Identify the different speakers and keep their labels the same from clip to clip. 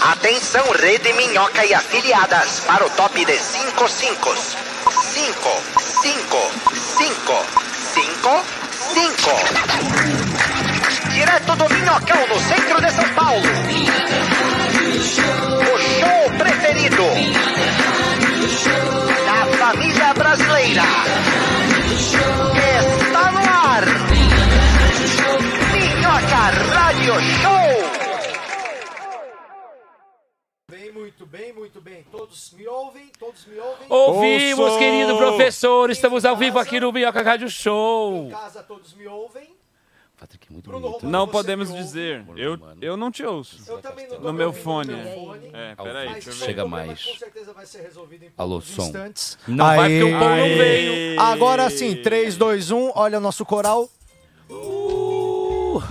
Speaker 1: Atenção, Rede Minhoca e afiliadas, para o top de 5 5. 5, 5, 5, 5, 5. Direto do Minhocão, no centro de São Paulo. O show preferido da família brasileira. Está no ar. Minhoca Radio Show.
Speaker 2: Bem, muito bem, muito bem. Todos me ouvem, todos me ouvem.
Speaker 3: Ouvimos,
Speaker 4: Ouço!
Speaker 3: querido professor. Estamos ao vivo aqui no Minhoca Rádio
Speaker 2: Em
Speaker 3: Show.
Speaker 2: casa todos me ouvem.
Speaker 5: Patrick, é muito
Speaker 2: Bruno
Speaker 5: bonito.
Speaker 2: Romano.
Speaker 4: Não
Speaker 2: Você
Speaker 4: podemos
Speaker 2: me ouve?
Speaker 4: dizer.
Speaker 5: Mano,
Speaker 4: Eu,
Speaker 5: mano.
Speaker 4: eu não te ouço.
Speaker 2: Eu também não tô
Speaker 4: No meu
Speaker 2: ouvindo
Speaker 4: fone.
Speaker 2: meu fone,
Speaker 4: É,
Speaker 5: Ao
Speaker 4: peraí,
Speaker 5: vivo.
Speaker 2: mas
Speaker 4: deixa
Speaker 2: foi
Speaker 4: eu ver.
Speaker 2: um
Speaker 5: Chega
Speaker 2: problema
Speaker 5: mais.
Speaker 2: que Com certeza vai ser resolvido em
Speaker 5: Alô,
Speaker 2: poucos
Speaker 5: som.
Speaker 2: instantes.
Speaker 3: Não vai porque o pão não
Speaker 4: Aê!
Speaker 3: veio.
Speaker 2: Agora sim, 3, 2, 1, olha o nosso coral.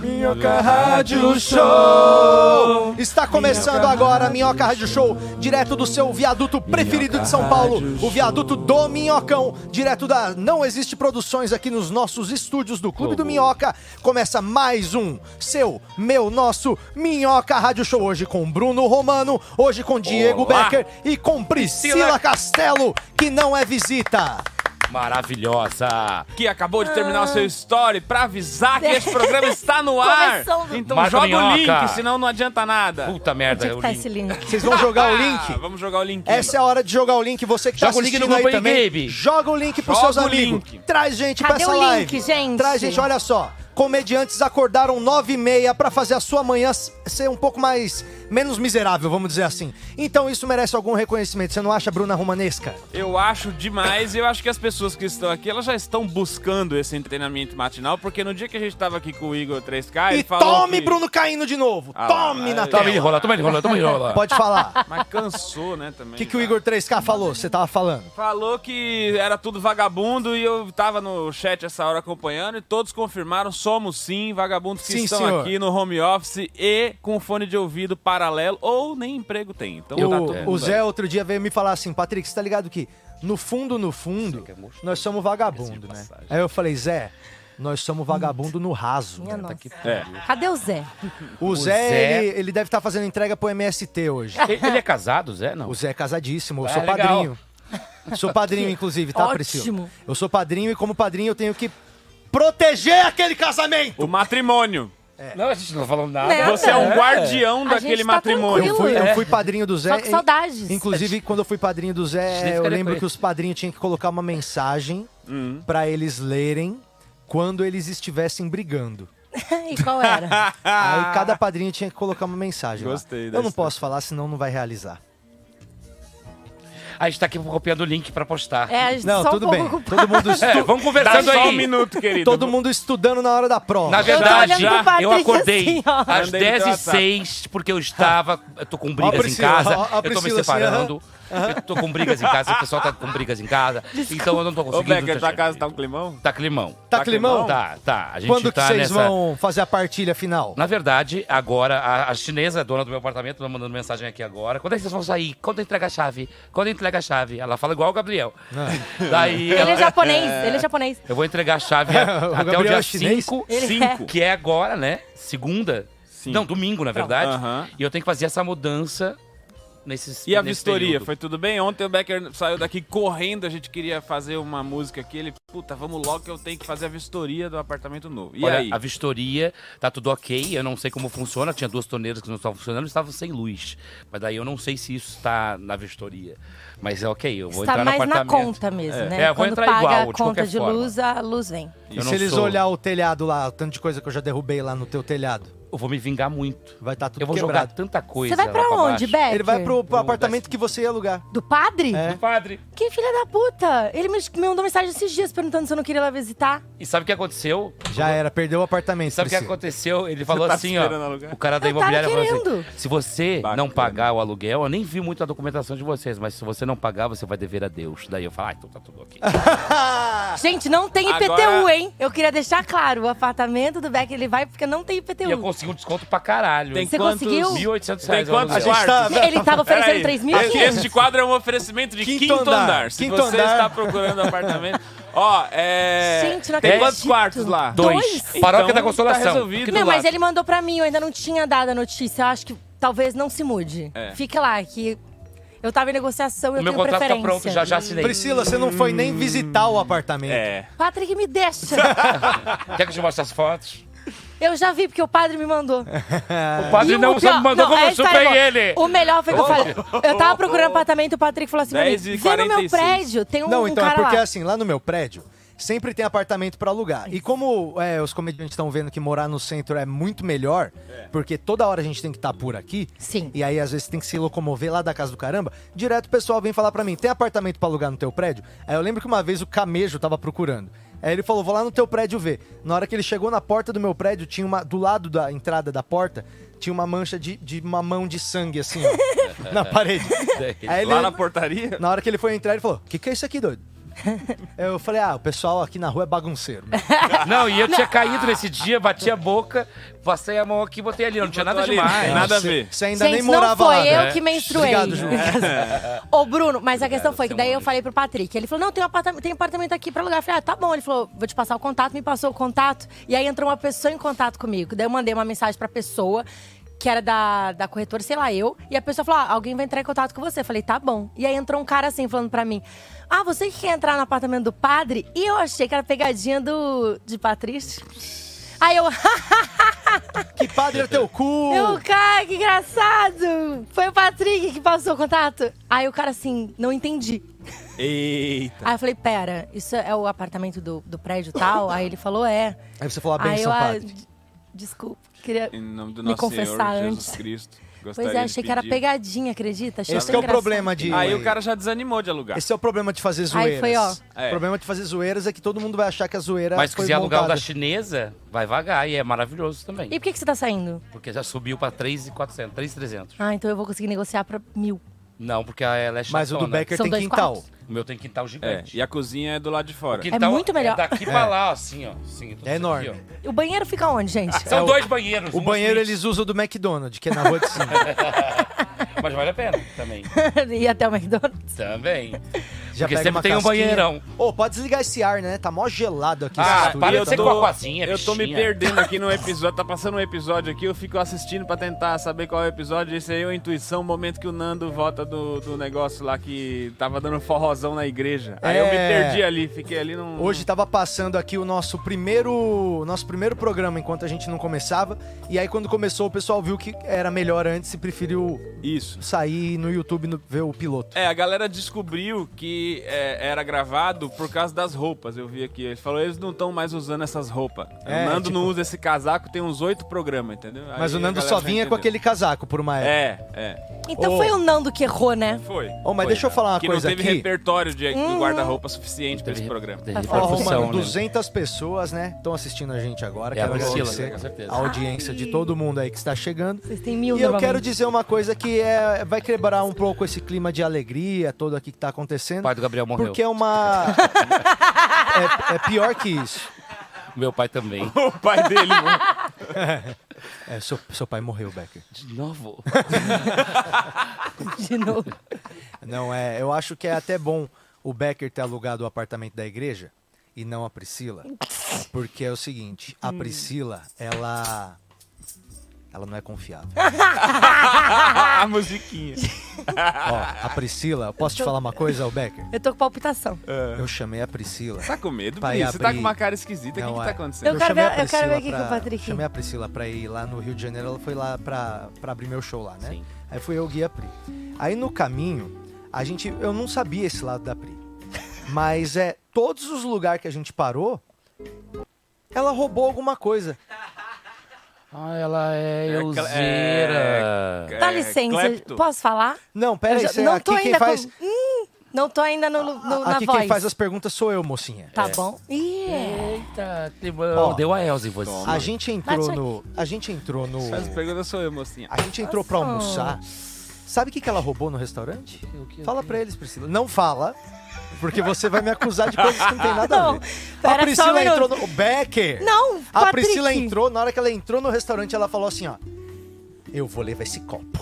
Speaker 2: Minhoca Rádio Show! Está começando agora a Minhoca Rádio Show, direto do seu viaduto preferido de São Paulo, o viaduto do Minhocão, direto da Não Existe Produções aqui nos nossos estúdios do Clube do Minhoca. Começa mais um seu, meu, nosso Minhoca Rádio Show, hoje com Bruno Romano, hoje com Diego
Speaker 3: Olá.
Speaker 2: Becker e com Priscila,
Speaker 3: Priscila
Speaker 2: Castelo, que não é visita.
Speaker 3: Maravilhosa.
Speaker 4: Que acabou de terminar o seu story pra avisar que esse programa está no ar.
Speaker 6: Começando.
Speaker 4: Então
Speaker 3: Marca
Speaker 4: joga o
Speaker 3: Minhoca.
Speaker 4: link, senão não adianta nada.
Speaker 3: Puta merda,
Speaker 6: Onde é que
Speaker 3: eu
Speaker 6: tá
Speaker 3: li-
Speaker 6: esse link?
Speaker 2: Vocês vão jogar o link?
Speaker 4: Ah, vamos jogar o link.
Speaker 2: Essa é a hora de jogar o link. Você que tá
Speaker 3: Joga o link
Speaker 2: assistindo
Speaker 3: no grupo
Speaker 2: aí
Speaker 3: aí,
Speaker 2: também,
Speaker 3: Gabe.
Speaker 2: joga o link pros
Speaker 4: Joga
Speaker 2: seus
Speaker 4: o
Speaker 2: amigos.
Speaker 4: link.
Speaker 2: Traz gente pra
Speaker 6: Cadê
Speaker 2: essa
Speaker 6: o
Speaker 2: live.
Speaker 6: link, gente?
Speaker 2: Traz gente, olha só. Comediantes acordaram 9 e meia pra fazer a sua manhã s- ser um pouco mais... Menos miserável, vamos dizer assim. Então isso merece algum reconhecimento. Você não acha, Bruna Romanesca?
Speaker 4: Eu acho demais e eu acho que as pessoas que estão aqui, elas já estão buscando esse treinamento matinal, porque no dia que a gente tava aqui com o Igor 3K, ele
Speaker 2: E
Speaker 4: falou
Speaker 2: tome,
Speaker 4: que...
Speaker 2: Bruno, caindo de novo.
Speaker 4: Ah lá,
Speaker 2: tome na
Speaker 4: aí.
Speaker 3: Toma ele
Speaker 2: tela.
Speaker 3: rola, toma ele rola, toma ele rola.
Speaker 2: Pode falar.
Speaker 4: Mas cansou, né, também.
Speaker 2: O que, que o Igor 3K falou? Você tava falando.
Speaker 4: Falou que era tudo vagabundo e eu tava no chat essa hora acompanhando e todos confirmaram, somos sim vagabundos que
Speaker 2: Sim,
Speaker 4: estão
Speaker 2: senhor.
Speaker 4: aqui no home office e com fone de ouvido paralelo ou nem emprego tem. Então
Speaker 2: Eu-
Speaker 4: tá tudo
Speaker 2: o
Speaker 4: bem.
Speaker 2: Zé outro dia veio me falar assim, Patrick, você tá ligado que no fundo, no fundo, nós somos vagabundo, né? Aí eu falei, Zé, nós somos vagabundo no raso.
Speaker 6: Minha
Speaker 2: né?
Speaker 6: nossa.
Speaker 4: É.
Speaker 6: Cadê o Zé?
Speaker 2: O Zé,
Speaker 3: Zé-
Speaker 2: Ele, ele deve estar fazendo entrega pro MST hoje.
Speaker 3: Ele ele é casado, Zé? Não.
Speaker 2: O Zé é casadíssimo, eu
Speaker 3: Ah,
Speaker 2: sou
Speaker 3: legal.
Speaker 2: padrinho. Sou padrinho, inclusive, tá, Priscila?
Speaker 6: Ótimo.
Speaker 2: Eu sou padrinho e como padrinho eu tenho que proteger aquele casamento!
Speaker 4: O matrimônio.
Speaker 3: Não, a gente não tá falando nada.
Speaker 6: Né?
Speaker 4: É. Você é um guardião
Speaker 6: A
Speaker 4: daquele
Speaker 6: gente tá
Speaker 4: matrimônio.
Speaker 2: Eu fui, eu
Speaker 3: É.
Speaker 2: fui padrinho do Zé.
Speaker 6: Só que saudades.
Speaker 2: Inclusive, quando eu fui padrinho do
Speaker 3: Gente, nem
Speaker 2: Zé, eu
Speaker 3: ficaria
Speaker 2: lembro
Speaker 3: com
Speaker 2: que os padrinhos tinham que colocar uma mensagem pra eles lerem quando eles estivessem brigando.
Speaker 6: E qual era?
Speaker 2: Aí cada padrinho tinha que colocar uma mensagem. lá.
Speaker 4: Gostei
Speaker 2: Eu não
Speaker 4: dessa.
Speaker 2: posso falar, senão não vai realizar.
Speaker 3: A gente tá aqui copiando o link pra postar.
Speaker 6: É, a gente
Speaker 2: Não,
Speaker 6: só
Speaker 2: tudo
Speaker 6: um
Speaker 2: bem.
Speaker 6: pouco ocupado.
Speaker 2: Todo mundo, estu-
Speaker 3: É, vamos
Speaker 4: Dá
Speaker 3: conversando
Speaker 4: só um
Speaker 3: aí.
Speaker 4: minuto, querido.
Speaker 2: todo mundo estudando na hora da prova.
Speaker 3: Na
Speaker 6: olhando
Speaker 3: verdade,
Speaker 6: pro
Speaker 3: eu
Speaker 6: Patrick
Speaker 3: acordei
Speaker 6: assim, ó.
Speaker 3: às
Speaker 4: Mandei no teu
Speaker 3: 10 e
Speaker 4: WhatsApp.
Speaker 3: 06 porque eu estava. Eu tô com
Speaker 2: tá, Ó a
Speaker 3: brigas em
Speaker 2: Priscila,
Speaker 3: casa.
Speaker 2: ó a
Speaker 3: Eu tô me
Speaker 2: Priscila, assim,
Speaker 3: separando. Eu tô com brigas em casa, o pessoal tá com brigas em casa. Então eu não tô
Speaker 4: Ô,
Speaker 3: conseguindo.
Speaker 4: Becker, tua casa tá um climão?
Speaker 3: Tá climão.
Speaker 2: Tá climão?
Speaker 3: Tá, tá. A gente
Speaker 2: Quando que
Speaker 3: tá
Speaker 2: vocês
Speaker 3: nessa.
Speaker 2: vão fazer a partilha final?
Speaker 3: Na verdade, agora, a, a chinesa, dona do meu apartamento, tá mandando mensagem aqui agora. Quando é que vocês vão sair? Quando entrega a chave? Quando entrega a chave? Ela fala igual o Gabriel.
Speaker 2: Ah.
Speaker 3: Daí
Speaker 6: Ele
Speaker 3: ela-
Speaker 6: é japonês, ele é japonês.
Speaker 3: eu vou entregar a chave a-
Speaker 2: O
Speaker 3: até o
Speaker 2: Gabriel é
Speaker 3: dia
Speaker 2: chinês?
Speaker 3: 5,
Speaker 6: Ele
Speaker 4: Cinco.
Speaker 3: que é agora, né? Segunda.
Speaker 4: Tipo, Sim.
Speaker 3: Não, domingo, na verdade.
Speaker 4: Aham.
Speaker 3: E eu tenho que fazer essa mudança nesses
Speaker 4: E a
Speaker 3: nesse
Speaker 4: vistoria,
Speaker 3: período.
Speaker 4: foi tudo bem? Ontem o Becker saiu daqui correndo, a gente queria fazer uma música aqui, ele, puta, vamos logo que eu tenho que fazer a vistoria do apartamento novo. E
Speaker 3: Olha,
Speaker 4: aí?
Speaker 3: a vistoria tá tudo ok, eu não sei como funciona. Tinha duas torneiras que não estavam funcionando, estavam sem luz. Mas daí eu não sei se isso está na vistoria. Mas é ok, eu vou
Speaker 6: Está
Speaker 3: entrar no
Speaker 6: mais na
Speaker 3: apartamento.
Speaker 6: conta mesmo,
Speaker 3: É.
Speaker 6: né?
Speaker 3: É, eu vou
Speaker 6: Quando
Speaker 3: entrar
Speaker 6: paga
Speaker 3: igual,
Speaker 6: a
Speaker 3: de
Speaker 6: conta
Speaker 3: qualquer
Speaker 6: de
Speaker 3: forma.
Speaker 6: luz, a luz vem.
Speaker 3: Eu
Speaker 2: E
Speaker 3: não
Speaker 2: se eles
Speaker 3: sou-
Speaker 2: olhar o telhado lá, o tanto de coisa que eu já derrubei lá no teu telhado?
Speaker 3: Eu vou me vingar muito.
Speaker 2: Vai estar tudo
Speaker 3: eu vou
Speaker 2: quebrado.
Speaker 3: jogar tanta coisa.
Speaker 6: Você vai
Speaker 3: é, lá
Speaker 6: pra onde,
Speaker 3: baixo.
Speaker 6: Beck?
Speaker 2: Ele vai pro, pro
Speaker 3: Vou
Speaker 2: apartamento que você ia alugar.
Speaker 6: Do padre?
Speaker 2: É.
Speaker 3: Padre.
Speaker 6: Que filha da puta! Ele me me mandou mensagem esses dias perguntando se eu não queria ir lá visitar.
Speaker 3: E sabe o que aconteceu?
Speaker 2: Já era, perdeu o apartamento.
Speaker 3: Sabe o que
Speaker 2: Priscila.
Speaker 3: aconteceu? Ele falou
Speaker 4: tá
Speaker 3: assim, ó.
Speaker 4: esperando alugar?
Speaker 3: O cara da
Speaker 6: Eu tava
Speaker 3: imobiliária falou assim:
Speaker 6: querendo.
Speaker 3: se você
Speaker 4: Bacana.
Speaker 3: não pagar o aluguel, eu nem vi muito a documentação de vocês, mas se você não pagar, você vai dever a Deus. Daí eu falo, ah, então tá tudo ok.
Speaker 6: Gente, não tem IPTU,
Speaker 4: Agora-
Speaker 6: hein? Eu queria deixar claro, o apartamento do Beck ele vai porque não tem IPTU.
Speaker 3: e eu consegui um desconto pra caralho.
Speaker 4: Tem
Speaker 6: Você
Speaker 4: quantos-
Speaker 6: conseguiu?
Speaker 3: 1.800
Speaker 4: Tem
Speaker 3: reais. o
Speaker 4: quantos
Speaker 3: aluguel.
Speaker 2: A gente tá-
Speaker 4: quartos?
Speaker 6: Ele tava
Speaker 4: Peraí,
Speaker 6: oferecendo 3 mil
Speaker 4: esse- Este quadro é um oferecimento de
Speaker 2: Quinto
Speaker 4: quinto,
Speaker 2: andar.
Speaker 4: andar. Se
Speaker 2: Quinto
Speaker 4: você
Speaker 2: andar.
Speaker 4: está procurando um apartamento. Ó, é.
Speaker 6: Gente, não
Speaker 4: Tem
Speaker 6: acredito.
Speaker 4: quantos quartos lá?
Speaker 3: Dois.
Speaker 6: Dois?
Speaker 3: Paróquia
Speaker 4: Então,
Speaker 3: da Consolação.
Speaker 4: Tá resolvido
Speaker 6: Meu,
Speaker 4: lá.
Speaker 6: mas ele mandou pra mim, eu ainda não tinha dado a notícia. Eu acho que talvez não se mude.
Speaker 4: É.
Speaker 6: Fica lá, que eu tava em negociação e
Speaker 3: O
Speaker 6: eu
Speaker 3: meu
Speaker 6: tenho
Speaker 3: contrato tá
Speaker 6: preferência.
Speaker 3: pronto, já já assinei.
Speaker 2: Priscila, você não foi nem visitar o apartamento.
Speaker 4: É.
Speaker 6: Patrick, me deixa.
Speaker 3: Quer que eu te mostre as fotos?
Speaker 6: eu já vi, porque o padre me mandou.
Speaker 4: É.
Speaker 3: O padre
Speaker 6: E
Speaker 3: não
Speaker 6: o
Speaker 3: só
Speaker 6: pior-
Speaker 3: me mandou
Speaker 6: não,
Speaker 3: como
Speaker 6: é
Speaker 3: eu chupei
Speaker 6: história boa.
Speaker 3: ele.
Speaker 6: O melhor foi que eu falei. Eu tava procurando apartamento, o Patrick falou assim: pra mim,
Speaker 4: 10 e
Speaker 6: vem no meu
Speaker 4: 46.
Speaker 6: prédio, tem um,
Speaker 2: Não,
Speaker 6: um
Speaker 2: então é
Speaker 6: cara
Speaker 2: porque
Speaker 6: lá.
Speaker 2: assim, lá no meu prédio, sempre tem apartamento pra alugar. E como é, os comediantes estão vendo que morar no centro é muito melhor,
Speaker 4: É.
Speaker 2: porque toda hora a gente tem que estar por aqui.
Speaker 6: Sim.
Speaker 2: E aí às vezes tem que se locomover lá da casa do caramba. Direto o pessoal vem falar pra mim: "Tem apartamento pra alugar no teu prédio?". Aí eu lembro que uma vez o Camejo tava procurando. Aí ele falou: "Vou lá no teu prédio ver". Na hora que ele chegou na porta do meu prédio, tinha uma do lado da entrada da porta, tinha uma mancha de, de mamão de sangue assim, ó, na parede. Aí
Speaker 4: Lá na portaria?
Speaker 2: na hora que ele foi entrar, ele falou: O que, que é isso aqui, doido? Eu falei: Ah, o pessoal aqui na rua é bagunceiro.
Speaker 3: Não, e eu tinha caído nesse dia, bati a boca, passei a mão aqui e botei ali. Não tinha É, nada
Speaker 4: ali.
Speaker 3: demais.
Speaker 4: Nada a
Speaker 2: Você-
Speaker 4: ver.
Speaker 2: Você ainda
Speaker 6: Gente,
Speaker 2: nem morava
Speaker 6: não foi
Speaker 2: lá.
Speaker 6: eu
Speaker 2: né?
Speaker 6: que menstruei.
Speaker 2: Obrigado, Ju.
Speaker 6: Ô, Bruno, mas a questão foi que
Speaker 3: seu
Speaker 6: daí eu
Speaker 3: anjo.
Speaker 6: falei pro Patrick. Ele falou: não, tem um apartamento, tem um apartamento aqui pra alugar. Eu falei, ah, tá bom. Ele falou: vou te passar o contato, me passou o contato. E aí entrou uma pessoa em contato comigo. Daí eu mandei uma mensagem pra pessoa. Que era da, da corretora, sei lá, eu. E a pessoa falou: ah, alguém vai entrar em contato com você. Eu falei, tá bom. E aí entrou um cara assim, falando pra mim: ah, você que quer entrar no apartamento do padre? E eu achei que era pegadinha do. de Patrício. Aí eu,
Speaker 2: Que padre é teu cu?
Speaker 6: Eu, cara, que engraçado! Foi o Patrick que passou o contato. Aí o cara assim, não entendi.
Speaker 4: Eita.
Speaker 6: Aí eu falei, pera, isso é o apartamento do, do prédio tal? Aí ele falou, é.
Speaker 2: Aí você falou: A
Speaker 6: Aí eu,
Speaker 2: benção,
Speaker 6: ah,
Speaker 2: padre.
Speaker 6: d- desculpa, queria.
Speaker 4: Em nome do
Speaker 6: Me
Speaker 4: nosso Senhor
Speaker 6: confessar
Speaker 4: Jesus
Speaker 6: antes.
Speaker 4: Cristo. gostaria
Speaker 6: Pois é,
Speaker 4: de
Speaker 6: achei que era
Speaker 4: pedir.
Speaker 6: pegadinha, acredita? Achei
Speaker 2: Esse
Speaker 6: tão
Speaker 2: que é o
Speaker 6: engraçado.
Speaker 2: problema de.
Speaker 4: Aí o cara já desanimou de alugar.
Speaker 2: Esse é o problema de fazer zoeiras.
Speaker 6: Aí foi, ó.
Speaker 4: É.
Speaker 2: O problema de fazer zoeiras é que todo mundo vai achar que a zoeira
Speaker 3: Mas se
Speaker 2: É, foi
Speaker 3: quiser alugar o
Speaker 2: montada.
Speaker 3: da chinesa, vai vagar e é maravilhoso também.
Speaker 6: E por que, que você tá saindo?
Speaker 3: Porque já subiu pra 3,400, 3,300.
Speaker 6: Ah, então eu vou conseguir negociar pra mil.
Speaker 3: Não, porque ela é chatona.
Speaker 2: Mas o do Becker
Speaker 6: São
Speaker 2: tem
Speaker 6: dois
Speaker 2: quintal.
Speaker 6: quartos.
Speaker 3: né? O meu tem quintal
Speaker 4: É,
Speaker 3: gigante.
Speaker 4: e a cozinha é do lado de fora.
Speaker 3: O quintal é
Speaker 6: muito melhor.
Speaker 3: daqui pra lá, assim, ó. Assim, tudo
Speaker 2: É
Speaker 3: isso
Speaker 2: enorme.
Speaker 3: aqui, ó.
Speaker 6: O banheiro fica onde, gente?
Speaker 3: São
Speaker 2: É, o-
Speaker 3: dois banheiros.
Speaker 2: O
Speaker 3: um
Speaker 2: banheiro
Speaker 3: suíte,
Speaker 2: eles usam do McDonald's, que é na rua de cima.
Speaker 3: assim,
Speaker 2: é-
Speaker 3: Mas vale a pena também.
Speaker 6: e até o McDonald's.
Speaker 3: Também.
Speaker 2: Já
Speaker 3: Porque
Speaker 2: pega
Speaker 3: sempre
Speaker 2: uma
Speaker 3: tem um
Speaker 2: casquinha.
Speaker 3: banheirão.
Speaker 2: Ô, pode desligar esse ar, né? Tá mó gelado aqui.
Speaker 3: Ah,
Speaker 2: esse
Speaker 3: para
Speaker 2: estúdio.
Speaker 3: de ser coacoazinha,
Speaker 4: Eu tô me
Speaker 3: bichinha.
Speaker 4: perdendo aqui no episódio, tá passando um episódio aqui, eu fico assistindo pra tentar saber qual é o episódio. Esse aí é a intuição, o momento que o Nando volta do, do negócio lá que tava dando um forrozão na igreja. Aí eu me
Speaker 2: É.
Speaker 4: perdi ali, fiquei ali num.
Speaker 2: Hoje tava passando aqui o nosso primeiro, nosso primeiro programa enquanto a gente não começava. E aí quando começou, o pessoal viu que era melhor antes e preferiu
Speaker 4: Isso.
Speaker 2: sair no YouTube no- ver o piloto.
Speaker 4: É, a galera descobriu que é, era gravado por causa das roupas. Eu vi aqui. Ele falou, eles não estão mais usando essas roupas.
Speaker 2: É,
Speaker 4: o Nando
Speaker 2: tipo-
Speaker 4: não usa esse casaco, tem uns oito programas, entendeu?
Speaker 2: Mas
Speaker 4: Aí
Speaker 2: o
Speaker 4: a
Speaker 2: Nando
Speaker 4: galera
Speaker 2: só
Speaker 4: já
Speaker 2: vinha com
Speaker 4: entendeu.
Speaker 2: aquele casaco por uma época.
Speaker 4: É, é.
Speaker 6: Então
Speaker 2: Ô.
Speaker 6: foi o Nando que errou, né?
Speaker 4: Foi.
Speaker 2: Ô, Oh, mas
Speaker 4: Foi.
Speaker 2: deixa eu falar uma
Speaker 4: que
Speaker 2: coisa
Speaker 4: não teve
Speaker 2: aqui. Hum.
Speaker 4: repertório de, do guarda-roupa suficiente pra esse
Speaker 3: Teve-
Speaker 4: programa.
Speaker 3: teve
Speaker 2: Ó,
Speaker 3: Tá repercussão,
Speaker 2: Romano,
Speaker 3: né?
Speaker 2: 200 pessoas, né? Estão assistindo a gente agora.
Speaker 3: É,
Speaker 2: quero
Speaker 3: a Priscila,
Speaker 2: agradecer
Speaker 3: com certeza.
Speaker 2: a audiência de todo mundo aí que está chegando.
Speaker 6: Vocês têm mil
Speaker 2: E eu
Speaker 6: normalmente.
Speaker 2: quero dizer uma coisa que é, vai quebrar um pouco esse clima de alegria todo aqui que tá acontecendo.
Speaker 3: O pai do Gabriel morreu.
Speaker 2: Porque é uma. é, é pior que isso. um-
Speaker 3: Meu pai também.
Speaker 4: O pai dele. mano.
Speaker 2: É, seu, seu pai morreu, Becker.
Speaker 3: De novo.
Speaker 6: de novo.
Speaker 2: Não, é. Eu acho que é até bom o Becker ter alugado o apartamento da igreja e não a Priscila. Porque é o seguinte, a Priscila, ela. Ela não é confiável.
Speaker 4: a musiquinha.
Speaker 2: Ó, a Priscila, eu posso te falar uma coisa, ô Becker?
Speaker 6: Eu tô com palpitação.
Speaker 2: Eu chamei a Priscila.
Speaker 4: Tá com medo,
Speaker 2: Pai,
Speaker 4: Pri? Você tá
Speaker 2: abri-
Speaker 4: com uma cara esquisita. O que,
Speaker 2: Não,
Speaker 4: que
Speaker 2: é.
Speaker 4: tá acontecendo?
Speaker 6: Eu quero
Speaker 2: chamei a
Speaker 6: ver- eu quero ver
Speaker 2: Priscila
Speaker 6: aqui com o
Speaker 2: pra-
Speaker 6: Patrick.
Speaker 2: Chamei a Priscila pra ir lá no Rio de Janeiro, ela foi lá pra, pra abrir meu show lá, né?
Speaker 3: Sim.
Speaker 2: Aí fui eu, Gui e a Pri. Aí no caminho, a gente. Eu não sabia esse lado da Pri. Mas é, todos os lugares que a gente parou, ela roubou alguma coisa.
Speaker 3: Ah, ela é
Speaker 4: É,
Speaker 3: euzeira.
Speaker 4: é-
Speaker 6: Dá
Speaker 4: É,
Speaker 6: licença,
Speaker 4: clepto.
Speaker 6: posso falar?
Speaker 2: Não, pera aí,
Speaker 6: Eu já-
Speaker 2: você-
Speaker 6: não
Speaker 2: aqui
Speaker 6: tô
Speaker 2: quem
Speaker 6: ainda
Speaker 2: faz. Ah,
Speaker 6: com- Hum, não tô ainda no, no- no- na
Speaker 2: aqui
Speaker 6: voz.
Speaker 2: quem faz as É. perguntas sou eu, mocinha.
Speaker 6: Tá bom? Ih, é.
Speaker 3: Eita, climão.
Speaker 2: Ó,
Speaker 3: Deu a Elza em você.
Speaker 2: A gente
Speaker 6: Bate
Speaker 2: entrou
Speaker 6: aqui.
Speaker 2: no. A gente entrou no.
Speaker 4: Mas a pergunta sou eu, mocinha.
Speaker 2: A gente entrou pra almoçar. Sabe o que, que ela roubou no restaurante? Fala pra eles, Priscila. Não fala, porque você vai me acusar de coisas que não tem nada a
Speaker 6: Não,
Speaker 2: ver. A
Speaker 6: pera só um
Speaker 2: Priscila
Speaker 6: minuto.
Speaker 2: entrou no. O Becker!
Speaker 6: Não,
Speaker 2: A
Speaker 6: Patrick.
Speaker 2: Priscila entrou, na hora que ela entrou no restaurante, ela falou assim: ó. Eu vou levar esse copo.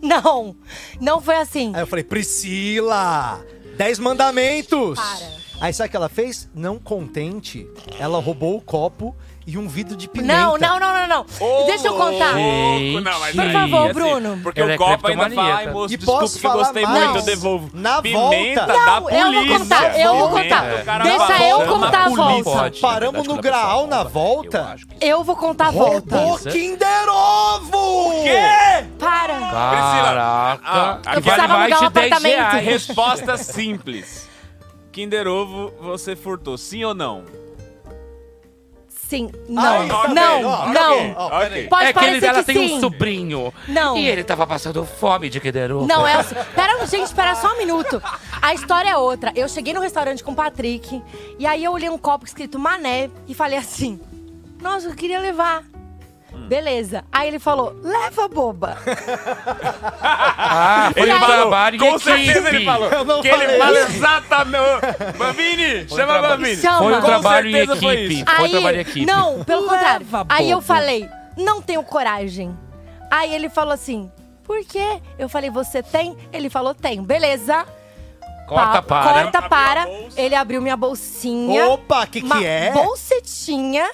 Speaker 6: Não, não foi assim.
Speaker 2: É Aí eu falei: Priscila! Dez mandamentos!
Speaker 6: Para.
Speaker 2: Aí sabe o que ela fez? Não contente, ela roubou o copo e um vidro de pimenta.
Speaker 6: Não, não, não, não, não. Deixa eu contar.
Speaker 4: Louco, não, mas
Speaker 3: Por
Speaker 4: aí,
Speaker 6: favor,
Speaker 4: assim,
Speaker 6: Bruno.
Speaker 4: Porque
Speaker 3: Ela
Speaker 4: o
Speaker 3: é
Speaker 4: copo ainda
Speaker 3: cleptomaníaca.
Speaker 4: fala, ai, moço,
Speaker 2: E
Speaker 4: desculpa
Speaker 2: posso
Speaker 4: que eu gostei
Speaker 2: falar
Speaker 4: muito, eu
Speaker 6: mais?
Speaker 4: devolvo.
Speaker 2: Na
Speaker 4: Pimenta
Speaker 2: volta-
Speaker 4: da
Speaker 6: Não,
Speaker 4: polícia.
Speaker 6: eu vou contar, eu vou
Speaker 2: Volta.
Speaker 6: contar.
Speaker 4: É.
Speaker 6: Deixa eu
Speaker 4: Volta.
Speaker 6: contar a
Speaker 3: Polícia.
Speaker 6: volta.
Speaker 2: Paramos
Speaker 3: Pode, na verdade,
Speaker 2: no
Speaker 3: quando a pessoa
Speaker 2: graal na
Speaker 3: rouba,
Speaker 2: volta?
Speaker 3: eu acho que-
Speaker 6: Eu vou contar a volta.
Speaker 4: é
Speaker 2: Roubou Kinder Ovo!
Speaker 6: Para.
Speaker 4: Ah,
Speaker 3: Caraca.
Speaker 4: eu
Speaker 3: que vale
Speaker 6: precisava
Speaker 3: mais
Speaker 6: alugar um
Speaker 3: de 10
Speaker 6: apartamento.
Speaker 4: A
Speaker 3: reais.
Speaker 4: resposta simples. Kinder Ovo, você furtou, sim ou não?
Speaker 6: Sim,
Speaker 2: Ai,
Speaker 6: não,
Speaker 2: olha
Speaker 6: não,
Speaker 2: bem, olha bem,
Speaker 6: não.
Speaker 2: ó.
Speaker 4: Ok.
Speaker 6: Pode
Speaker 3: é que ele,
Speaker 6: parecer
Speaker 3: ela
Speaker 6: que
Speaker 3: tem
Speaker 6: sim.
Speaker 3: um sobrinho.
Speaker 6: Não.
Speaker 3: E ele tava passando fome de Kinder Ovo.
Speaker 6: Não, é o. Pera, gente, espera só um minuto. A história é outra. Eu cheguei no restaurante com o Patrick, e aí eu olhei um copo escrito Mané e falei assim: Nossa, eu queria levar.
Speaker 3: Hum.
Speaker 6: Beleza. Aí ele falou: leva, boba.
Speaker 3: Ah, foi
Speaker 6: Ele
Speaker 3: um
Speaker 6: falou,
Speaker 3: trabalho em
Speaker 4: Com certeza
Speaker 3: equipe.
Speaker 4: ele falou.
Speaker 2: Eu não
Speaker 4: que ele
Speaker 2: falei.
Speaker 4: fala exatamente. Bambini, chama
Speaker 3: um trabalho.
Speaker 4: Bambini.
Speaker 6: Chama.
Speaker 3: Foi um
Speaker 6: Com
Speaker 3: trabalho em
Speaker 4: certeza foi
Speaker 3: equipe.
Speaker 4: isso.
Speaker 3: Foi um trabalho em equipe.
Speaker 6: Não, pelo contrário. Aí eu
Speaker 3: bobo.
Speaker 6: falei, não tenho coragem. Aí ele falou assim, por quê? Eu falei, você tem? Ele falou, tem. Beleza.
Speaker 3: Corta
Speaker 6: Pa-
Speaker 3: tá para.
Speaker 6: Corta
Speaker 4: Abriu
Speaker 6: para.
Speaker 4: a bolsa.
Speaker 6: Ele abriu minha bolsinha.
Speaker 2: Opa, que
Speaker 6: uma
Speaker 2: que é?
Speaker 6: bolsetinha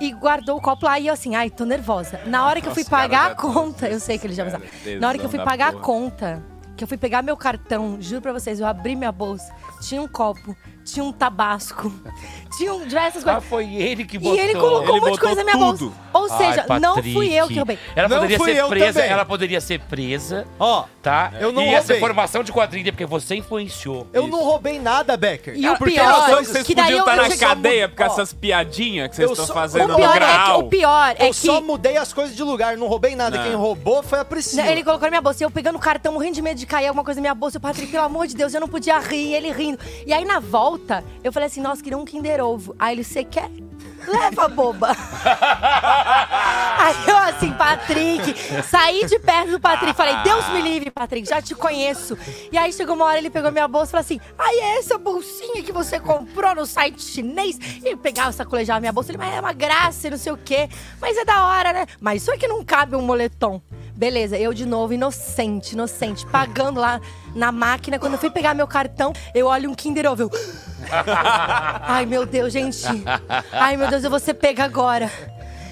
Speaker 6: e guardou o copo lá. E eu assim, ai, tô nervosa. Na hora que eu fui
Speaker 4: Nossa, cara,
Speaker 6: pagar
Speaker 4: já
Speaker 6: a
Speaker 4: tô
Speaker 6: conta, eu sei que ele já me
Speaker 4: cara,
Speaker 6: sabe.
Speaker 4: tesão
Speaker 6: Na hora que eu fui
Speaker 4: da
Speaker 6: pagar
Speaker 4: porra.
Speaker 6: a conta, que eu fui pegar meu cartão, juro pra vocês, eu abri minha bolsa, tinha um copo, tinha um tabasco, tinha um, diversas
Speaker 3: Ah,
Speaker 6: coisas.
Speaker 3: foi ele que botou.
Speaker 6: E ele colocou
Speaker 4: Ele
Speaker 6: um monte de
Speaker 4: botou
Speaker 6: coisa na minha
Speaker 4: tudo.
Speaker 6: bolsa. Ou seja,
Speaker 3: Ai,
Speaker 6: não
Speaker 3: Patrick.
Speaker 6: fui eu que roubei.
Speaker 3: Ela
Speaker 2: Não
Speaker 3: poderia
Speaker 2: fui
Speaker 3: ser
Speaker 2: eu
Speaker 3: presa,
Speaker 2: também.
Speaker 3: ela poderia ser presa,
Speaker 2: Ó,
Speaker 3: tá?
Speaker 2: Eu não
Speaker 3: e essa
Speaker 2: roubei.
Speaker 3: formação de quadrilha, porque você influenciou.
Speaker 2: eu não roubei nada, Becker.
Speaker 6: E o
Speaker 2: Porque
Speaker 6: pior- é
Speaker 2: eu sou-
Speaker 4: Sabe que vocês
Speaker 6: que daí
Speaker 4: podiam
Speaker 6: eu-
Speaker 4: estar
Speaker 6: eu
Speaker 4: na
Speaker 6: chego-
Speaker 4: cadeia por causa
Speaker 6: ó.
Speaker 4: dessas piadinhas que vocês
Speaker 2: eu
Speaker 4: estão
Speaker 2: sou-
Speaker 6: O
Speaker 4: fazendo no
Speaker 6: pior, é que,
Speaker 4: grau.
Speaker 6: o pior é
Speaker 2: Eu só
Speaker 6: que
Speaker 2: mudei as coisas de lugar, não roubei nada.
Speaker 4: Não.
Speaker 2: Quem roubou foi a Priscila.
Speaker 6: Né, Ele colocou na minha bolsa, e eu pegando o cartão, morrendo de medo de cair alguma coisa na minha bolsa. Eu, Patrick, pelo amor de Deus, eu não podia rir, e ele rindo. E aí, na volta, eu falei assim, nossa, queria um Kinder Ovo. Aí ele, você quer? Leva, boba. aí eu assim, Patrick, saí de perto do Patrick. Falei, Deus me livre, Patrick, já te conheço. E aí, chegou uma hora, ele pegou minha bolsa e falou assim, aí é essa bolsinha que você comprou no site chinês? E ele pegava, sacolejava minha bolsa. Ele, mas é uma graça, e não sei o quê. Mas é da hora, né? Mas só que não cabe um moletom. Beleza, eu de novo, inocente, inocente, pagando lá na máquina. Quando eu fui pegar meu cartão, eu olho um Kinder Ovo. eu- Ai, meu Deus, gente. Ai, meu Deus, eu vou ser pega agora.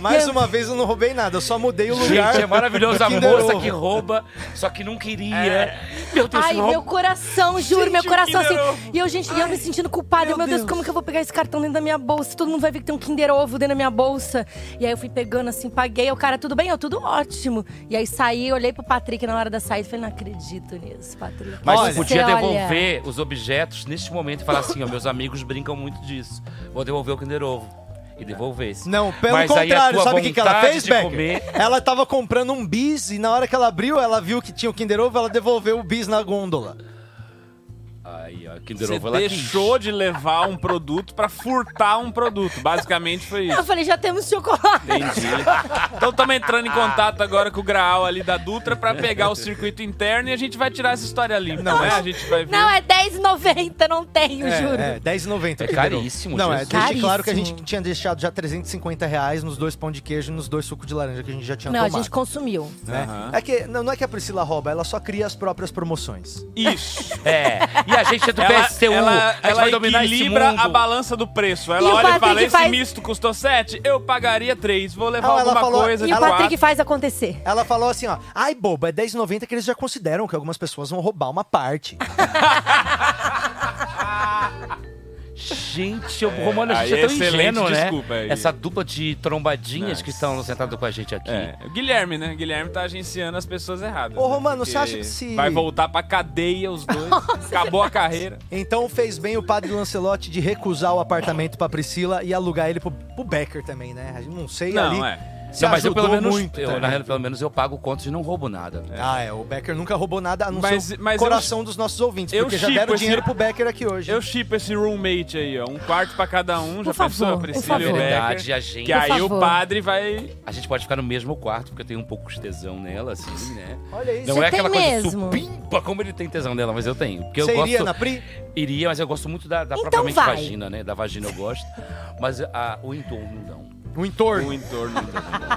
Speaker 2: Mais
Speaker 6: Eu-
Speaker 2: uma vez eu não roubei nada, eu só mudei o lugar.
Speaker 3: Gente, é maravilhoso a
Speaker 2: do Kinder
Speaker 3: moça
Speaker 2: Ovo.
Speaker 3: que rouba, só que não queria. Meu Deus,
Speaker 6: É. Ai,
Speaker 3: roubou.
Speaker 6: meu coração, juro,
Speaker 4: Gente,
Speaker 6: meu
Speaker 4: o
Speaker 6: coração assim.
Speaker 4: Kinder Ovo.
Speaker 6: E eu, gente, e eu me sentindo culpada. Meu,
Speaker 2: meu
Speaker 6: Deus,
Speaker 2: Deus.
Speaker 6: como que eu vou pegar esse cartão dentro da minha bolsa? Todo mundo vai ver que tem um Kinder Ovo dentro da minha bolsa. E aí eu fui pegando assim, paguei. O cara, tudo bem? Eu, tudo ótimo. E aí saí, olhei pro Patrick na hora da saída e falei, não acredito nisso, Patrick.
Speaker 3: Mas
Speaker 2: Olha.
Speaker 3: eu podia
Speaker 6: Você olha-
Speaker 3: devolver os objetos neste momento e falar assim: ó, meus amigos brincam muito disso. Vou devolver o Kinder Ovo. E devolvesse.
Speaker 2: Não, pelo
Speaker 3: Mas aí a
Speaker 2: contrário,
Speaker 3: tua
Speaker 2: sabe o que, que ela
Speaker 3: vontade
Speaker 2: fez,
Speaker 3: de
Speaker 2: Becker?
Speaker 3: comer-
Speaker 2: Ela tava comprando um bis e na hora que ela abriu, ela viu que tinha o Kinder Ovo, ela devolveu o bis na gôndola.
Speaker 3: Aí, ó, Kinder
Speaker 4: Você
Speaker 3: Ovo ela
Speaker 4: deixou de levar um produto pra furtar um produto. Basicamente foi
Speaker 6: Eu
Speaker 4: isso.
Speaker 6: falei, já temos chocolate.
Speaker 4: Entendi. Então estamos entrando
Speaker 3: Ah.
Speaker 4: em contato agora com o Graal ali da Dutra pra pegar o circuito interno e a gente vai tirar essa história limpa,
Speaker 2: Não,
Speaker 4: né?
Speaker 2: mas-
Speaker 4: A gente vai ver.
Speaker 6: Não, é 10,90, não tenho,
Speaker 2: É,
Speaker 6: juro.
Speaker 2: é, 10,90.
Speaker 3: É
Speaker 2: o Kinder Ovo.
Speaker 3: caríssimo,
Speaker 2: Não, é,
Speaker 3: Jesus.
Speaker 2: deixe claro que a gente
Speaker 6: Caríssimo.
Speaker 2: tinha deixado já 350 reais nos dois pão de queijo e nos dois sucos de laranja que a gente já
Speaker 4: um
Speaker 2: tinha
Speaker 6: Não, a
Speaker 2: tomado.
Speaker 6: gente consumiu.
Speaker 2: né?
Speaker 4: Aham.
Speaker 2: É que, não, não é que a Priscila rouba, ela só cria as próprias promoções.
Speaker 4: Isso.
Speaker 3: É. E a gente é do
Speaker 4: Ela,
Speaker 3: PSTU.
Speaker 4: ela,
Speaker 3: a gente
Speaker 4: ela
Speaker 3: vai dominar esse
Speaker 4: equilibra
Speaker 3: mundo.
Speaker 4: a balança do preço. Ela
Speaker 6: E o
Speaker 4: olha e fala,
Speaker 6: Patrick
Speaker 4: esse
Speaker 6: faz-
Speaker 4: misto custou 7, eu pagaria 3. Vou levar
Speaker 2: Não, ela
Speaker 4: alguma
Speaker 2: falou-
Speaker 4: coisa
Speaker 6: E
Speaker 4: de
Speaker 6: o Patrick
Speaker 4: quatro.
Speaker 6: faz acontecer.
Speaker 2: Ela falou assim, ó, ai boba, é 10,90 que eles já consideram que algumas pessoas vão roubar uma parte.
Speaker 3: Gente, o Romano, a
Speaker 4: aí
Speaker 3: gente é tão
Speaker 4: excelente
Speaker 3: ingênuo, né?
Speaker 4: desculpa aí.
Speaker 3: Essa dupla de trombadinhas
Speaker 4: Nice.
Speaker 3: que estão sentadas com a gente aqui.
Speaker 4: É, o Guilherme, né? Guilherme tá agenciando as pessoas erradas.
Speaker 2: Ô,
Speaker 4: né?
Speaker 2: Romano, você
Speaker 4: Porque
Speaker 2: acha que se-
Speaker 4: Vai voltar pra cadeia os dois. Acabou a carreira.
Speaker 2: Então fez bem o padre Lancelotti de recusar o apartamento pra Priscila e alugar ele pro, pro Becker também, né? A gente Não sei
Speaker 4: Não,
Speaker 2: ali.
Speaker 4: é.
Speaker 2: se
Speaker 3: Não, mas eu pelo
Speaker 2: ajudou
Speaker 3: menos,
Speaker 2: muito tá né?
Speaker 3: eu,
Speaker 4: né?
Speaker 2: também.
Speaker 3: na real, pelo menos eu pago contas e não roubo nada.
Speaker 2: Ah, é, o Becker nunca roubou nada, a não
Speaker 4: Mas-
Speaker 2: ser o
Speaker 4: mas eu-
Speaker 2: coração dos nossos ouvintes,
Speaker 4: eu
Speaker 2: porque já
Speaker 4: chipo
Speaker 2: deram
Speaker 4: esse-
Speaker 2: dinheiro pro Becker aqui hoje.
Speaker 4: Eu chipo esse roommate aí, ó. Um quarto pra cada um. já
Speaker 6: Por favor,
Speaker 4: pensou,
Speaker 6: por
Speaker 4: Priscila e o
Speaker 6: favor.
Speaker 3: Verdade,
Speaker 4: Becker?
Speaker 3: a gente,
Speaker 4: Que aí o
Speaker 6: favor.
Speaker 4: padre vai...
Speaker 3: a gente pode ficar no mesmo quarto, porque eu tenho um pouco de tesão nela, assim, né?
Speaker 2: Olha isso.
Speaker 3: Não
Speaker 6: Você
Speaker 3: é aquela
Speaker 6: tem
Speaker 3: coisa
Speaker 6: mesmo?
Speaker 3: supimpa como ele tem tesão nela, mas eu tenho. Porque eu
Speaker 2: Você iria
Speaker 3: gosto,
Speaker 2: na Pri?
Speaker 3: Iria, mas eu gosto muito da, da
Speaker 6: Então
Speaker 3: propriamente
Speaker 6: vai.
Speaker 3: vagina, né? Da vagina eu gosto. Mas a- o ah, entorno não.
Speaker 2: O entorno.
Speaker 4: O entorno. As
Speaker 6: Ó, Ah,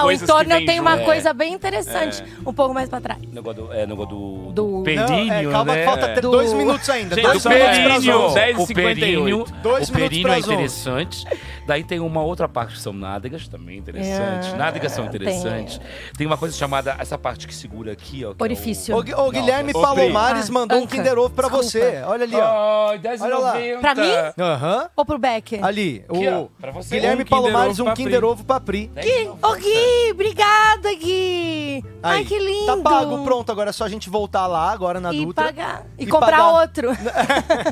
Speaker 6: o
Speaker 4: coisas que
Speaker 6: entorno eu
Speaker 4: vem É.
Speaker 6: tenho uma
Speaker 3: junto.
Speaker 6: coisa bem interessante. Um pouco mais pra trás.
Speaker 3: Negócio do, é, negócio do,
Speaker 6: Do-
Speaker 3: perinho,
Speaker 2: Não, é, calma,
Speaker 3: né?
Speaker 2: que falta ter
Speaker 6: Do-
Speaker 2: dois minutos ainda.
Speaker 3: Gente,
Speaker 2: dois
Speaker 3: o
Speaker 2: minutos pras
Speaker 3: Perinho,
Speaker 2: onze.
Speaker 4: 10 e
Speaker 3: o Perinho,
Speaker 4: 58.
Speaker 2: Dois minutos
Speaker 3: o Perinho
Speaker 2: pras
Speaker 3: é
Speaker 2: onze.
Speaker 3: interessante. Daí tem uma outra parte que são nádegas, também interessantes.
Speaker 6: É,
Speaker 3: nádegas são
Speaker 6: tem.
Speaker 3: interessantes. Tem. uma coisa chamada, essa parte que segura aqui, ó. que é
Speaker 6: Orifício.
Speaker 2: O, Gui- o Guilherme
Speaker 4: Ô, Pri.
Speaker 2: Palomares
Speaker 6: Ah,
Speaker 2: mandou um
Speaker 6: Anca,
Speaker 2: Kinder Ovo pra
Speaker 6: desculpa.
Speaker 2: você. Olha ali,
Speaker 3: O...
Speaker 2: ó.
Speaker 3: Ai, 10
Speaker 2: Olha lá.
Speaker 6: Pra mim?
Speaker 2: Aham.
Speaker 6: Ou pro Beck?
Speaker 2: É. Ali,
Speaker 3: Aqui,
Speaker 2: o
Speaker 3: ó, pra você.
Speaker 2: Guilherme
Speaker 3: Um Kinder
Speaker 2: Palomares,
Speaker 3: Ovo
Speaker 2: um
Speaker 3: pra
Speaker 2: Kinder
Speaker 3: Pri.
Speaker 2: Ovo pra Pri.
Speaker 6: Gui, ô Gui, obrigada, Gui. Ai,
Speaker 2: Aí.
Speaker 6: que lindo.
Speaker 2: Tá pago, pronto. Agora é só a gente voltar lá agora na
Speaker 6: E
Speaker 2: Dutra.
Speaker 6: pagar. E,
Speaker 2: E
Speaker 6: comprar
Speaker 2: pagar.
Speaker 6: outro.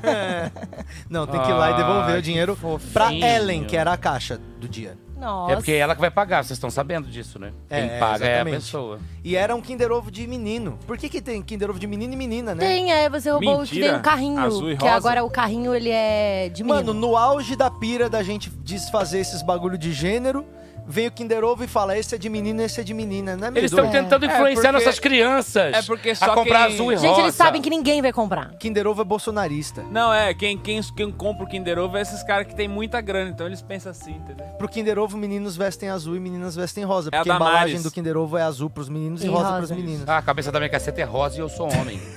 Speaker 2: Não, tem que ir lá e devolver
Speaker 3: Ai,
Speaker 2: o dinheiro
Speaker 3: Ah, que
Speaker 2: pra
Speaker 3: fofinho.
Speaker 2: Ellen, que era a caixa do dia.
Speaker 6: Nossa.
Speaker 3: É porque é ela que vai pagar, vocês estão sabendo disso, né?
Speaker 2: É,
Speaker 3: Quem paga é
Speaker 2: exatamente.
Speaker 3: a pessoa.
Speaker 2: E era um Kinder Ovo de menino. Por que, que tem Kinder Ovo de menino e menina, né?
Speaker 6: Tem, é, você roubou o que
Speaker 4: Mentira.
Speaker 6: vem um carrinho.
Speaker 4: Azul e
Speaker 6: que
Speaker 4: rosa.
Speaker 6: agora o carrinho, ele é de menino.
Speaker 2: Mano, no auge da pira da gente desfazer esses bagulho de gênero, vem o Kinder Ovo e fala: esse é de menino, esse é de menina, né,
Speaker 3: Eles estão
Speaker 2: Midu?
Speaker 3: tentando influenciar
Speaker 4: porque-
Speaker 3: nossas crianças
Speaker 4: é porque
Speaker 3: a
Speaker 4: só
Speaker 3: comprar
Speaker 4: quem-
Speaker 3: azul
Speaker 2: é
Speaker 3: e rosa.
Speaker 6: Gente, eles sabem que ninguém vai comprar.
Speaker 2: Kinder Ovo é bolsonarista.
Speaker 4: Não, é, quem, quem, quem compra o Kinder Ovo é esses caras que tem muita grana, então eles pensam assim, entendeu?
Speaker 2: Pro Kinder Ovo, meninos vestem azul e meninas vestem rosa.
Speaker 4: É a
Speaker 2: Porque a embalagem
Speaker 4: Damares.
Speaker 2: do Kinder Ovo é azul pros meninos e,
Speaker 6: E
Speaker 2: rosa,
Speaker 6: rosa.
Speaker 2: pros meninos.
Speaker 3: Ah, a cabeça da minha caceta é rosa e eu sou homem.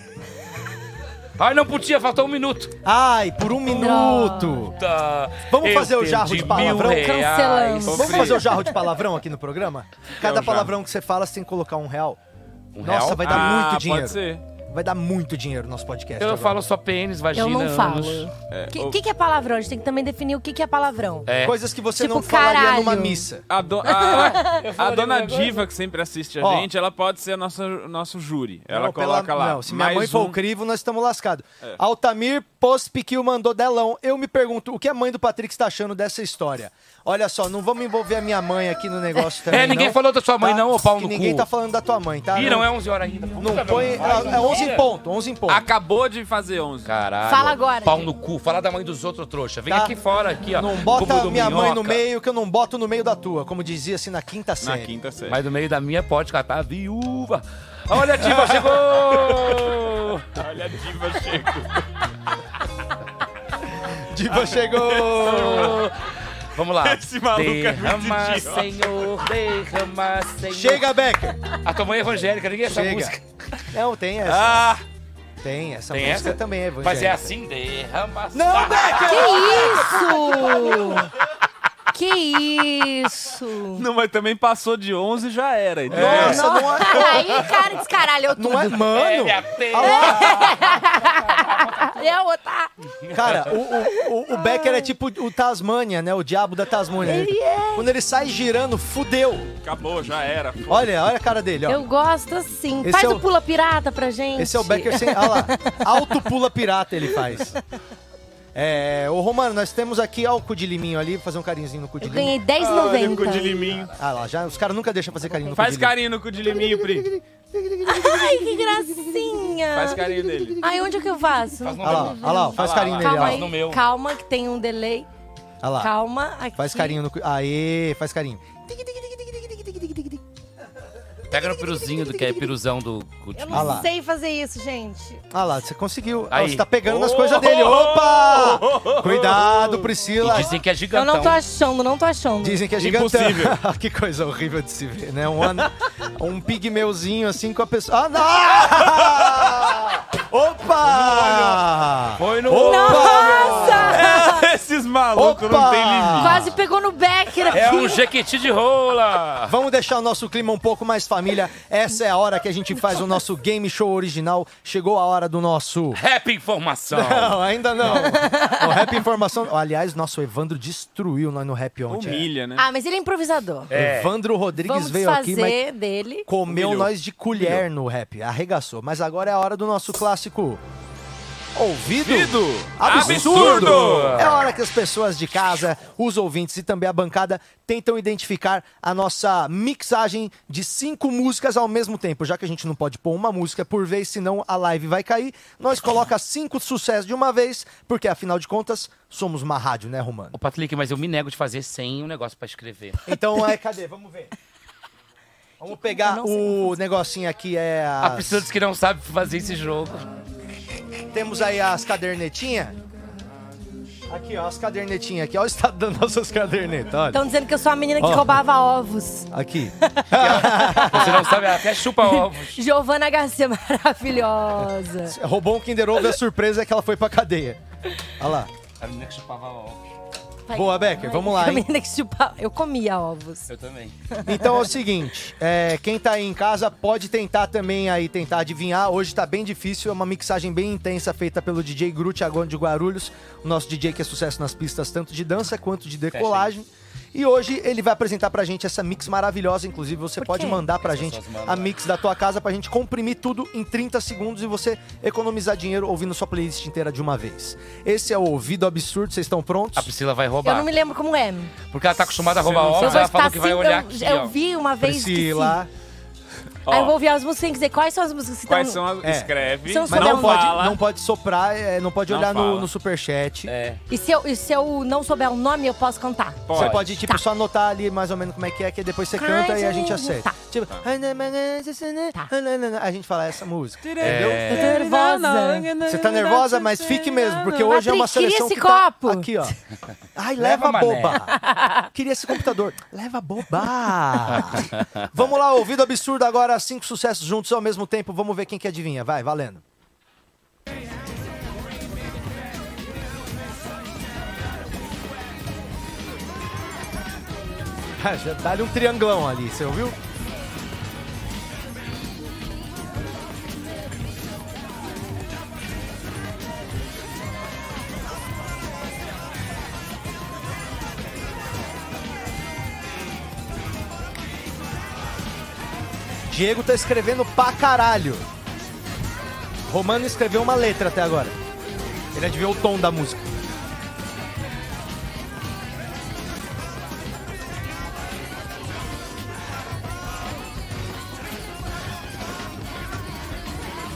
Speaker 3: Ai, não podia, faltou um minuto.
Speaker 2: Ai, por um minuto!
Speaker 3: Tá.
Speaker 2: Vamos
Speaker 3: Eu
Speaker 2: fazer o jarro
Speaker 3: perdi
Speaker 2: de palavrão?
Speaker 3: mil reais.
Speaker 6: Cancelamos.
Speaker 2: Vamos fazer o jarro de palavrão aqui no programa?
Speaker 3: É
Speaker 2: Cada
Speaker 4: jarro.
Speaker 2: palavrão que você fala, você tem que colocar um real.
Speaker 3: Um
Speaker 2: Nossa,
Speaker 3: real?
Speaker 2: vai dar
Speaker 4: ah,
Speaker 2: muito
Speaker 4: pode
Speaker 2: dinheiro.
Speaker 4: ser.
Speaker 2: Vai dar muito dinheiro no nosso podcast.
Speaker 3: É Eu não
Speaker 2: agora.
Speaker 3: falo só pênis, vagina,
Speaker 6: Eu não falo.
Speaker 3: ânus.
Speaker 6: O que, que que é palavrão? A gente tem que também definir o que, que é palavrão.
Speaker 3: É.
Speaker 2: Coisas que você
Speaker 6: Tipo,
Speaker 2: não falaria
Speaker 6: caralho.
Speaker 2: numa missa.
Speaker 4: A, do- a-
Speaker 3: Eu
Speaker 4: a
Speaker 3: falei
Speaker 4: dona
Speaker 3: uma coisa.
Speaker 4: Diva, que sempre assiste a
Speaker 2: Ó.
Speaker 4: gente, ela pode ser a nossa, o nosso júri. Ela
Speaker 2: Não, pela-
Speaker 4: coloca lá.
Speaker 2: Não, se minha
Speaker 4: mais
Speaker 2: mãe for
Speaker 4: um. É.
Speaker 2: o crivo, nós estamos lascados. Altamir Pospiquil mandou delão. Eu me pergunto, o que a mãe do Patrick está achando dessa história? Olha só, não vamos envolver a minha mãe aqui no negócio também,
Speaker 3: É, ninguém
Speaker 2: não,
Speaker 3: falou da sua mãe,
Speaker 2: tá?
Speaker 3: não, ô pau
Speaker 2: Que
Speaker 3: no
Speaker 2: Ninguém
Speaker 3: cu.
Speaker 2: tá falando da tua mãe, tá?
Speaker 3: Ih, não é 11 horas ainda.
Speaker 2: Não
Speaker 3: Puta,
Speaker 2: põe... É,
Speaker 3: meu, vai,
Speaker 2: é
Speaker 3: não
Speaker 2: 11 em
Speaker 3: tira.
Speaker 2: ponto, 11 em ponto.
Speaker 4: Acabou de fazer 11.
Speaker 3: Caralho.
Speaker 6: Fala agora,
Speaker 3: Pau
Speaker 6: gente.
Speaker 3: no cu. Fala da mãe dos outros, trouxa. Vem
Speaker 2: Tá.
Speaker 3: aqui fora, aqui, ó.
Speaker 2: Não bota
Speaker 3: Cubo do
Speaker 2: minha mãe no
Speaker 3: minhoca.
Speaker 2: meio, que eu não boto no meio da tua, como dizia-se na quinta
Speaker 4: Na
Speaker 2: série.
Speaker 4: quinta série.
Speaker 3: Mas no meio da minha pode catar viúva. Olha, a Diva chegou!
Speaker 4: Olha a Diva chegou.
Speaker 2: Diva chegou!
Speaker 3: Vamos lá.
Speaker 4: Esse maluco é muito
Speaker 3: derrama,
Speaker 4: idiota.
Speaker 3: Senhor, derrama, Senhor.
Speaker 2: Chega, Becker!
Speaker 3: A tua mãe é evangélica, ninguém é essa
Speaker 2: Chega.
Speaker 3: música.
Speaker 2: Não, tem essa.
Speaker 3: Ah,
Speaker 2: Tem essa
Speaker 3: tem
Speaker 2: música
Speaker 3: essa?
Speaker 2: também, é
Speaker 3: Mas é
Speaker 2: evangélica.
Speaker 3: assim, derrama.
Speaker 2: Não, Becker!
Speaker 6: Que isso? que isso?
Speaker 4: Não, mas também passou de 11 e já era. entendeu?
Speaker 2: Nossa, não é...
Speaker 6: Aí, cara, descaralhou tudo.
Speaker 2: Não é, mano?
Speaker 6: É outra.
Speaker 2: Cara, o, o, o- o Becker é tipo o Tasmania, né? O diabo da Tasmania.
Speaker 6: Ele é.
Speaker 2: Quando ele sai girando, fudeu.
Speaker 4: Acabou, já era.
Speaker 2: Olha, olha a cara dele, ó.
Speaker 6: Eu gosto assim.
Speaker 2: Esse
Speaker 6: Faz
Speaker 2: é
Speaker 6: o...
Speaker 2: o-
Speaker 6: pula pirata pra gente.
Speaker 2: Esse é o Becker sem. Olha lá. Alto pula pirata ele faz. É, ô Romano, nós temos aqui, ó, o cu de liminho ali, fazer um carinhozinho no cu de
Speaker 6: Eu
Speaker 2: liminho.
Speaker 6: ganhei 10,90.
Speaker 4: cu de liminho.
Speaker 2: Ah lá, já, os caras nunca deixam fazer carinho no
Speaker 4: Faz
Speaker 2: cu de liminho.
Speaker 4: carinho no cu de liminho, Pri.
Speaker 6: Ai, que gracinha.
Speaker 4: Faz carinho dele.
Speaker 6: Ai, onde é que eu faço?
Speaker 3: Faz no
Speaker 2: Olha lá, olha lá, faz
Speaker 4: lá,
Speaker 2: carinho
Speaker 4: lá.
Speaker 2: nele,
Speaker 6: Calma
Speaker 2: ó.
Speaker 3: Faz no meu.
Speaker 6: aí. Calma, que tem um delay.
Speaker 2: Olha Ah lá.
Speaker 6: Calma. Aqui.
Speaker 2: Faz carinho no cu. Aê, faz carinho.
Speaker 3: Pega no piruzinho, do que é piruzão do Coutinho.
Speaker 6: Eu
Speaker 2: Ah
Speaker 6: não
Speaker 2: lá.
Speaker 6: sei fazer isso, gente.
Speaker 2: Ah lá, você conseguiu. Ó,
Speaker 3: Aí.
Speaker 2: Você tá pegando nas coisas dele. Opa! Cuidado, Priscila.
Speaker 3: E dizem que é
Speaker 6: Eu
Speaker 3: gigantão.
Speaker 2: tá
Speaker 6: não
Speaker 2: um-
Speaker 6: tô achando, não tô achando.
Speaker 2: Dizem que é gigantão.
Speaker 4: Impossível.
Speaker 2: que coisa horrível de se ver, né? Um, ano, um pigmeuzinho assim com a pessoa. Ah, não! Opa!
Speaker 4: Foi no
Speaker 6: Nossa!
Speaker 4: Esses malucos não tem
Speaker 2: Ah.
Speaker 4: limite.
Speaker 6: Quase pegou no Becker aqui.
Speaker 3: É um jequiti de rola.
Speaker 2: Vamos deixar o nosso clima um pouco mais família. Essa é a hora que a gente faz o nosso game show original. Chegou a hora do nosso.
Speaker 3: Rap informação.
Speaker 2: Não, ainda não. O Rap Informação. Aliás, nosso Evandro destruiu nós no Rap ontem.
Speaker 4: Humilha, né?
Speaker 6: Ah, mas ele é improvisador.
Speaker 3: É.
Speaker 2: Evandro Rodrigues
Speaker 6: Vamos
Speaker 2: veio
Speaker 6: fazer
Speaker 2: aqui, mas
Speaker 6: dele.
Speaker 2: Comeu
Speaker 4: Humilhou.
Speaker 2: nós de colher no rap, arregaçou. Mas agora é a hora do nosso clássico. Ouvido?
Speaker 4: Ouvido
Speaker 2: Absurdo!
Speaker 4: absurdo!
Speaker 2: É a hora que as pessoas de casa, os ouvintes e também a bancada tentam identificar a nossa mixagem de cinco músicas ao mesmo tempo. Já que a gente não pode pôr uma música por vez, senão a live vai cair, nós coloca cinco sucessos de uma vez, porque afinal de contas, somos uma rádio, né, Romano?
Speaker 3: Ô, Patrick, mas eu me nego de fazer sem um negócio pra escrever.
Speaker 2: Então, é, cadê? Vamos ver. Vamos
Speaker 6: Eu
Speaker 2: pegar
Speaker 6: não sei
Speaker 2: o negocinho aqui, é
Speaker 6: Ah,
Speaker 3: A
Speaker 2: as...
Speaker 3: pessoa diz que não sabe fazer esse jogo.
Speaker 2: Temos aí as cadernetinhas. Aqui, ó, as cadernetinhas aqui. Olha o estado das nossas cadernetas, olha.
Speaker 6: Estão dizendo que eu sou a menina que
Speaker 2: Ó.
Speaker 6: roubava ovos.
Speaker 2: Aqui.
Speaker 3: Você não sabe, ela até chupa ovos.
Speaker 6: Giovana Garcia, maravilhosa.
Speaker 2: Roubou um Kinder Ovo e a surpresa é que ela foi pra cadeia. Olha lá.
Speaker 3: A menina que chupava ovos.
Speaker 6: Vai.
Speaker 2: Boa, Becker, vamos lá,
Speaker 6: A
Speaker 2: hein?
Speaker 6: menina que chupava. Eu comia ovos.
Speaker 3: Eu também.
Speaker 2: Então é o seguinte, é, quem tá aí em casa pode tentar também aí, tentar adivinhar. Hoje tá bem difícil, é uma mixagem bem intensa feita pelo DJ Gru Thiago de Guarulhos, o nosso DJ que é sucesso nas pistas tanto de dança quanto de decolagem. E hoje ele vai apresentar pra gente essa mix maravilhosa, inclusive você
Speaker 6: Por
Speaker 2: pode
Speaker 6: quê?
Speaker 2: mandar pra gente
Speaker 3: pessoas mandam.
Speaker 2: a mix da tua casa pra gente comprimir tudo em 30 segundos e você economizar dinheiro ouvindo sua playlist inteira de uma vez. Esse é o Ouvido Absurdo, vocês estão prontos?
Speaker 3: A Priscila vai
Speaker 6: Eu
Speaker 3: roubar.
Speaker 6: não me lembro como é.
Speaker 3: Porque ela tá acostumada a roubar
Speaker 6: Eu
Speaker 3: ovos,
Speaker 6: vou
Speaker 3: ela falou
Speaker 6: estar
Speaker 3: que vai
Speaker 6: assim,
Speaker 3: olhar
Speaker 6: eu,
Speaker 3: aqui,
Speaker 6: eu
Speaker 3: ó.
Speaker 6: vi uma vez
Speaker 2: Priscila...
Speaker 6: que sim. Aí eu vou ouvir as músicas e dizer quais são as músicas que estão...
Speaker 4: Quais são as...
Speaker 2: É.
Speaker 4: Escreve,
Speaker 6: São
Speaker 4: não,
Speaker 6: os
Speaker 2: Mas não
Speaker 6: Não
Speaker 2: pode,
Speaker 4: um fala.
Speaker 2: não pode soprar, é, não pode
Speaker 4: Não
Speaker 2: olhar no,
Speaker 4: fala.
Speaker 2: no superchat.
Speaker 3: É.
Speaker 6: E se, eu, e se eu não souber o nome, eu posso cantar.
Speaker 4: pode.
Speaker 2: Você pode, tipo, só anotar ali mais ou menos como é que é, que depois você
Speaker 6: Ai,
Speaker 2: canta e a
Speaker 6: gente,
Speaker 2: gente acerta.
Speaker 6: tá.
Speaker 2: Tipo, a gente fala essa música.
Speaker 3: É.
Speaker 6: Eu tô nervosa.
Speaker 2: Você tá nervosa, mas fique mesmo, porque hoje é uma
Speaker 6: Mas cria
Speaker 2: seleção
Speaker 6: esse
Speaker 2: que tá
Speaker 6: copo.
Speaker 2: aqui, ó. Ai, leva,
Speaker 3: Leva,
Speaker 2: a
Speaker 3: mané.
Speaker 2: boba. Queria esse computador. Leva a boba. Vamos lá, ouvido absurdo agora, cinco sucessos juntos ao mesmo tempo. Vamos ver quem que adivinha. Vai, valendo. Ah, Já dá-lhe um trianglão ali, você ouviu? Diego tá escrevendo pra caralho. Romano escreveu uma letra até agora. Ele adivinhou o tom da música.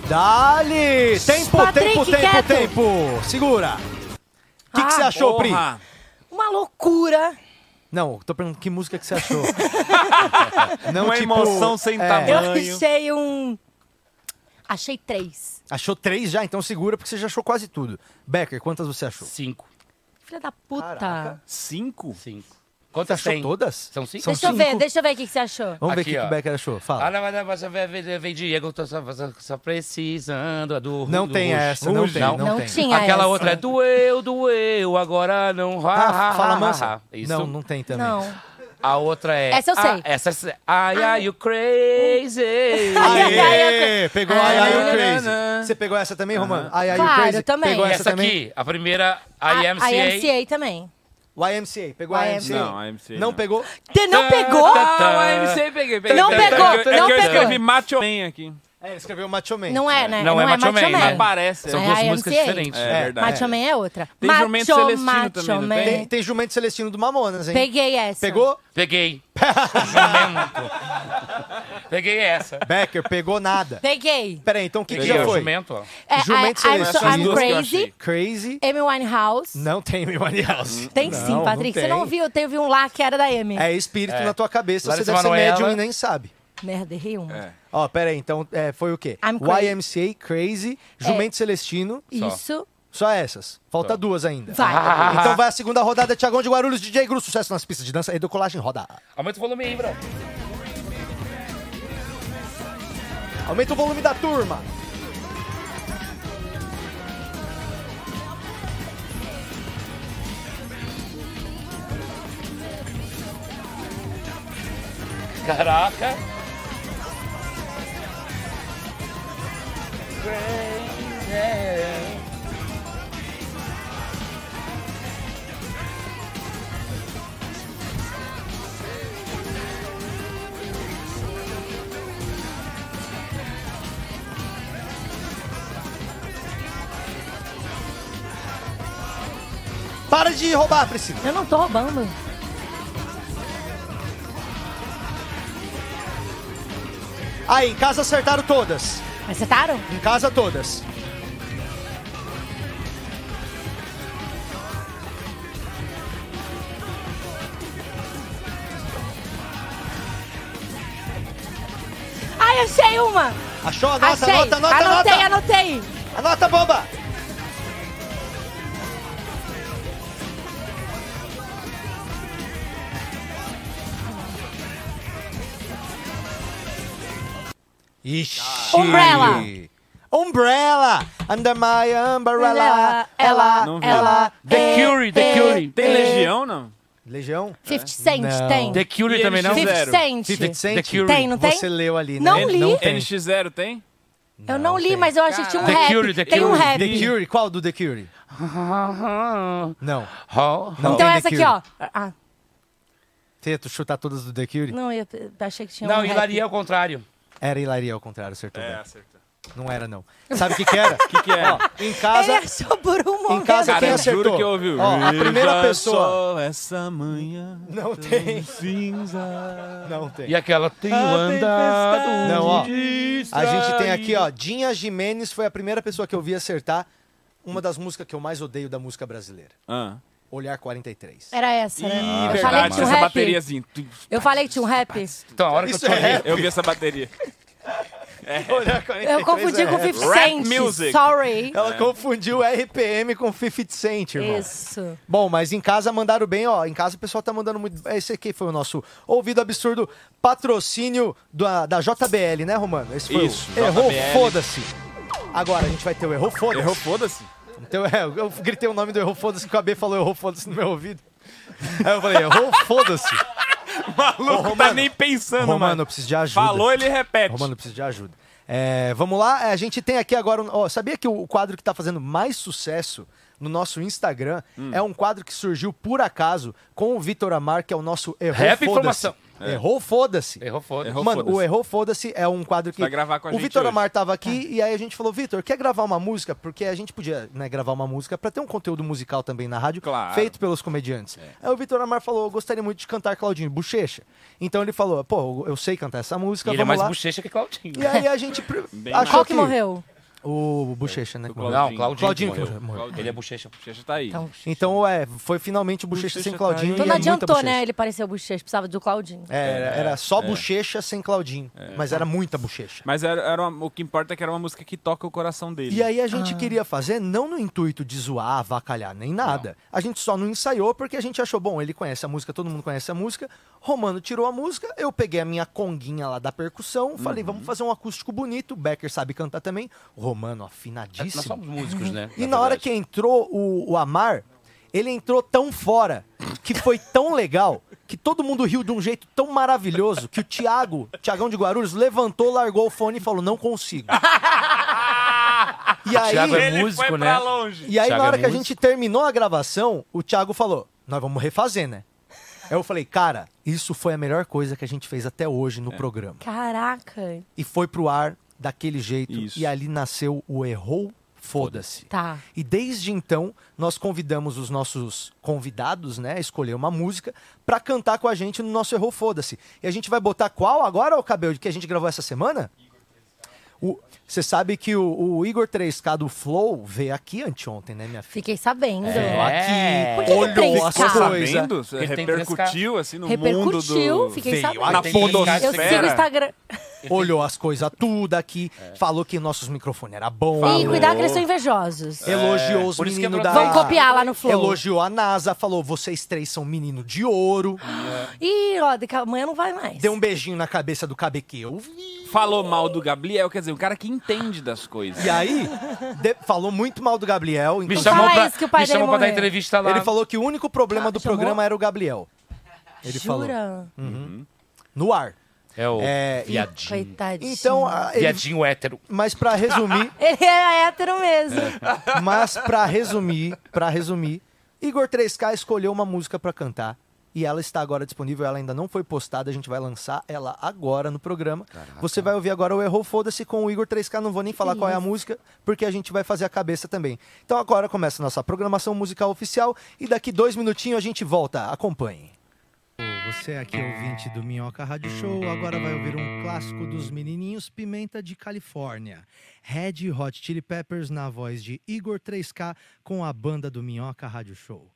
Speaker 2: Dali! Tempo,
Speaker 6: Patrick,
Speaker 2: tempo, tempo,
Speaker 6: quieto.
Speaker 2: tempo! Segura! O que que
Speaker 6: Ah,
Speaker 2: você achou, Pri?
Speaker 4: Porra.
Speaker 6: Uma loucura.
Speaker 2: Não, eu tô perguntando que música que você achou. Não, tipo, é.
Speaker 4: Uma emoção sem tamanho.
Speaker 6: Eu
Speaker 4: Banho.
Speaker 6: achei um... Achei três.
Speaker 2: Achou três já? Então segura, porque você já achou quase tudo. Becker, quantas você achou?
Speaker 3: Cinco.
Speaker 6: Filha da puta.
Speaker 2: Caraca.
Speaker 4: Cinco?
Speaker 3: Cinco.
Speaker 2: Você
Speaker 3: Quantas
Speaker 2: achou
Speaker 3: tem?
Speaker 2: todas?
Speaker 3: São cinco?
Speaker 2: São
Speaker 6: Deixa eu
Speaker 2: cinco.
Speaker 6: ver, deixa eu ver o que, que você achou.
Speaker 2: Vamos ver o
Speaker 3: Aqui,
Speaker 2: que, que
Speaker 3: ó.
Speaker 2: o Becker achou. Fala.
Speaker 3: Ah, não, mas- mas eu vem, vem Diego, eu tô só, só- só precisando a do
Speaker 2: Não
Speaker 3: do
Speaker 2: tem
Speaker 3: roxo.
Speaker 2: essa, não
Speaker 3: Ruge,
Speaker 2: tem, não
Speaker 6: Não,
Speaker 2: tem.
Speaker 6: tinha
Speaker 3: Aquela
Speaker 6: essa.
Speaker 3: outra é doeu, doeu, agora não. Ha, ha,
Speaker 2: Ah,
Speaker 3: ha,
Speaker 2: fala
Speaker 3: ha,
Speaker 2: mansa.
Speaker 3: ha. Isso.
Speaker 2: Não, não tem também.
Speaker 6: Não.
Speaker 3: A outra é.
Speaker 6: Essa eu
Speaker 3: ah,
Speaker 6: sei.
Speaker 3: essa é. Ai, ai, you crazy.
Speaker 6: Ai, ai,
Speaker 2: Aê! Pegou ai, ai,
Speaker 4: Ah,
Speaker 2: o
Speaker 4: não, não.
Speaker 2: Crazy. Você pegou essa também, Romano? Ai, ai, o
Speaker 6: Claro,
Speaker 2: Crazy.
Speaker 6: eu também.
Speaker 2: Pegou
Speaker 3: E
Speaker 2: essa,
Speaker 3: essa
Speaker 2: também?
Speaker 3: aqui, a primeira,
Speaker 6: A-
Speaker 3: IMCA.
Speaker 6: A YMCA também.
Speaker 2: YMCA. Pegou a YMCA?
Speaker 4: Não, IMCA
Speaker 2: Não
Speaker 4: não.
Speaker 2: pegou?
Speaker 6: Te- Não pegou?
Speaker 4: Ah, eu sei, peguei, peguei.
Speaker 6: Não
Speaker 4: peguei.
Speaker 6: pegou,
Speaker 4: É que eu-
Speaker 6: não
Speaker 4: É que eu
Speaker 6: pegou.
Speaker 4: escrevi Macho Man aqui.
Speaker 2: É, ele escreveu Macho Man.
Speaker 6: Não é, né?
Speaker 3: Não, é Macho Man,
Speaker 4: Mas
Speaker 3: É.
Speaker 4: parece.
Speaker 3: São
Speaker 6: É,
Speaker 3: duas
Speaker 6: a
Speaker 3: músicas
Speaker 6: IMCA.
Speaker 3: diferentes.
Speaker 4: É verdade.
Speaker 6: Macho Man é outra.
Speaker 4: Tem
Speaker 6: macho,
Speaker 4: Jumento Celestino
Speaker 6: macho
Speaker 4: também, não
Speaker 6: man.
Speaker 2: Tem, tem Jumento Celestino do Mamonas, hein?
Speaker 6: Peguei essa.
Speaker 2: Pegou?
Speaker 3: Peguei. Jumento. Peguei essa.
Speaker 2: Becker, pegou nada.
Speaker 6: Peguei.
Speaker 2: Peraí, então o que, que
Speaker 3: Peguei
Speaker 2: já
Speaker 3: o
Speaker 2: foi?
Speaker 3: jumento, ó.
Speaker 6: É, I-
Speaker 2: Jumento
Speaker 6: I'm, so,
Speaker 4: Celestino. Essas
Speaker 6: I'm
Speaker 4: duas que eu
Speaker 6: Crazy,
Speaker 4: achei.
Speaker 2: Crazy.
Speaker 6: Amy Winehouse.
Speaker 2: Não tem Amy Winehouse.
Speaker 6: Tem
Speaker 2: Não,
Speaker 6: sim, Patrick.
Speaker 2: tem.
Speaker 6: Você não viu? Teve um lá que era da Amy.
Speaker 2: É espírito na tua cabeça,
Speaker 3: Larissa
Speaker 2: você deve
Speaker 3: Manoela.
Speaker 2: ser médium e nem sabe.
Speaker 6: Merda, errei uma.
Speaker 4: É.
Speaker 2: Ó, pera aí, então é, foi o quê?
Speaker 6: I'm crazy. É.
Speaker 2: YMCA, Crazy, Jumento Celestino,
Speaker 6: Isso.
Speaker 2: só essas. Falta duas ainda.
Speaker 6: Vai.
Speaker 2: Então vai a segunda rodada, Tiagão de Guarulhos, DJ Gru, sucesso nas pistas de dança, Edocolagem, roda.
Speaker 3: Aumenta o volume aí, bro.
Speaker 2: Aumenta o volume da turma.
Speaker 3: Caraca.
Speaker 2: Para de roubar, Priscila.
Speaker 6: Eu não tô roubando.
Speaker 2: Aí, em casa acertaram todas.
Speaker 6: Acertaram?
Speaker 2: Em casa todas.
Speaker 6: Ai, achei uma!
Speaker 2: Achou? Anota,
Speaker 6: achei!
Speaker 2: anota, anota,
Speaker 6: anotei,
Speaker 2: anota.
Speaker 6: anotei!
Speaker 2: Anota, boba.
Speaker 5: Ixi.
Speaker 6: Umbrella.
Speaker 2: Umbrella, under my umbrella,
Speaker 6: Umbrella,
Speaker 2: ela,
Speaker 4: Não vi.
Speaker 2: ela.
Speaker 3: The Cure, The Cure.
Speaker 4: Tem Legião, não?
Speaker 2: Legião?
Speaker 6: 50 Cent,
Speaker 5: Não.
Speaker 6: tem.
Speaker 3: The Cure
Speaker 4: E
Speaker 3: também não?
Speaker 4: eles
Speaker 6: 50
Speaker 4: fizeram.
Speaker 6: Cent.
Speaker 2: 50 Cent?
Speaker 3: The Cure.
Speaker 6: Tem, não tem?
Speaker 2: Você leu ali, né?
Speaker 6: Não li.
Speaker 2: Não tem.
Speaker 4: NX0 tem?
Speaker 6: Eu não li, mas eu achei que tinha um
Speaker 3: The
Speaker 6: rap.
Speaker 3: Cure, The
Speaker 6: tem um
Speaker 3: Cure.
Speaker 6: rap.
Speaker 2: The Cure, qual do The Cure? Não.
Speaker 3: Não.
Speaker 6: Então
Speaker 2: tem
Speaker 6: essa
Speaker 2: The
Speaker 6: aqui,
Speaker 2: Cure.
Speaker 6: ó. Ah,
Speaker 2: Tento chutar todas do The Cure?
Speaker 6: não, eu eu achei que tinha um
Speaker 3: Não,
Speaker 6: rap.
Speaker 3: Hilaria é o contrário.
Speaker 2: Era Hilaria, ao contrário, acertou. né?
Speaker 4: acertou.
Speaker 2: Não era, não. Sabe o que que era? O que
Speaker 4: que era?
Speaker 2: Em
Speaker 6: Ele
Speaker 2: casa...
Speaker 6: achou por um momento.
Speaker 2: Em casa
Speaker 4: Cara,
Speaker 2: quem
Speaker 4: eu
Speaker 2: acertou?
Speaker 4: juro que eu ouvi. o-
Speaker 2: Ó, a primeira
Speaker 4: Veja
Speaker 2: pessoa...
Speaker 4: só Essa manhã.
Speaker 2: Não tem,
Speaker 4: Cinza.
Speaker 2: não tem.
Speaker 3: E aquela tem um andado.
Speaker 2: Não, ó.
Speaker 3: de
Speaker 2: A gente tem aqui, ó, Dinha Jimenez foi a primeira pessoa que eu vi acertar uma das músicas que eu mais odeio da música brasileira.
Speaker 4: Ah.
Speaker 2: Olhar 43.
Speaker 6: Era essa,
Speaker 4: Ih,
Speaker 6: né? eu falei que
Speaker 4: verdade,
Speaker 6: tinha um
Speaker 4: essa
Speaker 6: rap.
Speaker 4: bateria assim.
Speaker 6: Eu falei que tinha um rap.
Speaker 3: Então, a hora que
Speaker 2: Isso
Speaker 3: eu tô
Speaker 2: é
Speaker 3: vendo-
Speaker 4: Eu vi essa bateria.
Speaker 2: Olhar 43
Speaker 6: Eu confundi com 50
Speaker 4: um Rap
Speaker 6: Cent.
Speaker 4: music. É
Speaker 6: Sorry.
Speaker 3: É.
Speaker 2: Ela confundiu RPM com 50 Cent, irmão.
Speaker 6: Isso.
Speaker 2: Bom, mas em casa mandaram bem, ó. Em casa o pessoal tá mandando muito. Esse aqui foi o nosso ouvido absurdo patrocínio da, da JBL, né, Romano? Esse foi
Speaker 4: Isso,
Speaker 2: o Errou,
Speaker 4: JBL.
Speaker 2: foda-se. Agora a gente vai ter o Errou, foda-se.
Speaker 4: Errou, foda-se.
Speaker 2: Então, é, eu gritei o nome do Errou, foda-se, que o AB falou Errou, foda-se no meu ouvido. Aí eu falei, Errou, foda-se.
Speaker 4: Maluco, tá
Speaker 2: Romano.
Speaker 4: nem pensando,
Speaker 2: Romano, eu
Speaker 4: mano.
Speaker 2: preciso de ajuda.
Speaker 4: Falou, ele repete.
Speaker 2: Romano, eu preciso de ajuda. É, vamos lá, a gente tem aqui agora. um- ó, sabia que o quadro que está fazendo mais sucesso no nosso Instagram
Speaker 4: Hum.
Speaker 2: é um quadro que surgiu por acaso com o Vitor Amar, que é o nosso Errou
Speaker 3: Rap
Speaker 2: Foda-se.
Speaker 3: informação.
Speaker 4: É.
Speaker 2: Errou Foda-se.
Speaker 3: Errou foda.
Speaker 4: Errou
Speaker 2: Mano, o
Speaker 4: Foda-se.
Speaker 2: é. Errou Foda-se é um quadro que.
Speaker 4: Vai gravar com a
Speaker 2: o
Speaker 4: gente
Speaker 2: Vitor
Speaker 4: hoje.
Speaker 2: Amar tava aqui
Speaker 6: É.
Speaker 2: e aí a gente falou: Vitor, quer gravar uma música? Porque a gente podia né, gravar uma música para ter um conteúdo musical também na rádio,
Speaker 4: Claro. É.
Speaker 2: feito pelos comediantes. Aí o Vitor Amar falou: Eu gostaria muito de cantar Claudinho Bochecha. Então ele falou: Pô, eu sei cantar essa música.
Speaker 3: E ele é
Speaker 2: Então, vamos
Speaker 3: mais
Speaker 2: lá.
Speaker 3: bochecha que Claudinho.
Speaker 2: E aí a gente pr-
Speaker 4: Bem
Speaker 2: achou
Speaker 6: Qual que morreu?
Speaker 2: O Bochecha, né?
Speaker 4: Claudinho.
Speaker 3: Não, Claudinho.
Speaker 2: Claudinho
Speaker 3: que
Speaker 2: que
Speaker 3: morreu.
Speaker 2: morreu.
Speaker 3: Ele é bochecha.
Speaker 4: Bochecha tá aí.
Speaker 6: Então,
Speaker 2: Então, é, foi finalmente o Bochecha,
Speaker 4: Bochecha
Speaker 2: sem
Speaker 4: tá
Speaker 2: Claudinho. e
Speaker 4: aí.
Speaker 6: então não
Speaker 2: é muita
Speaker 6: adiantou,
Speaker 2: bochecha.
Speaker 6: né? Ele parecer o Bochecha, precisava do Claudinho.
Speaker 2: É, era, era só Bochecha sem Claudinho.
Speaker 4: É.
Speaker 2: Mas era muita Bochecha.
Speaker 4: Mas era, era uma- o que importa é que era uma música que toca o coração dele.
Speaker 2: E aí a gente queria fazer, não no intuito de zoar, avacalhar, nem nada. A gente só não ensaiou porque a gente achou, bom, ele conhece a música, todo mundo conhece a música. Romano tirou a música, eu peguei a minha conguinha lá da percussão, falei,
Speaker 3: Uhum.
Speaker 2: vamos fazer um acústico bonito. O Becker sabe cantar também. Romano,
Speaker 3: É, Nós
Speaker 2: afinadíssimo.
Speaker 3: somos músicos, né?
Speaker 2: E na hora
Speaker 3: verdade.
Speaker 2: que entrou o, o Amar, ele entrou tão fora, que foi tão legal, que todo mundo riu de um jeito tão maravilhoso, que o Thiago, Thiagão de Guarulhos, levantou, largou o fone e falou: Não consigo. E aí,
Speaker 3: Thiago é
Speaker 4: ele
Speaker 3: músico,
Speaker 4: foi
Speaker 3: né?
Speaker 4: pra longe.
Speaker 2: e aí na
Speaker 3: Thiago é
Speaker 2: hora que a
Speaker 3: músico.
Speaker 2: gente terminou a gravação, o Thiago falou: Nós vamos refazer, né? Aí eu falei: Cara, isso foi a melhor coisa que a gente fez até hoje
Speaker 3: É.
Speaker 2: no programa.
Speaker 6: Caraca.
Speaker 2: E foi pro ar daquele jeito,
Speaker 4: Isso.
Speaker 2: e ali nasceu o Errou, foda-se.
Speaker 6: Tá.
Speaker 2: E desde então, nós convidamos os nossos convidados, né, a escolher uma música pra cantar com a gente no nosso Errou Foda-se. E a gente vai botar qual agora, o cabelo que a gente gravou essa semana? Você sabe que o, o Igor 3K do Flow veio aqui anteontem, né, minha filha?
Speaker 6: Fiquei sabendo.
Speaker 2: Veio
Speaker 3: É. Por
Speaker 2: aqui,
Speaker 3: que
Speaker 6: que
Speaker 2: olhou as
Speaker 6: 3K?
Speaker 2: coisas.
Speaker 4: Sabendo? Você
Speaker 3: Ele tem
Speaker 4: Repercutiu, assim, no mundo do...
Speaker 6: Repercutiu, fiquei
Speaker 2: Veio
Speaker 6: sabendo.
Speaker 4: Na
Speaker 3: Tem três
Speaker 4: podosfera.
Speaker 6: Eu sigo o Instagram.
Speaker 2: Olhou as coisas tudo aqui, falou que nossos microfones eram bons.
Speaker 4: Falou. É.
Speaker 6: Ih, cuidado que eles são invejosos.
Speaker 2: Elogiou os
Speaker 3: por isso que é
Speaker 2: meninos
Speaker 3: eu-
Speaker 2: da.
Speaker 6: Vão copiar lá no Flow.
Speaker 2: Elogiou a NASA, falou: vocês três são menino de ouro.
Speaker 6: Ih, ó, daqui a- amanhã não vai mais.
Speaker 2: Deu um beijinho na cabeça do KBQ. Eu vi.
Speaker 4: Falou mal do Gabriel, quer dizer, um cara que entende das coisas.
Speaker 2: E aí, de- falou muito mal do Gabriel.
Speaker 3: Me
Speaker 2: Então,
Speaker 6: chama-
Speaker 3: chamou
Speaker 6: fala
Speaker 3: pra,
Speaker 6: isso que o pai
Speaker 3: me
Speaker 6: dele
Speaker 3: chamou pra dar
Speaker 6: morreu.
Speaker 3: entrevista lá.
Speaker 2: ele falou que o único problema
Speaker 6: Ah,
Speaker 2: do
Speaker 6: chamou?
Speaker 2: programa era o Gabriel. Ele falou.
Speaker 6: Jura?
Speaker 4: Hum.
Speaker 2: No ar.
Speaker 3: É o
Speaker 2: É,
Speaker 3: viadinho.
Speaker 6: Coitadinho.
Speaker 2: Então, a- ele-
Speaker 3: Viadinho hétero.
Speaker 2: mas pra resumir,
Speaker 6: Ele é hétero mesmo.
Speaker 4: É.
Speaker 2: mas pra resumir, para resumir, Igor 3K escolheu uma música pra cantar. E ela está agora disponível, ela ainda não foi postada, a gente vai lançar ela agora no programa. Você vai ouvir agora o Errou Foda-se com o Igor 3K, não vou nem falar qual é a música, porque a gente vai fazer a cabeça também. Então agora começa a nossa programação musical oficial e daqui dois minutinhos a gente volta. Acompanhe. Você aqui é ouvinte do Minhoca Rádio Show, agora vai ouvir um clássico dos menininhos Pimenta de Califórnia. Red Hot Chili Peppers na voz de Igor 3K com a banda do Minhoca Rádio Show.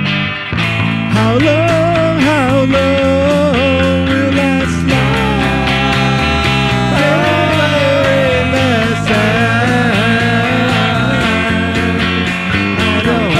Speaker 7: How long, how long will that slide? Never in the sand. I don't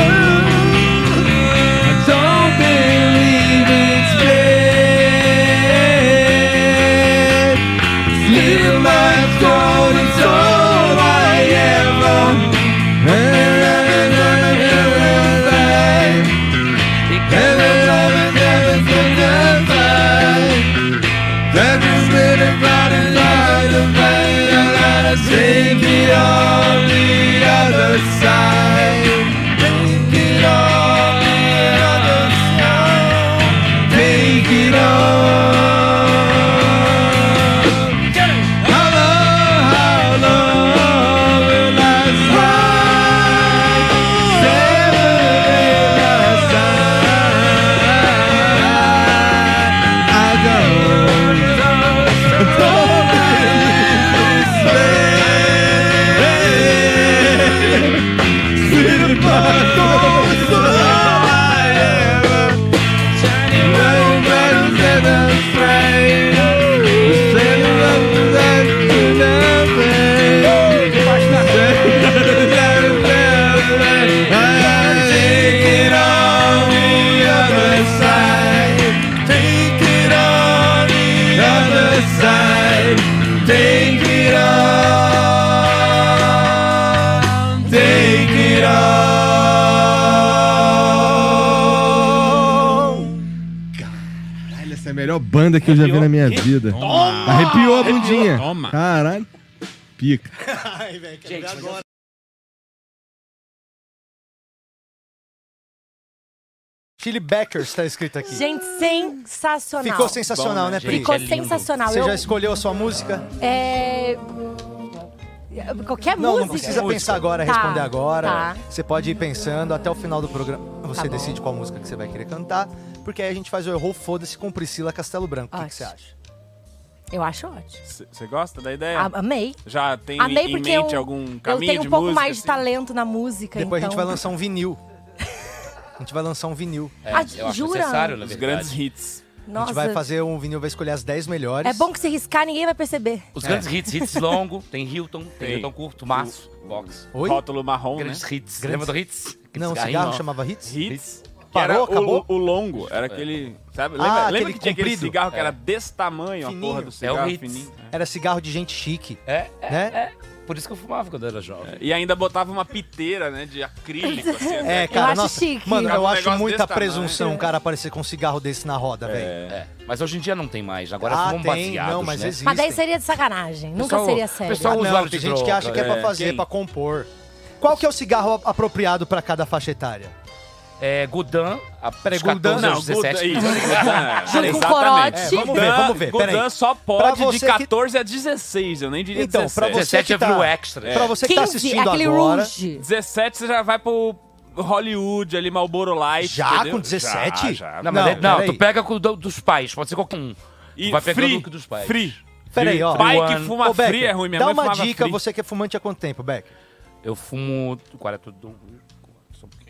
Speaker 5: Essa é a melhor banda que eu já vi na minha vida.
Speaker 7: Toma!
Speaker 5: Arrepiou a bundinha.
Speaker 7: Toma.
Speaker 5: Caralho. Pica.
Speaker 2: Ai, velho, quero ver agora. Chili Backers tá escrito aqui.
Speaker 6: Gente, sensacional.
Speaker 2: Ficou sensacional, né,
Speaker 3: Bom, né,
Speaker 2: Pri?
Speaker 6: Ficou
Speaker 3: É lindo.
Speaker 6: sensacional.
Speaker 2: Você
Speaker 6: Eu,
Speaker 2: já escolheu a sua música?
Speaker 6: é... Qualquer
Speaker 2: Não,
Speaker 6: música.
Speaker 2: não precisa pensar agora,
Speaker 6: Tá,
Speaker 2: responder agora.
Speaker 6: tá.
Speaker 2: Você pode ir pensando até o final do programa. Você
Speaker 6: bom.
Speaker 2: decide qual música que você vai querer cantar, porque aí a gente faz o erro foda-se com Priscila Castelo Branco. O que que você
Speaker 6: Ótimo.
Speaker 2: acha?
Speaker 6: Eu acho ótimo.
Speaker 4: Você gosta da ideia?
Speaker 6: A- Amei.
Speaker 4: Já tem
Speaker 6: Amei
Speaker 4: É. em
Speaker 6: porque
Speaker 4: mente
Speaker 6: eu,
Speaker 4: algum
Speaker 6: eu
Speaker 4: caminho
Speaker 6: tenho
Speaker 4: de
Speaker 6: um pouco
Speaker 4: música,
Speaker 6: mais de
Speaker 4: assim?
Speaker 6: talento na música,
Speaker 2: Depois
Speaker 6: então...
Speaker 2: a gente vai lançar um vinil. A gente vai lançar um vinil.
Speaker 3: É,
Speaker 6: Ah,
Speaker 3: eu acho
Speaker 6: jura?
Speaker 3: necessário, na
Speaker 4: Os
Speaker 3: verdade.
Speaker 4: grandes hits.
Speaker 2: A gente
Speaker 6: Nossa,
Speaker 2: vai fazer um vinil, vai escolher as 10 melhores.
Speaker 6: é bom que se riscar, ninguém vai perceber.
Speaker 3: Os
Speaker 2: É.
Speaker 3: grandes hits, hits longo, tem Hilton, tem,
Speaker 4: Tem.
Speaker 3: Hilton curto, Maço, Box.
Speaker 2: Oi?
Speaker 4: Rótulo marrom, né?
Speaker 3: Grandes hits. Lembra do hits? Aquele
Speaker 2: Não, o
Speaker 3: cigarrinho,
Speaker 2: cigarro
Speaker 3: ó.
Speaker 2: chamava Hits?
Speaker 4: Hits. que
Speaker 2: Parou,
Speaker 4: era o-
Speaker 2: acabou?
Speaker 4: O, o longo, era aquele. Sabe? Lembra,
Speaker 2: Ah,
Speaker 4: lembra
Speaker 2: aquele
Speaker 4: que tinha aquele
Speaker 2: comprido.
Speaker 4: cigarro que era desse tamanho,
Speaker 2: Fininho.
Speaker 4: a porra do
Speaker 3: É o
Speaker 4: cigarro
Speaker 3: Hits.
Speaker 4: fininho? É.
Speaker 2: Era cigarro de gente chique,
Speaker 3: É, é,
Speaker 2: né?
Speaker 3: é. Por isso que eu fumava quando eu era jovem.
Speaker 4: E ainda botava uma piteira, né? De acrílico, assim.
Speaker 2: É,
Speaker 4: né?
Speaker 2: cara,
Speaker 6: acho
Speaker 2: nossa,
Speaker 6: chique. É.
Speaker 2: mano, eu
Speaker 4: Um
Speaker 2: acho
Speaker 4: negócio
Speaker 2: muita
Speaker 4: desse tamanho.
Speaker 2: presunção um cara aparecer com um cigarro desse na roda, velho.
Speaker 3: É. Mas hoje em dia não tem mais. Agora
Speaker 2: ah,
Speaker 3: fumam
Speaker 2: tem,
Speaker 3: baseados,
Speaker 2: não, mas
Speaker 3: né?
Speaker 2: existe.
Speaker 6: Mas daí seria de sacanagem. Nunca
Speaker 3: Pessoal-
Speaker 6: seria sério.
Speaker 2: Ah,
Speaker 3: pessoal- São
Speaker 2: não,
Speaker 3: usuários
Speaker 2: tem
Speaker 3: de
Speaker 2: gente que
Speaker 3: droga,
Speaker 2: acha que é, pra
Speaker 3: é.
Speaker 2: fazer,
Speaker 3: Quem?
Speaker 2: pra compor. Qual que é o cigarro a- apropriado pra cada faixa etária?
Speaker 3: É, Godin, a
Speaker 2: Ah, Peraí,
Speaker 3: dos 14
Speaker 2: Godin-
Speaker 3: aos 17.
Speaker 4: Isso,
Speaker 6: Junto
Speaker 4: exatamente.
Speaker 6: com o corote.
Speaker 2: É, vamos ver, vamos ver,
Speaker 4: Godan
Speaker 2: peraí.
Speaker 4: só
Speaker 2: Pra
Speaker 4: pode
Speaker 2: você
Speaker 4: de
Speaker 2: que-
Speaker 4: 14 a 16, eu nem diria
Speaker 2: Então, pra
Speaker 4: 17.
Speaker 2: você
Speaker 3: 17
Speaker 2: que
Speaker 3: é
Speaker 2: tá-
Speaker 3: View Extra.
Speaker 2: Pra você que tá
Speaker 6: 15,
Speaker 2: assistindo
Speaker 6: aquele
Speaker 2: agora.
Speaker 6: Rouge.
Speaker 4: 17 você já vai pro Tipo, Hollywood, ali, Marlboro Light.
Speaker 2: Já
Speaker 4: entendeu?
Speaker 2: com 17?
Speaker 4: Já, já.
Speaker 3: Não, mas
Speaker 2: Não,
Speaker 3: é- não,
Speaker 2: peraí.
Speaker 3: tu pega com o do- dos pais, pode ser qualquer um.
Speaker 4: E
Speaker 3: Tu vai pegando
Speaker 4: free,
Speaker 3: o look dos pais.
Speaker 4: Free.
Speaker 2: Peraí, ó.
Speaker 4: Pai que
Speaker 3: One.
Speaker 4: fuma
Speaker 2: Ô, Becker,
Speaker 4: free é ruim, minha
Speaker 2: dá
Speaker 4: mãe
Speaker 2: uma
Speaker 4: fumava
Speaker 2: dica,
Speaker 4: free.
Speaker 2: você que é fumante há quanto tempo, Beck?
Speaker 3: Eu fumo. Qual é tudo? Só um pouquinho.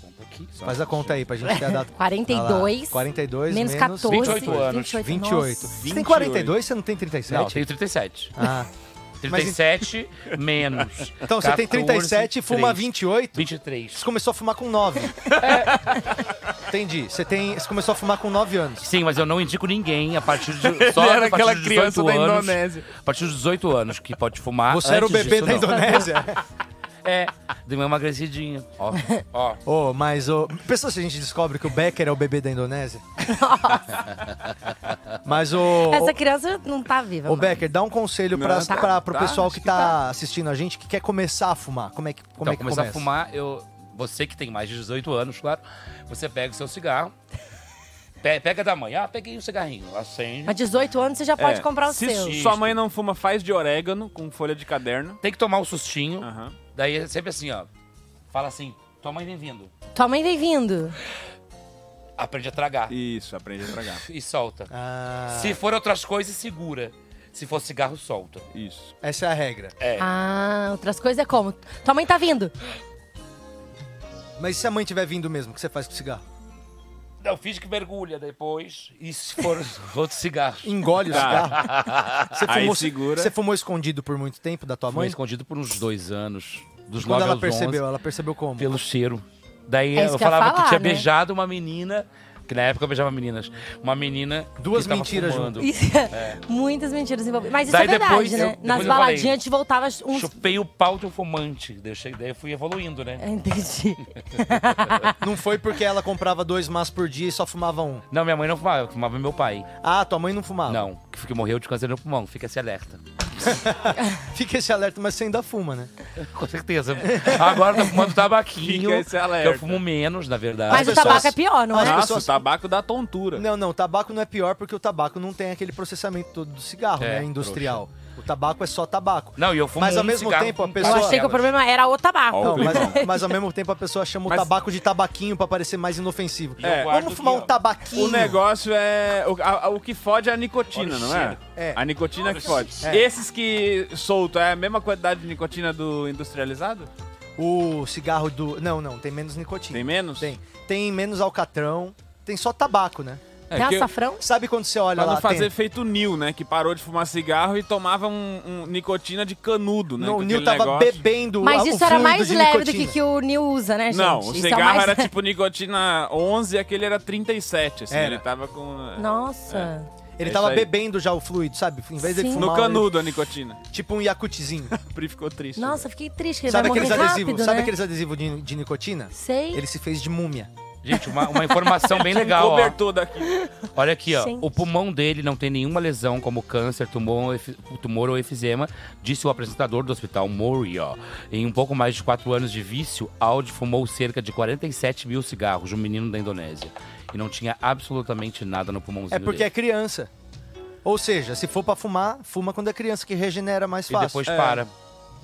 Speaker 3: Conta aqui, só um
Speaker 2: Faz a
Speaker 3: pouquinho.
Speaker 2: conta aí pra gente ter a data.
Speaker 6: 42,
Speaker 2: Ah lá, 42 menos
Speaker 6: menos 14.
Speaker 3: 28 anos.
Speaker 6: 28.
Speaker 2: 28.
Speaker 6: nossa.
Speaker 2: Você tem 42, você não tem 37?
Speaker 3: Não, eu tenho 37.
Speaker 2: Ah,
Speaker 3: 37 menos.
Speaker 2: então você tem 37 e fuma
Speaker 3: 20.
Speaker 2: 28?
Speaker 3: 23.
Speaker 2: Você começou a fumar com 9.
Speaker 3: É.
Speaker 2: Entendi. Você, tem, você começou a fumar com 9 anos.
Speaker 3: Sim, mas eu não indico ninguém a partir de. Só
Speaker 4: era
Speaker 3: a partir
Speaker 4: aquela
Speaker 3: dos
Speaker 4: criança
Speaker 3: 18
Speaker 4: da
Speaker 3: anos,
Speaker 4: Indonésia.
Speaker 3: A partir dos 18 anos que pode fumar.
Speaker 2: Você era o
Speaker 3: Antes
Speaker 2: bebê
Speaker 3: disso,
Speaker 2: da
Speaker 3: não.
Speaker 2: Indonésia.
Speaker 3: É, dei uma emagrecidinha. Ó, ó.
Speaker 2: Ô, mas ô, Pensa se a gente descobre que o Becker é o bebê da Indonésia. mas o.
Speaker 6: Essa é criança não tá viva.
Speaker 2: Ô,
Speaker 6: mano.
Speaker 2: Becker, dá um conselho para
Speaker 4: Não, tá,
Speaker 2: pro
Speaker 4: tá,
Speaker 2: pessoal
Speaker 4: acho
Speaker 2: que
Speaker 4: que
Speaker 2: tá, assistindo a gente que quer começar a fumar. Como é que, como
Speaker 3: então,
Speaker 2: é que
Speaker 3: começar
Speaker 2: começa?
Speaker 3: a fumar, eu, você que tem mais de 18 anos, claro, você pega o seu cigarro, pe- pega da mãe, ah, peguei um cigarrinho, acende.
Speaker 6: Há 18 anos você já pode
Speaker 4: É,
Speaker 6: comprar o
Speaker 4: Se
Speaker 6: seu.
Speaker 4: sua mãe não fuma, faz de orégano com folha de caderno.
Speaker 3: Tem que tomar um sustinho,
Speaker 2: Ah.
Speaker 4: Aham.
Speaker 3: daí é sempre assim, ó, fala assim, tua mãe vem vindo,
Speaker 6: Tua mãe vem vindo.
Speaker 3: aprende a tragar
Speaker 4: Isso, aprende a tragar.
Speaker 3: e solta.
Speaker 2: Ah,
Speaker 3: Se for outras coisas, segura. Se for cigarro, solta.
Speaker 4: Isso.
Speaker 2: Essa é a regra.
Speaker 3: É,
Speaker 6: Ah, outras coisas é como? Tua mãe tá vindo.
Speaker 2: Mas e se a mãe tiver vindo mesmo, o que você faz com o cigarro?
Speaker 3: não, finge que mergulha depois, e se for outro cigarro.
Speaker 2: Engole o cigarro.
Speaker 3: Tá.
Speaker 2: Você
Speaker 4: Aí
Speaker 2: fumou,
Speaker 4: segura.
Speaker 2: você fumou escondido por muito tempo da tua
Speaker 3: Foi
Speaker 2: mãe?
Speaker 3: escondido por uns dois anos, dos
Speaker 2: Quando
Speaker 3: nove
Speaker 2: ela
Speaker 3: aos 11.
Speaker 2: percebeu? Ela percebeu como?
Speaker 3: pelo cheiro. Daí
Speaker 6: É isso
Speaker 3: eu
Speaker 6: que eu ia
Speaker 3: falava que,
Speaker 6: falar,
Speaker 3: tinha
Speaker 6: né?
Speaker 3: beijado uma menina, que na época eu beijava meninas. Uma menina.
Speaker 2: Duas
Speaker 3: que tava
Speaker 2: mentiras
Speaker 3: fumando.
Speaker 6: Isso- é Muitas mentiras envolvidas. Mas isso
Speaker 3: Daí
Speaker 6: é verdade,
Speaker 3: depois eu-
Speaker 6: né?
Speaker 3: depois
Speaker 6: Nas
Speaker 3: eu falei.
Speaker 6: baladinhas te voltava uns.
Speaker 3: Chupei o pau de um fumante. Daí eu, cheguei, daí eu fui evoluindo,
Speaker 6: É.
Speaker 3: né?
Speaker 6: Entendi.
Speaker 2: Não foi porque ela comprava dois mas por dia e só fumava um.
Speaker 3: Não, minha mãe não fumava, fumava meu pai.
Speaker 2: Ah, tua mãe não fumava.
Speaker 3: Não, que fica- morreu de câncer no pulmão, fica esse alerta.
Speaker 2: Fica esse alerta, mas você ainda fuma, né?
Speaker 3: Com certeza. Agora tá fumando tabaquinho.
Speaker 4: Fica esse
Speaker 3: que
Speaker 4: alerta.
Speaker 3: Eu fumo menos, na verdade.
Speaker 6: Mas o
Speaker 2: pessoas-
Speaker 6: tabaco é pior, não
Speaker 2: as
Speaker 6: é?
Speaker 4: Nossa,
Speaker 2: pessoas-
Speaker 4: o tabaco dá tontura.
Speaker 2: Não, não, tabaco não é pior porque o tabaco não tem aquele processamento todo do cigarro,
Speaker 3: É,
Speaker 2: né? Industrial. O tabaco é só tabaco.
Speaker 3: Não, e eu fumo
Speaker 2: Mas ao
Speaker 3: um
Speaker 2: mesmo
Speaker 3: cigarro
Speaker 2: tempo, a
Speaker 3: com
Speaker 2: pessoa-
Speaker 6: Eu
Speaker 3: cada
Speaker 6: achei que o
Speaker 3: delas.
Speaker 6: problema era o tabaco.
Speaker 4: Ó,
Speaker 2: Não,
Speaker 4: o
Speaker 2: mas,
Speaker 4: climão.
Speaker 2: mas ao mesmo tempo a pessoa chama o
Speaker 4: Mas- É,
Speaker 2: tabaco de tabaquinho pra parecer mais inofensivo.
Speaker 3: eu guardo
Speaker 2: Vamos fumar
Speaker 3: aqui,
Speaker 2: um
Speaker 3: ó.
Speaker 2: tabaquinho.
Speaker 4: O negócio é. O, a- a- o que fode é a nicotina,
Speaker 3: Olha o
Speaker 4: não é?
Speaker 3: cheiro.
Speaker 2: É.
Speaker 4: A nicotina que fode.
Speaker 2: É.
Speaker 4: Esses que solto é a mesma quantidade de nicotina do industrializado?
Speaker 2: O cigarro do. Não, não, tem menos nicotina.
Speaker 4: Tem menos?
Speaker 2: Tem. Tem menos alcatrão. Tem só tabaco, né?
Speaker 4: É,
Speaker 6: Tem
Speaker 4: que eu-
Speaker 6: açafrão?
Speaker 2: Sabe quando você olha
Speaker 4: Pra
Speaker 2: lá.
Speaker 4: não fazer
Speaker 2: tem...
Speaker 4: feito o Nil, né? Que parou de fumar cigarro e tomava um, um nicotina de canudo, né?
Speaker 2: Não,
Speaker 4: com
Speaker 2: o Nil
Speaker 4: aquele
Speaker 2: tava
Speaker 4: negócio.
Speaker 2: bebendo a-
Speaker 6: Mas
Speaker 2: o
Speaker 6: isso era
Speaker 2: fluido
Speaker 6: mais
Speaker 2: de
Speaker 6: leve do
Speaker 2: nicotina.
Speaker 6: que, que o Nil usa, né, gente?
Speaker 4: Não, o
Speaker 6: Isso é
Speaker 2: tá
Speaker 4: cigarro
Speaker 6: mais-
Speaker 4: era tipo nicotina 11 e aquele era 37, assim.
Speaker 2: Era.
Speaker 4: Ele tava com...
Speaker 6: Nossa.
Speaker 2: Ele
Speaker 4: É
Speaker 2: tava
Speaker 4: isso aí.
Speaker 2: bebendo já o fluido, sabe? Em vez de
Speaker 6: Sim.
Speaker 2: fumar.
Speaker 4: No
Speaker 2: ele-
Speaker 4: canudo a nicotina.
Speaker 2: Tipo um yakutzinho.
Speaker 4: O Pri ficou triste.
Speaker 6: Nossa, fiquei triste que ele
Speaker 2: sabe
Speaker 6: vai morrer
Speaker 2: aqueles adesivos?
Speaker 6: rápido,
Speaker 2: sabe
Speaker 6: né?
Speaker 2: aqueles adesivos de, de nicotina?
Speaker 6: Sei.
Speaker 2: Ele se fez de múmia.
Speaker 3: Gente, uma, uma informação bem
Speaker 2: um
Speaker 3: legal, ó.
Speaker 4: Cobertor daqui.
Speaker 3: Olha aqui, ó.
Speaker 6: Gente.
Speaker 3: O pulmão dele não tem nenhuma lesão, como câncer, tumor, ou efi- tumor ou efizema, disse o apresentador do hospital Murray, ó. Em um pouco mais de quatro anos de vício, Aldi fumou cerca de 47 mil cigarros, um menino da Indonésia. E não tinha absolutamente nada no pulmãozinho
Speaker 2: É porque é
Speaker 3: dele.
Speaker 2: criança. Ou seja, se for pra fumar, fuma quando é criança, que regenera mais
Speaker 3: E
Speaker 2: fácil. é.
Speaker 3: depois para.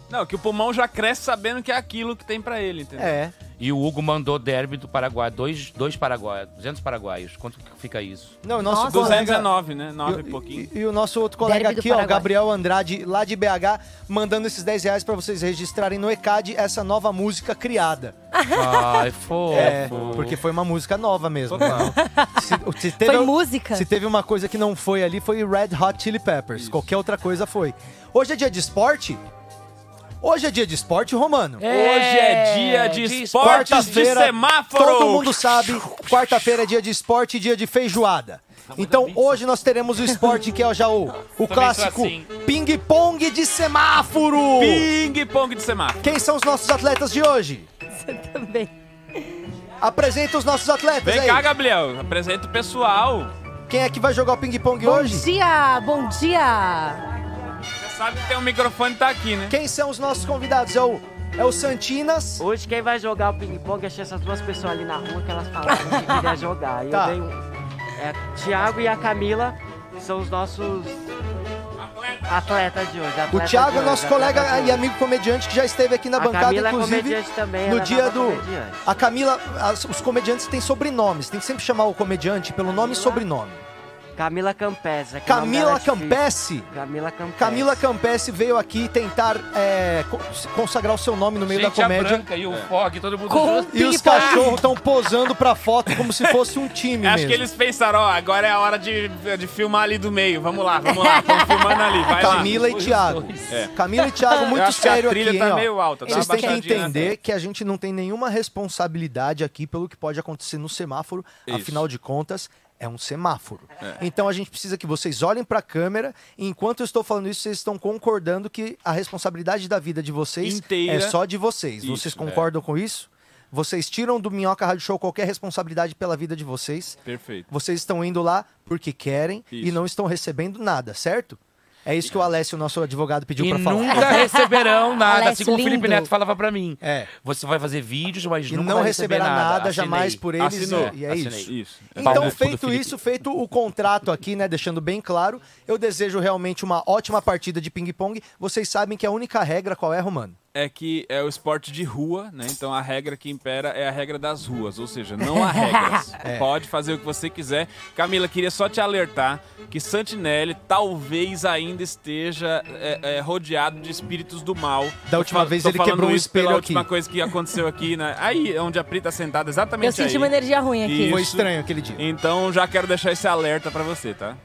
Speaker 4: Não, que o pulmão já cresce sabendo que é aquilo que tem pra ele, entendeu?
Speaker 2: É.
Speaker 3: E o Hugo mandou derby do Paraguai, dois, dois Paraguai, 200 paraguaios. Quanto que fica isso?
Speaker 2: Não, o nosso
Speaker 6: Nossa.
Speaker 2: colega...
Speaker 4: 209, né?
Speaker 2: E o-
Speaker 4: 9 e pouquinho.
Speaker 2: E, e o nosso outro colega
Speaker 6: Derby do
Speaker 2: aqui, ó,
Speaker 6: Paraguai.
Speaker 2: Gabriel Andrade, lá de BH, mandando esses 10 reais pra vocês registrarem no ECAD essa nova música criada.
Speaker 3: Ai, fofo.
Speaker 2: É, porque foi uma música nova mesmo. Se, se
Speaker 6: Foi música?
Speaker 2: Se teve uma coisa que não foi ali, foi Red Hot Chili Peppers. Qualquer outra coisa foi. Hoje é dia de esporte? Hoje é dia de esporte, Romano.
Speaker 4: Hoje é dia de esportes de
Speaker 2: Quarta-feira,
Speaker 4: semáforo.
Speaker 2: Todo mundo sabe, quarta-feira é dia de esporte e dia de
Speaker 4: Tá
Speaker 2: feijoada. Então hoje nós teremos o esporte que é já o, o clássico
Speaker 3: assim.
Speaker 2: ping-pong de semáforo.
Speaker 4: Ping pong de semáforo.
Speaker 2: Quem são os nossos atletas de hoje?
Speaker 6: Você também.
Speaker 2: Apresenta os nossos atletas
Speaker 4: Vem
Speaker 2: aí.
Speaker 4: cá, Gabriel. Apresenta o pessoal.
Speaker 2: Quem é que vai jogar o ping-pong
Speaker 6: Bom
Speaker 2: hoje?
Speaker 6: dia, bom dia.
Speaker 4: Você sabe que tem um microfone tá aqui, né?
Speaker 2: Quem são os nossos convidados? É o, é o Santinas.
Speaker 8: Hoje quem vai jogar o ping-pong, eu achei essas duas pessoas ali na rua que elas falaram que queria jogar. E
Speaker 2: Tá.
Speaker 8: Eu dei um. É, Thiago e a Camila são os nossos atletas de hoje.
Speaker 2: O
Speaker 8: atleta de
Speaker 2: Thiago é
Speaker 8: hoje,
Speaker 2: nosso
Speaker 8: atleta de
Speaker 2: colega
Speaker 8: hoje.
Speaker 2: e amigo comediante que já esteve aqui na
Speaker 8: A
Speaker 2: bancada,
Speaker 8: Camila é
Speaker 2: inclusive.
Speaker 8: comediante também,
Speaker 2: no
Speaker 8: ela é
Speaker 2: dia
Speaker 8: nova
Speaker 2: do.
Speaker 8: comediante.
Speaker 2: A Camila, as- os comediantes têm sobrenomes, tem que sempre chamar o comediante pelo nome e sobrenome.
Speaker 8: Camila Campese. é que o nome dela
Speaker 2: Camila
Speaker 8: é difícil.
Speaker 2: Campessi.
Speaker 8: Camila Campese.
Speaker 2: Camila Campessi veio aqui tentar é, co- se consagrar o seu nome no meio
Speaker 3: Gente,
Speaker 2: da
Speaker 3: a
Speaker 2: comédia.
Speaker 3: Branca e o Fog, todo mundo
Speaker 6: Com-
Speaker 3: junto.
Speaker 2: E os
Speaker 6: Ping-pong.
Speaker 2: cachorros estão posando pra foto como se fosse um time
Speaker 4: Acho
Speaker 2: mesmo.
Speaker 4: que eles pensaram, ó, agora é a hora de, de filmar ali do meio. Vamos lá, vamos lá. Estamos filmando ali, vai lá.
Speaker 2: Camila e Thiago. Camila e Thiago,
Speaker 4: É. Eu
Speaker 2: muito
Speaker 4: acho que a
Speaker 2: sério
Speaker 4: trilha
Speaker 2: aqui,
Speaker 4: tá
Speaker 2: hein, ó.
Speaker 4: meio alta, tá
Speaker 2: Vocês têm que
Speaker 4: abaixadinha, né?
Speaker 2: entender que a gente não tem nenhuma responsabilidade aqui pelo que pode acontecer no semáforo, afinal de contas. É um semáforo.
Speaker 4: É.
Speaker 2: Então a gente precisa que vocês olhem pra câmera e enquanto eu estou falando isso, vocês estão concordando que a responsabilidade da vida de vocês
Speaker 4: Inteira. é.
Speaker 2: é só de vocês. vocês concordam com isso? Vocês tiram do Minhoca Rádio Show qualquer responsabilidade pela vida de vocês.
Speaker 4: Perfeito.
Speaker 2: Vocês estão indo lá porque querem e
Speaker 4: Isso.
Speaker 2: não estão recebendo nada, certo? É isso que o Alessio, nosso advogado, pediu
Speaker 3: E
Speaker 2: pra falar.
Speaker 3: nunca receberão nada,
Speaker 6: Alex
Speaker 3: assim como o Felipe
Speaker 6: Lindo.
Speaker 3: Neto falava pra mim.
Speaker 2: É.
Speaker 3: Você vai fazer vídeos, mas
Speaker 2: E
Speaker 3: nunca
Speaker 2: não
Speaker 3: vai receber
Speaker 2: receberá nada,
Speaker 3: Assinei.
Speaker 2: jamais por eles.
Speaker 4: Assinou.
Speaker 2: E é
Speaker 3: Assinei.
Speaker 2: isso.
Speaker 4: Isso.
Speaker 3: Palmas
Speaker 2: Então,
Speaker 3: pro
Speaker 2: feito
Speaker 3: Felipe.
Speaker 2: isso, feito o contrato aqui, né? Deixando bem claro, eu desejo realmente uma ótima partida de ping-pong. Vocês sabem que a única regra qual é, Romano?
Speaker 4: É que é o esporte de rua, né? Então a regra que impera é a regra das ruas, ou seja, não há regras.
Speaker 2: É.
Speaker 4: Pode fazer o que você quiser. Camila, queria só te alertar que Santinelli talvez ainda esteja é, é, rodeado de espíritos do mal.
Speaker 2: Da última
Speaker 4: Tô fal-
Speaker 2: vez
Speaker 4: tô
Speaker 2: ele quebrou
Speaker 4: falando
Speaker 2: um
Speaker 4: isso pela
Speaker 2: espelho
Speaker 4: última
Speaker 2: aqui.
Speaker 4: coisa que aconteceu aqui, né? Aí, onde a Pri tá sentada, exatamente
Speaker 6: Eu
Speaker 4: aí.
Speaker 6: senti uma energia ruim aqui.
Speaker 4: Isso.
Speaker 2: Foi estranho aquele dia.
Speaker 4: Então já quero deixar esse alerta pra você, tá?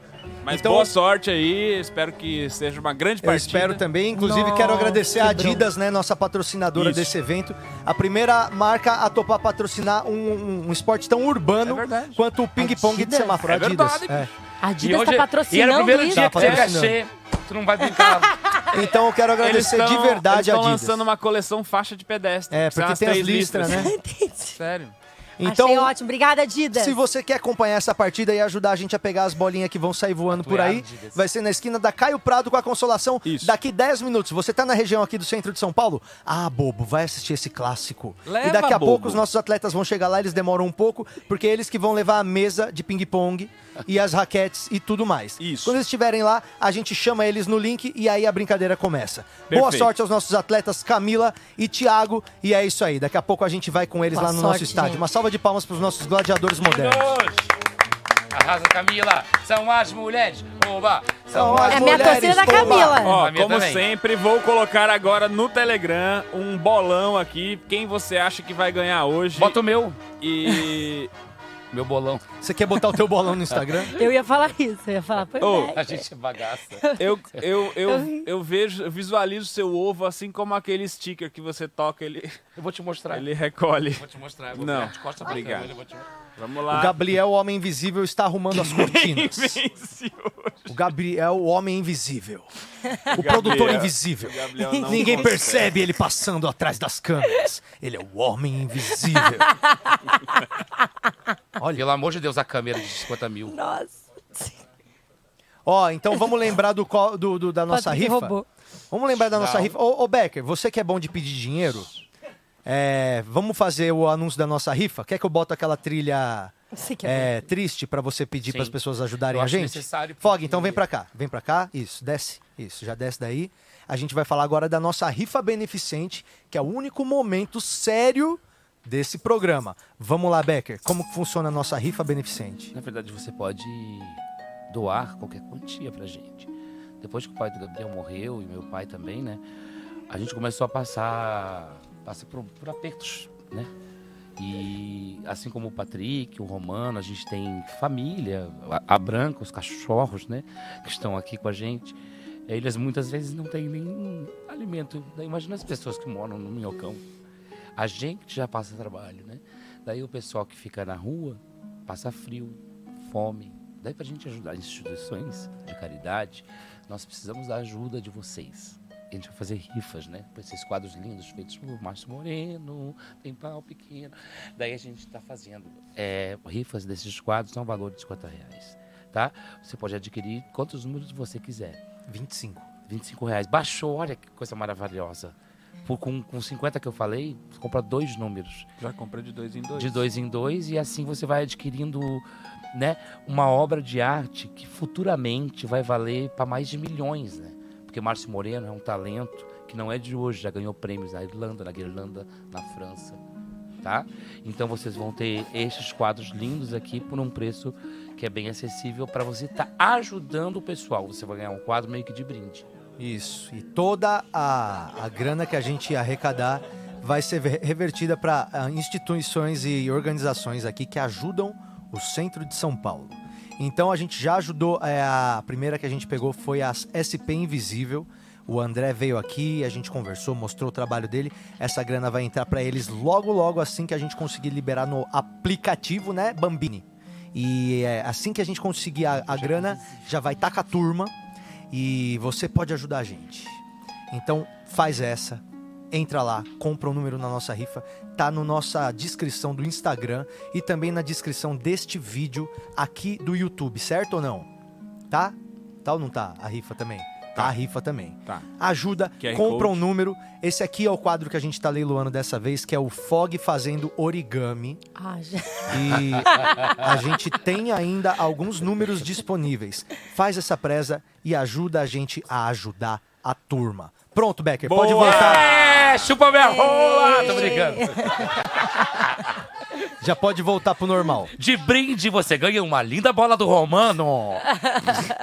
Speaker 4: Mas
Speaker 2: Então-
Speaker 4: boa sorte aí, espero que seja uma grande
Speaker 2: Eu
Speaker 4: partida.
Speaker 2: espero também. Inclusive,
Speaker 6: Nossa,
Speaker 2: quero agradecer a
Speaker 6: que bronca.
Speaker 2: Adidas, né, nossa patrocinadora
Speaker 4: Isso.
Speaker 2: desse evento. A primeira marca a topar patrocinar um, um- um esporte tão urbano
Speaker 4: É verdade.
Speaker 2: quanto o ping-pong de
Speaker 6: Adidas.
Speaker 2: semáforo.
Speaker 4: É
Speaker 2: Adidas.
Speaker 4: verdade,
Speaker 2: é.
Speaker 6: A
Speaker 3: E,
Speaker 6: Adidas
Speaker 3: hoje,
Speaker 6: tá
Speaker 3: e era o
Speaker 6: patrocinando
Speaker 3: primeiro
Speaker 6: isso.
Speaker 2: Tá
Speaker 3: dia que você ia
Speaker 2: patrocinando.
Speaker 3: ser. Tu não vai brincar.
Speaker 2: Então, eu quero agradecer
Speaker 4: tão-
Speaker 2: de verdade a
Speaker 4: eles tão
Speaker 2: Adidas.
Speaker 4: lançando uma coleção faixa de pedestre.
Speaker 2: É,
Speaker 4: São
Speaker 2: porque tem as
Speaker 4: três
Speaker 2: listras, né?
Speaker 6: Entendi.
Speaker 4: Sério.
Speaker 2: Então,
Speaker 6: Achei ótimo. Obrigada, Adidas.
Speaker 2: Se você quer acompanhar essa partida e ajudar a gente a pegar as bolinhas que vão sair voando por aí, vai ser na esquina da Caio Prado com a Consolação
Speaker 4: é Isso.
Speaker 2: daqui 10 minutos. Você tá na região aqui do centro de São Paulo? Ah, bobo, vai assistir esse clássico.
Speaker 4: Leva,
Speaker 2: e daqui a
Speaker 4: bobo.
Speaker 2: pouco os nossos atletas vão chegar lá, eles demoram um pouco, porque eles que vão levar a mesa de ping-pong e as raquetes e tudo mais.
Speaker 4: Isso.
Speaker 2: Quando eles estiverem lá, a gente chama eles no link e aí a brincadeira começa. Boa
Speaker 4: Perfeito.
Speaker 2: sorte aos nossos atletas Camila e Thiago. E é isso aí. Daqui a pouco a gente vai com eles
Speaker 6: Boa
Speaker 2: lá no nosso
Speaker 6: sorte,
Speaker 2: estádio.
Speaker 6: gente.
Speaker 2: Uma salva de palmas para os nossos gladiadores modernos.
Speaker 3: Arrasa, Camila. São as mulheres. Oba. São
Speaker 2: São
Speaker 3: as
Speaker 2: as
Speaker 6: É a minha
Speaker 2: mulheres,
Speaker 6: torcida da
Speaker 2: toma.
Speaker 6: Camila.
Speaker 4: Ó,
Speaker 3: É. A minha
Speaker 4: como
Speaker 3: também.
Speaker 4: sempre, vou colocar agora no Telegram um bolão aqui. Quem você acha que vai ganhar hoje?
Speaker 3: Bota o meu.
Speaker 4: E.
Speaker 3: Meu bolão.
Speaker 2: Você quer botar o teu bolão no Instagram?
Speaker 6: Eu ia falar isso. Eu ia falar, pois
Speaker 4: Ô,
Speaker 6: é.
Speaker 3: A gente é bagaça.
Speaker 4: Eu, eu, eu, eu vejo, eu visualizo seu ovo assim como aquele sticker que você toca, ele,
Speaker 3: Eu vou te mostrar.
Speaker 4: ele recolhe.
Speaker 3: Vou te mostrar. Eu vou
Speaker 4: Não.
Speaker 3: virar de costa pra
Speaker 4: Obrigado.
Speaker 3: câmera, eu vou te mostrar.
Speaker 4: Vamos
Speaker 2: O
Speaker 4: lá.
Speaker 2: Gabriel, o homem invisível, está arrumando as cortinas.
Speaker 4: Venceu.
Speaker 2: O Gabriel, o homem invisível. O produtor invisível.
Speaker 4: Gabriel não
Speaker 2: Ninguém
Speaker 4: consegue.
Speaker 2: percebe ele passando atrás das câmeras. Ele é o homem invisível.
Speaker 3: Pelo amor de Deus, a câmera de 50 mil.
Speaker 6: Nossa.
Speaker 2: Ó, então vamos lembrar do, co- do- do- da nossa
Speaker 6: Patrick
Speaker 2: rifa.
Speaker 6: roubou.
Speaker 2: Vamos lembrar da nossa rifa. Ô, ô, Becker, você que é bom de pedir dinheiro, é, vamos fazer o anúncio da nossa rifa? Quer que eu boto aquela trilha
Speaker 6: Você que é
Speaker 2: é, triste pra você pedir
Speaker 3: Sim.
Speaker 2: pras pessoas ajudarem
Speaker 3: Eu
Speaker 2: a
Speaker 3: acho
Speaker 2: gente?
Speaker 3: necessário,
Speaker 2: Fog,
Speaker 3: porque-
Speaker 2: então vem pra cá. Vem pra cá. Isso, desce. Isso, já desce daí. A gente vai falar agora da nossa rifa beneficente, que é o único momento sério desse programa. Vamos lá, Becker. Como que funciona a nossa rifa beneficente?
Speaker 3: Na verdade, você pode doar qualquer quantia pra gente. Depois que o pai do Gabriel morreu e meu pai também, né? A gente começou a passar, passar por, por apertos, né? E assim como o Patrick, o Romano, a gente tem família, a, a Branca, os cachorros, né? Que estão aqui com a gente. Eles muitas vezes não têm nenhum alimento. Daí imagina as pessoas que moram no minhocão. A gente já passa trabalho, né? Daí o pessoal que fica na rua passa frio, fome. Daí para a gente ajudar instituições de caridade, nós precisamos da ajuda de vocês. A gente vai fazer rifas, né? Com esses quadros lindos feitos por Márcio Moreno, tem pau pequeno. Daí a gente está fazendo é, rifas desses quadros, são valor de 50 reais, tá? Você pode adquirir quantos números você quiser.
Speaker 2: 25.
Speaker 3: 25 reais. Baixou, olha que coisa maravilhosa. Por- com, com 50 que eu falei, você compra dois números.
Speaker 4: Já comprei de dois em dois.
Speaker 3: De dois em dois, e assim você vai adquirindo né, uma obra de arte que futuramente vai valer para mais de milhões, né? Porque Márcio Moreno é um talento que não é de hoje, já ganhou prêmios na Irlanda, na Guirlanda, na França, tá? Então vocês vão ter estes quadros lindos aqui por um preço que é bem acessível para você estar ajudando o pessoal. Você vai ganhar um quadro meio que de brinde.
Speaker 2: Isso. E toda a, a grana que a gente arrecadar vai ser ve- revertida para instituições e organizações aqui que ajudam o centro de São Paulo. Então a gente já ajudou, é, a primeira que a gente pegou foi a SP Invisível. O André veio aqui, a gente conversou, mostrou o trabalho dele. Essa grana vai entrar para eles logo, logo assim que a gente conseguir liberar no aplicativo, né, Bambini? E é, assim que a gente conseguir a, a grana, já vai estar com a turma e você pode ajudar a gente. Então faz essa, entra lá, compra o número na nossa rifa, tá na nossa descrição do Instagram e também na descrição deste vídeo aqui do YouTube, certo ou não? Tá? Tá ou não tá? A rifa também. Tá a rifa também.
Speaker 4: Tá.
Speaker 2: Ajuda,
Speaker 4: QR
Speaker 2: compra
Speaker 4: Code.
Speaker 2: um número. Esse aqui é o quadro que a gente tá leiloando dessa vez, que é o Fog fazendo origami.
Speaker 6: Ah, já.
Speaker 2: E a gente tem ainda alguns números disponíveis. Faz essa presa e ajuda a gente a ajudar a turma. Pronto, Becker, pode
Speaker 4: Boa!
Speaker 2: voltar.
Speaker 3: É, chupa minha rola! Tô brincando.
Speaker 2: Já pode voltar pro normal.
Speaker 3: De brinde, você ganha uma linda bola do Romano.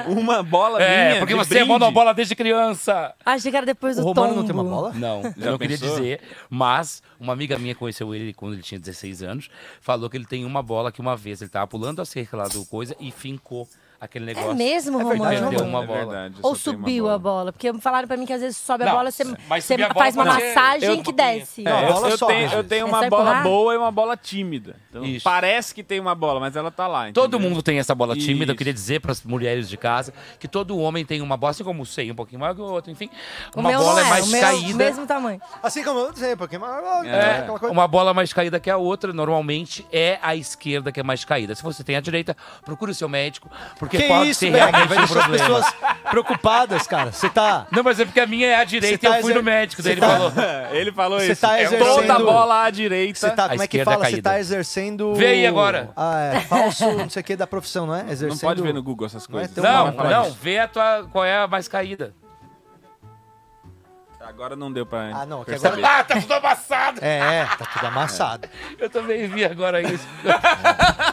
Speaker 4: Uma bola
Speaker 3: É,
Speaker 4: minha.
Speaker 3: porque
Speaker 4: de
Speaker 3: você é
Speaker 4: brinde.
Speaker 3: monobola desde criança.
Speaker 6: Ah, Achei que era depois
Speaker 2: O
Speaker 6: do
Speaker 2: Romano não
Speaker 6: tombo.
Speaker 2: tem uma bola?
Speaker 3: Não, eu não queria
Speaker 4: pensou?
Speaker 3: dizer, mas uma amiga minha conheceu ele quando ele tinha 16 anos, falou que ele tem uma bola que uma vez ele tava pulando a cerca lá do coisa e fincou aquele negócio.
Speaker 6: É mesmo,
Speaker 2: É
Speaker 6: Romano?
Speaker 2: verdade,
Speaker 3: Perdeu
Speaker 2: Romano.
Speaker 3: uma
Speaker 4: É
Speaker 3: bola.
Speaker 4: verdade, eu
Speaker 6: Ou
Speaker 4: só tenho uma
Speaker 6: subiu a bola? Porque falaram pra mim que às vezes sobe a
Speaker 3: Não,
Speaker 6: bola, você,
Speaker 3: mas
Speaker 6: você
Speaker 3: subir a bola
Speaker 6: faz uma
Speaker 3: pode ser-
Speaker 6: massagem
Speaker 3: eu-
Speaker 6: que desce.
Speaker 2: Não, a
Speaker 4: É,
Speaker 2: bola
Speaker 4: eu, eu
Speaker 2: sobe,
Speaker 4: tenho,
Speaker 2: às
Speaker 4: eu
Speaker 2: vezes.
Speaker 4: tenho
Speaker 6: É
Speaker 4: uma
Speaker 6: só
Speaker 4: bola
Speaker 6: empurrar.
Speaker 4: boa e uma bola tímida. Então,
Speaker 3: Isso.
Speaker 4: parece que tem uma bola, mas ela tá lá.
Speaker 3: Todo
Speaker 4: entendeu?
Speaker 3: mundo tem essa bola tímida. Eu
Speaker 4: Isso.
Speaker 3: queria dizer para as mulheres de casa que todo homem tem uma bola, assim como o seio, um pouquinho maior que o outro, enfim.
Speaker 6: O
Speaker 3: Uma
Speaker 6: meu
Speaker 3: bola
Speaker 6: não
Speaker 3: é mais
Speaker 6: o meu,
Speaker 3: caída.
Speaker 6: mesmo tamanho.
Speaker 2: Assim como eu não sei, porque mas-
Speaker 4: É,
Speaker 2: aquela coisa.
Speaker 3: Uma bola mais caída que a outra, normalmente é a esquerda que é mais caída. Se você tem a direita, procure o seu médico, porque
Speaker 2: Que
Speaker 3: pode
Speaker 2: isso,
Speaker 3: ser
Speaker 2: Becker?
Speaker 3: realmente
Speaker 2: Vai
Speaker 3: um
Speaker 2: deixar as
Speaker 3: problema.
Speaker 2: pessoas preocupadas, cara. Você tá.
Speaker 3: Não, mas é porque a minha é a direita
Speaker 2: Você tá
Speaker 3: e eu fui
Speaker 2: exer-
Speaker 3: no médico. Daí
Speaker 2: você
Speaker 3: ele
Speaker 2: tá-
Speaker 3: falou:
Speaker 4: Ele falou
Speaker 2: Você
Speaker 4: isso.
Speaker 2: tá
Speaker 4: é
Speaker 2: exercendo-
Speaker 4: toda bola à direita.
Speaker 2: Você tá,
Speaker 3: A
Speaker 2: como é que
Speaker 3: esquerda
Speaker 2: fala? Você
Speaker 3: caída.
Speaker 2: tá exercendo.
Speaker 3: Vê aí agora.
Speaker 2: Ah, é, falso, não sei o que, da profissão, não é? Exercendo.
Speaker 4: Não pode ver no Google essas
Speaker 2: Não é
Speaker 4: coisas.
Speaker 2: teu
Speaker 3: Não,
Speaker 2: vai
Speaker 3: não,
Speaker 2: falar
Speaker 3: vê a tua, qual é a mais caída.
Speaker 4: Agora não deu pra
Speaker 2: Ah, não, que
Speaker 4: perceber.
Speaker 2: agora-
Speaker 3: Ah, tá tudo amassado!
Speaker 2: É, é, tá tudo amassado.
Speaker 3: Eu também vi agora isso.
Speaker 2: Tá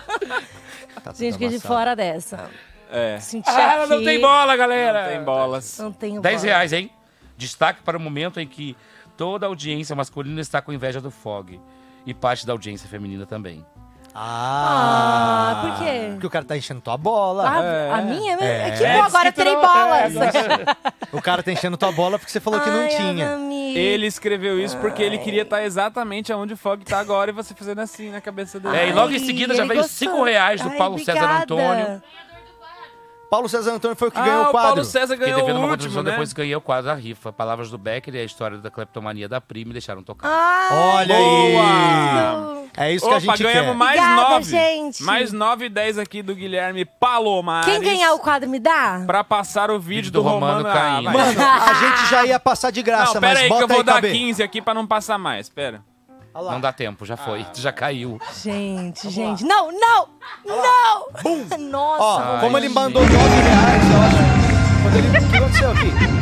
Speaker 2: tudo
Speaker 6: Gente, que de
Speaker 2: amassado.
Speaker 6: fora dessa.
Speaker 4: É.
Speaker 6: Senti
Speaker 3: Ah,
Speaker 6: aqui.
Speaker 3: não tem bola, galera!
Speaker 4: Não tem bolas.
Speaker 6: Não tenho
Speaker 3: 10
Speaker 6: bola.
Speaker 3: reais, hein? Destaque para o momento em que toda a audiência masculina está com inveja do Fog. E parte da audiência feminina também.
Speaker 2: Ah,
Speaker 6: Ah, por quê?
Speaker 2: Porque o cara tá enchendo tua bola.
Speaker 6: Ah, A minha mesmo? É. Que
Speaker 3: É,
Speaker 6: bom,
Speaker 3: diz
Speaker 6: agora
Speaker 3: que é,
Speaker 6: terei
Speaker 3: tro-
Speaker 6: bolas.
Speaker 2: O cara tá enchendo tua bola porque você falou que não
Speaker 6: Ai,
Speaker 2: tinha.
Speaker 6: Anami.
Speaker 4: Ele escreveu isso porque ele queria estar exatamente onde o Fog tá agora e você fazendo assim na cabeça dele.
Speaker 3: É, e logo em seguida já
Speaker 6: ele
Speaker 3: veio
Speaker 6: gostou.
Speaker 3: 5 reais do
Speaker 6: Ai,
Speaker 3: Paulo César
Speaker 6: obrigada.
Speaker 3: Antônio.
Speaker 2: Paulo César Antônio foi o que
Speaker 4: Ah,
Speaker 2: ganhou o
Speaker 4: o
Speaker 2: quadro.
Speaker 4: Paulo César
Speaker 3: Fiquei
Speaker 4: ganhou
Speaker 3: devendo
Speaker 4: o
Speaker 3: uma
Speaker 4: último,
Speaker 3: contribuição,
Speaker 4: né?
Speaker 3: depois ganhei o quadro da rifa. Palavras do Becker e a história da cleptomania da prima me deixaram tocar.
Speaker 6: Ah,
Speaker 2: Olha
Speaker 4: Boa!
Speaker 2: aí! É isso que a
Speaker 4: Opa,
Speaker 2: gente
Speaker 4: ganhamos
Speaker 2: quer.
Speaker 4: mais
Speaker 6: Obrigada,
Speaker 4: nove.
Speaker 6: gente.
Speaker 4: Mais nove e dez aqui do Guilherme Palomar.
Speaker 6: Quem ganhar o quadro me dá?
Speaker 4: Pra passar o vídeo do, Romano,
Speaker 3: caindo.
Speaker 4: Ah, vai.
Speaker 2: Mano, a gente já ia passar de graça,
Speaker 4: não,
Speaker 2: mas
Speaker 4: pera aí que
Speaker 2: bota
Speaker 4: eu vou
Speaker 2: aí,
Speaker 4: dar
Speaker 2: KB.
Speaker 4: 15 aqui pra não passar mais, pera.
Speaker 2: Olha lá. Ah.
Speaker 3: Não dá tempo, já foi. já caiu.
Speaker 6: Gente, gente. Não, não! Não! Nossa,
Speaker 2: Ó,
Speaker 6: vamos-
Speaker 2: como ele
Speaker 3: gente.
Speaker 2: mandou 9 reais, eu acho. Quando ele. O que aconteceu aqui?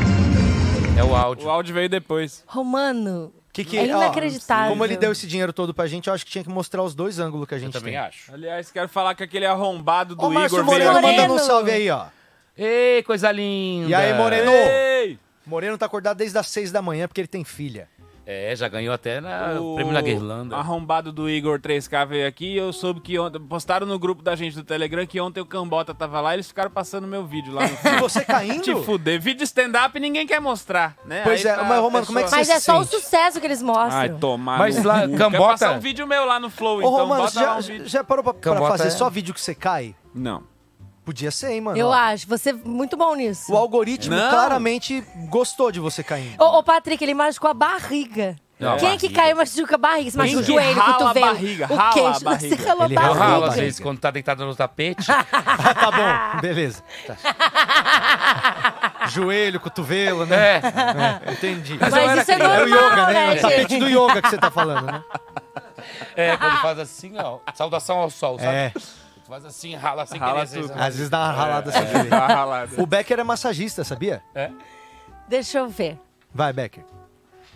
Speaker 3: É o áudio.
Speaker 4: O áudio veio depois.
Speaker 6: Romano.
Speaker 2: Que que-
Speaker 6: é
Speaker 2: ó,
Speaker 6: inacreditável.
Speaker 2: Como ele deu esse dinheiro todo pra gente, eu acho que tinha que mostrar os dois ângulos que a gente
Speaker 3: Eu também
Speaker 2: tem.
Speaker 3: acho.
Speaker 4: Aliás, quero falar que aquele arrombado do
Speaker 2: Ô, Márcio
Speaker 4: Igor
Speaker 2: Moreno,
Speaker 4: veio aqui.
Speaker 2: mandando um
Speaker 6: Moreno.
Speaker 2: salve aí, ó.
Speaker 3: Ei, coisa linda.
Speaker 2: E aí, Moreno?
Speaker 4: Ei!
Speaker 2: Moreno tá acordado desde as 6 da manhã porque ele tem filha.
Speaker 3: É, já ganhou até na
Speaker 4: O
Speaker 3: prêmio da Guirlanda.
Speaker 4: Arrombado do Igor 3K veio aqui. Eu soube que ontem. Postaram no grupo da gente do Telegram que ontem o Cambota tava lá e eles ficaram passando meu vídeo lá no
Speaker 2: E você caindo?
Speaker 4: Te fuder. Vídeo de stand-up ninguém quer mostrar, né?
Speaker 2: Pois é,
Speaker 4: tá
Speaker 2: mas,
Speaker 4: a
Speaker 2: Romano, como é que
Speaker 4: pessoa-
Speaker 6: Mas é só o
Speaker 2: sente.
Speaker 6: sucesso que eles mostram.
Speaker 4: Ai, tomar.
Speaker 3: Mas
Speaker 4: no
Speaker 3: lá,
Speaker 4: cu.
Speaker 3: Cambota-
Speaker 4: Quer passar um vídeo meu lá no Flow,
Speaker 2: Ô,
Speaker 4: então
Speaker 2: Romano,
Speaker 4: bota
Speaker 2: você
Speaker 4: lá
Speaker 2: já,
Speaker 4: um vídeo.
Speaker 2: já parou pra, pra
Speaker 3: Cambota
Speaker 2: fazer
Speaker 3: é-
Speaker 2: só vídeo que você cai?
Speaker 4: Não.
Speaker 2: Podia ser, hein, mano?
Speaker 6: Eu
Speaker 2: Ó,
Speaker 6: acho. Você é muito bom nisso.
Speaker 2: O algoritmo
Speaker 4: Não.
Speaker 2: claramente gostou de você caindo.
Speaker 6: Ô, ô, Patrick, ele machucou a barriga.
Speaker 3: Não, a
Speaker 6: Quem é que
Speaker 3: barriga.
Speaker 6: caiu e machuca a barriga? Você
Speaker 4: Quem
Speaker 6: machuca o
Speaker 4: que
Speaker 6: joelho, o
Speaker 4: rala a
Speaker 6: cotovelo,
Speaker 4: barriga?
Speaker 6: o
Speaker 4: Rala a
Speaker 6: queixo. né? Você
Speaker 4: barriga.
Speaker 6: ralou a
Speaker 2: Ele
Speaker 3: Eu
Speaker 2: rala,
Speaker 3: ralo
Speaker 6: barriga.
Speaker 3: às vezes quando tá deitado no tapete.
Speaker 2: Ah, tá bom, beleza. Tá. Joelho, cotovelo, né?
Speaker 3: é.
Speaker 2: Entendi.
Speaker 3: Mas eu
Speaker 6: Mas
Speaker 3: era
Speaker 6: isso é
Speaker 3: criança.
Speaker 2: É o
Speaker 6: normal,
Speaker 2: yoga, né?
Speaker 6: né,
Speaker 2: É o
Speaker 6: gente?
Speaker 2: tapete do yoga que você tá falando, né?
Speaker 3: É, quando faz assim, ó. Saudação ao sol, sabe?
Speaker 2: É,
Speaker 3: Tu faz assim, rala sem
Speaker 4: Rala
Speaker 3: querer.
Speaker 4: tudo.
Speaker 3: Às vezes,
Speaker 2: às vezes dá uma ralada sem querer.
Speaker 4: Tá ralado.
Speaker 2: O Becker é massagista, sabia?
Speaker 6: Deixa eu ver.
Speaker 2: Vai, Becker.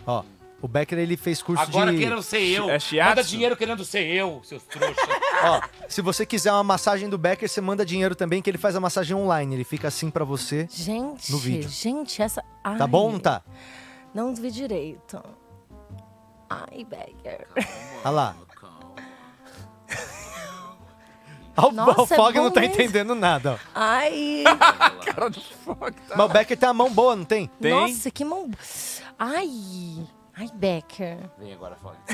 Speaker 2: Ó, o Becker ele fez curso
Speaker 3: Agora
Speaker 2: de...
Speaker 3: querendo ser eu.
Speaker 4: É shiatsu?
Speaker 3: Manda dinheiro querendo ser eu, seus trouxas.
Speaker 2: Ó, se você quiser uma massagem do Becker, você manda dinheiro também, que ele faz a massagem online. Ele fica assim pra você.
Speaker 6: Gente,
Speaker 2: No vídeo.
Speaker 6: gente, essa... Ai,
Speaker 2: Tá bom, não tá?
Speaker 6: Não vi direito. Ai, Becker.
Speaker 2: Olha lá. Ó, o
Speaker 6: Nossa,
Speaker 2: o Fog
Speaker 6: é bom
Speaker 2: não tá
Speaker 6: mesmo.
Speaker 2: entendendo nada. ó.
Speaker 6: Ai,
Speaker 2: Mas o Becker tem a mão boa, não tem?
Speaker 4: Tem?
Speaker 6: nossa, que mão... Ai, ai, Becker.
Speaker 3: Vem agora, Fog.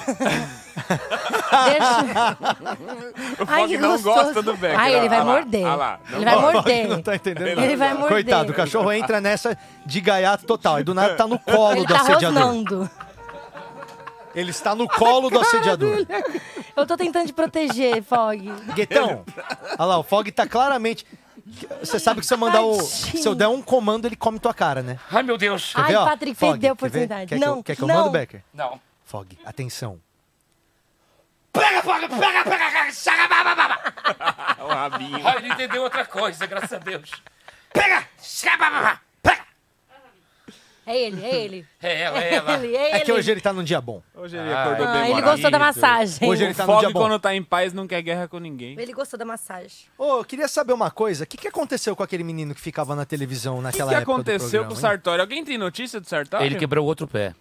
Speaker 6: Deixa... Ai,
Speaker 4: Fog não
Speaker 6: gostoso.
Speaker 4: gosta do Becker,
Speaker 6: Ai, ele
Speaker 4: ó,
Speaker 6: vai
Speaker 4: ó lá,
Speaker 6: morder.
Speaker 4: ó lá, não
Speaker 6: Ele vai
Speaker 2: Ó, o Fog
Speaker 6: morder.
Speaker 2: não tá entendendo
Speaker 6: Ele vai morder.
Speaker 2: Coitado, o cachorro entra nessa de gaiato total. E do nada tá no colo
Speaker 6: Ele
Speaker 2: do
Speaker 6: tá
Speaker 2: assediador.
Speaker 6: rosnando.
Speaker 2: Ele está no colo do assediador.
Speaker 6: Eu tô tentando te proteger, Fog.
Speaker 2: Guetão, olha lá, o Fog tá claramente. Você sabe que se eu mandar o.
Speaker 6: Tadinho.
Speaker 2: Se eu der um comando, ele come tua cara, né?
Speaker 3: Ai, meu Deus.
Speaker 2: Quer
Speaker 6: Ai,
Speaker 2: ver, ó?
Speaker 6: Patrick,
Speaker 2: Fog,
Speaker 6: perdeu a
Speaker 2: quer ver?
Speaker 6: oportunidade.
Speaker 2: Quer que
Speaker 6: Não,
Speaker 2: eu, quer que eu
Speaker 6: não.
Speaker 2: mando, Becker?
Speaker 3: Não.
Speaker 2: Fog, atenção.
Speaker 3: Pega, Fog, pega, pega, pega. Chaga, bá, bá, bá, bá.
Speaker 4: É o rabinho.
Speaker 3: Ai, ele entendeu outra coisa, graças a Deus. Pega, chaga, bá, bá, bá. Pega.
Speaker 6: É ele, é ele.
Speaker 3: É ela, é ela.
Speaker 6: ele, é ele.
Speaker 2: É que hoje ele tá num dia bom.
Speaker 4: Hoje ele acordou
Speaker 6: Ah,
Speaker 4: bem
Speaker 6: ele
Speaker 4: moradinho.
Speaker 6: gostou da massagem.
Speaker 2: Hoje ele
Speaker 4: O
Speaker 2: tá no dia
Speaker 4: Fog,
Speaker 2: bom.
Speaker 4: quando tá em paz, não quer guerra com ninguém.
Speaker 6: Ele gostou da massagem.
Speaker 2: Ô, eu queria saber uma coisa. O que, que aconteceu com aquele menino que ficava na televisão
Speaker 4: O que,
Speaker 2: naquela
Speaker 4: que
Speaker 2: época? do
Speaker 4: aconteceu com o
Speaker 2: programa, hein?
Speaker 4: Sartori? Alguém tem notícia do Sartori?
Speaker 3: Ele quebrou o outro pé.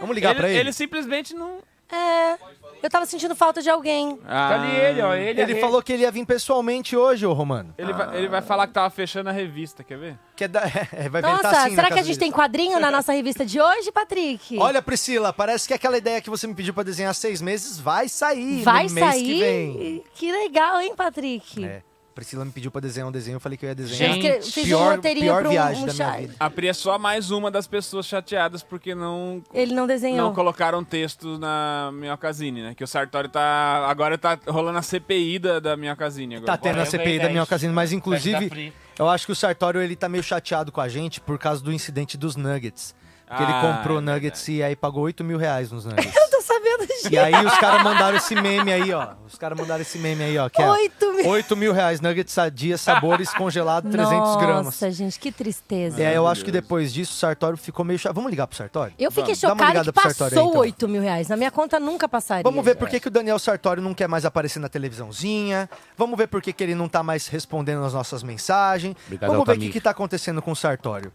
Speaker 2: Vamos ligar pra ele.
Speaker 4: Ele simplesmente não.
Speaker 6: É, eu tava sentindo falta de alguém.
Speaker 4: Ah, ali ele, ó. Ele, é
Speaker 2: Ele falou que ele ia vir pessoalmente hoje, ô Romano.
Speaker 4: Ele, vai, ele vai falar que tava fechando a revista, quer ver?
Speaker 2: Que é da- é, vai
Speaker 6: Nossa,
Speaker 2: ventar assim na
Speaker 6: será que a
Speaker 2: casa
Speaker 6: gente
Speaker 2: dele.
Speaker 6: tem quadrinho na nossa revista de hoje, Patrick?
Speaker 2: Olha, Priscila, parece que aquela ideia que você me pediu pra desenhar há seis meses vai sair
Speaker 6: vai
Speaker 2: no mês
Speaker 6: sair.
Speaker 2: que vem.
Speaker 6: Que legal, hein, Patrick?
Speaker 2: É. Priscila me pediu pra desenhar um desenho, eu falei que eu ia desenhar.
Speaker 3: Gente,
Speaker 6: Gente, fiz um
Speaker 2: pior,
Speaker 6: roteirinho
Speaker 2: pior
Speaker 6: pra um,
Speaker 2: viagem
Speaker 6: um
Speaker 2: da minha
Speaker 6: chá-
Speaker 2: vida.
Speaker 4: A Pri é só mais uma das pessoas chateadas porque não,
Speaker 6: Ele não desenhou.
Speaker 4: não colocaram texto na Minhocasine, né? Que o Sartori tá. Agora tá rolando a CPI da, da Minhocasine.
Speaker 2: Tá
Speaker 4: Agora. é
Speaker 2: tendo
Speaker 3: eu
Speaker 2: a
Speaker 3: ganhei
Speaker 2: CPI da
Speaker 3: dez.
Speaker 2: minha ocasião, mas
Speaker 3: Dez
Speaker 2: inclusive
Speaker 3: da Pri.
Speaker 2: eu acho que o Sartório ele tá meio chateado com a gente por causa do incidente dos nuggets. Porque ele
Speaker 4: Ah,
Speaker 2: comprou
Speaker 4: é
Speaker 2: nuggets e aí pagou 8 mil reais nos nuggets.
Speaker 6: Eu tô sabendo, gente.
Speaker 2: E aí os caras mandaram esse meme aí, ó. Os caras mandaram esse meme aí, ó. Que é
Speaker 6: Oito mil.
Speaker 2: 8 mil reais nuggets sadia, sabores congelado, 300 gramas. É.
Speaker 6: Nossa, gente, que tristeza.
Speaker 2: E aí eu acho que depois disso o Sartório ficou meio chateado. Vamos ligar pro Sartório?
Speaker 6: Eu fiquei
Speaker 2: Dá uma
Speaker 6: chocada
Speaker 2: ligada
Speaker 6: que
Speaker 2: pro Sartori aí,
Speaker 6: passou
Speaker 2: então.
Speaker 6: 8 mil reais. Na minha conta nunca passaria.
Speaker 2: Vamos ver
Speaker 6: é.
Speaker 2: por que, que o Daniel Sartori não quer mais aparecer na televisãozinha. Vamos ver por que, que ele não tá mais respondendo as nossas mensagens.
Speaker 3: Obrigado,
Speaker 2: Vamos ver o que,
Speaker 3: Altamir.
Speaker 2: que tá acontecendo com o Sartório.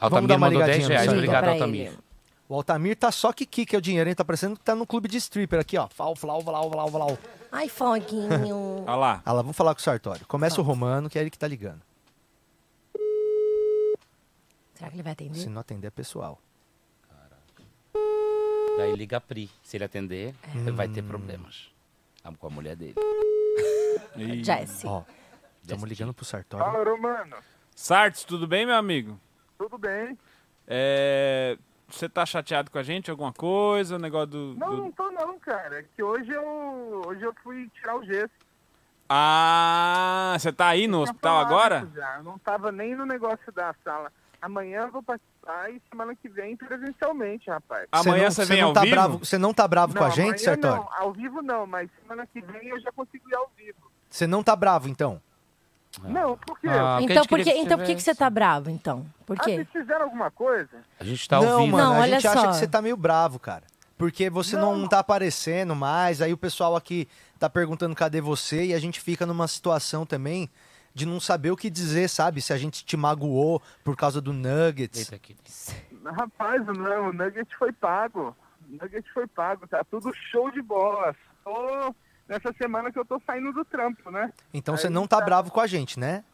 Speaker 2: Vamos dar
Speaker 3: Altamir
Speaker 2: uma
Speaker 3: mandou
Speaker 2: ligadinha no
Speaker 3: 10 reais.
Speaker 2: Sartori.
Speaker 3: Obrigado,
Speaker 6: Liga pra
Speaker 3: Altamir.
Speaker 6: ele.
Speaker 2: O Altamir tá só que que é o dinheiro, hein? Tá parecendo que tá no clube de stripper aqui, ó. Flau, flau, flau, flau, flau.
Speaker 6: Ai, Foguinho.
Speaker 4: Olha lá.
Speaker 2: Ah lá, vamos falar com o Sartório. Começa o Romano, que é ele que tá ligando.
Speaker 6: Será que ele vai atender?
Speaker 2: Se não atender, é pessoal.
Speaker 3: Daí liga a Pri. Se ele atender,
Speaker 2: Hum.
Speaker 3: ele vai ter problemas. Ah, Com a mulher dele.
Speaker 6: Jesse.
Speaker 2: Ó, estamos ligando pro Sartório.
Speaker 9: Romano,
Speaker 4: Sartes, tudo bem, meu amigo?
Speaker 9: Tudo bem.
Speaker 4: É, Você tá chateado com a gente? Alguma coisa? O negócio do.
Speaker 9: Não,
Speaker 4: do-
Speaker 9: não tô não, cara. É Que hoje eu, hoje eu fui tirar o gesso.
Speaker 4: Ah, você tá aí no
Speaker 9: Tinha
Speaker 4: hospital
Speaker 9: falado
Speaker 4: agora?
Speaker 9: Já. Eu Não tava nem no negócio da sala. Amanhã eu vou participar e semana que vem presencialmente, rapaz.
Speaker 4: Amanhã
Speaker 2: não-
Speaker 4: você vem
Speaker 2: não
Speaker 4: ao
Speaker 2: tá
Speaker 4: vivo?
Speaker 2: bravo- Você não tá bravo com a
Speaker 9: Não, amanhã
Speaker 2: gente, Sartori?
Speaker 9: Não, ao vivo não, mas semana que vem eu já consigo ir ao vivo.
Speaker 2: Você não tá bravo, então?
Speaker 9: Não, por
Speaker 3: Ah, porque
Speaker 9: quê?
Speaker 3: a
Speaker 6: Então,
Speaker 3: gente
Speaker 6: por
Speaker 3: queria
Speaker 6: que,
Speaker 3: que
Speaker 6: então por que, que
Speaker 3: tivesse.
Speaker 6: você tá bravo, então? Por
Speaker 9: ah,
Speaker 6: quê?
Speaker 9: vocês fizeram alguma coisa?
Speaker 3: A gente tá
Speaker 2: não,
Speaker 3: ouvindo.
Speaker 2: mano,
Speaker 6: Não,
Speaker 2: a
Speaker 6: olha
Speaker 2: gente acha
Speaker 6: só.
Speaker 2: que você tá meio bravo, cara. Porque você não. tá aparecendo mais, aí o pessoal aqui tá perguntando cadê você, e a gente fica numa situação também de não saber o que dizer, sabe? Se a gente te magoou por causa do Nuggets.
Speaker 3: Eita, aqui.
Speaker 9: Rapaz, não, o Nugget foi pago. O Nugget foi pago, tá tudo show de bola. Tô nessa semana que eu tô saindo do trampo, né?
Speaker 2: Então
Speaker 9: Aí
Speaker 2: você não tá
Speaker 9: tá-
Speaker 2: bravo com a gente, né?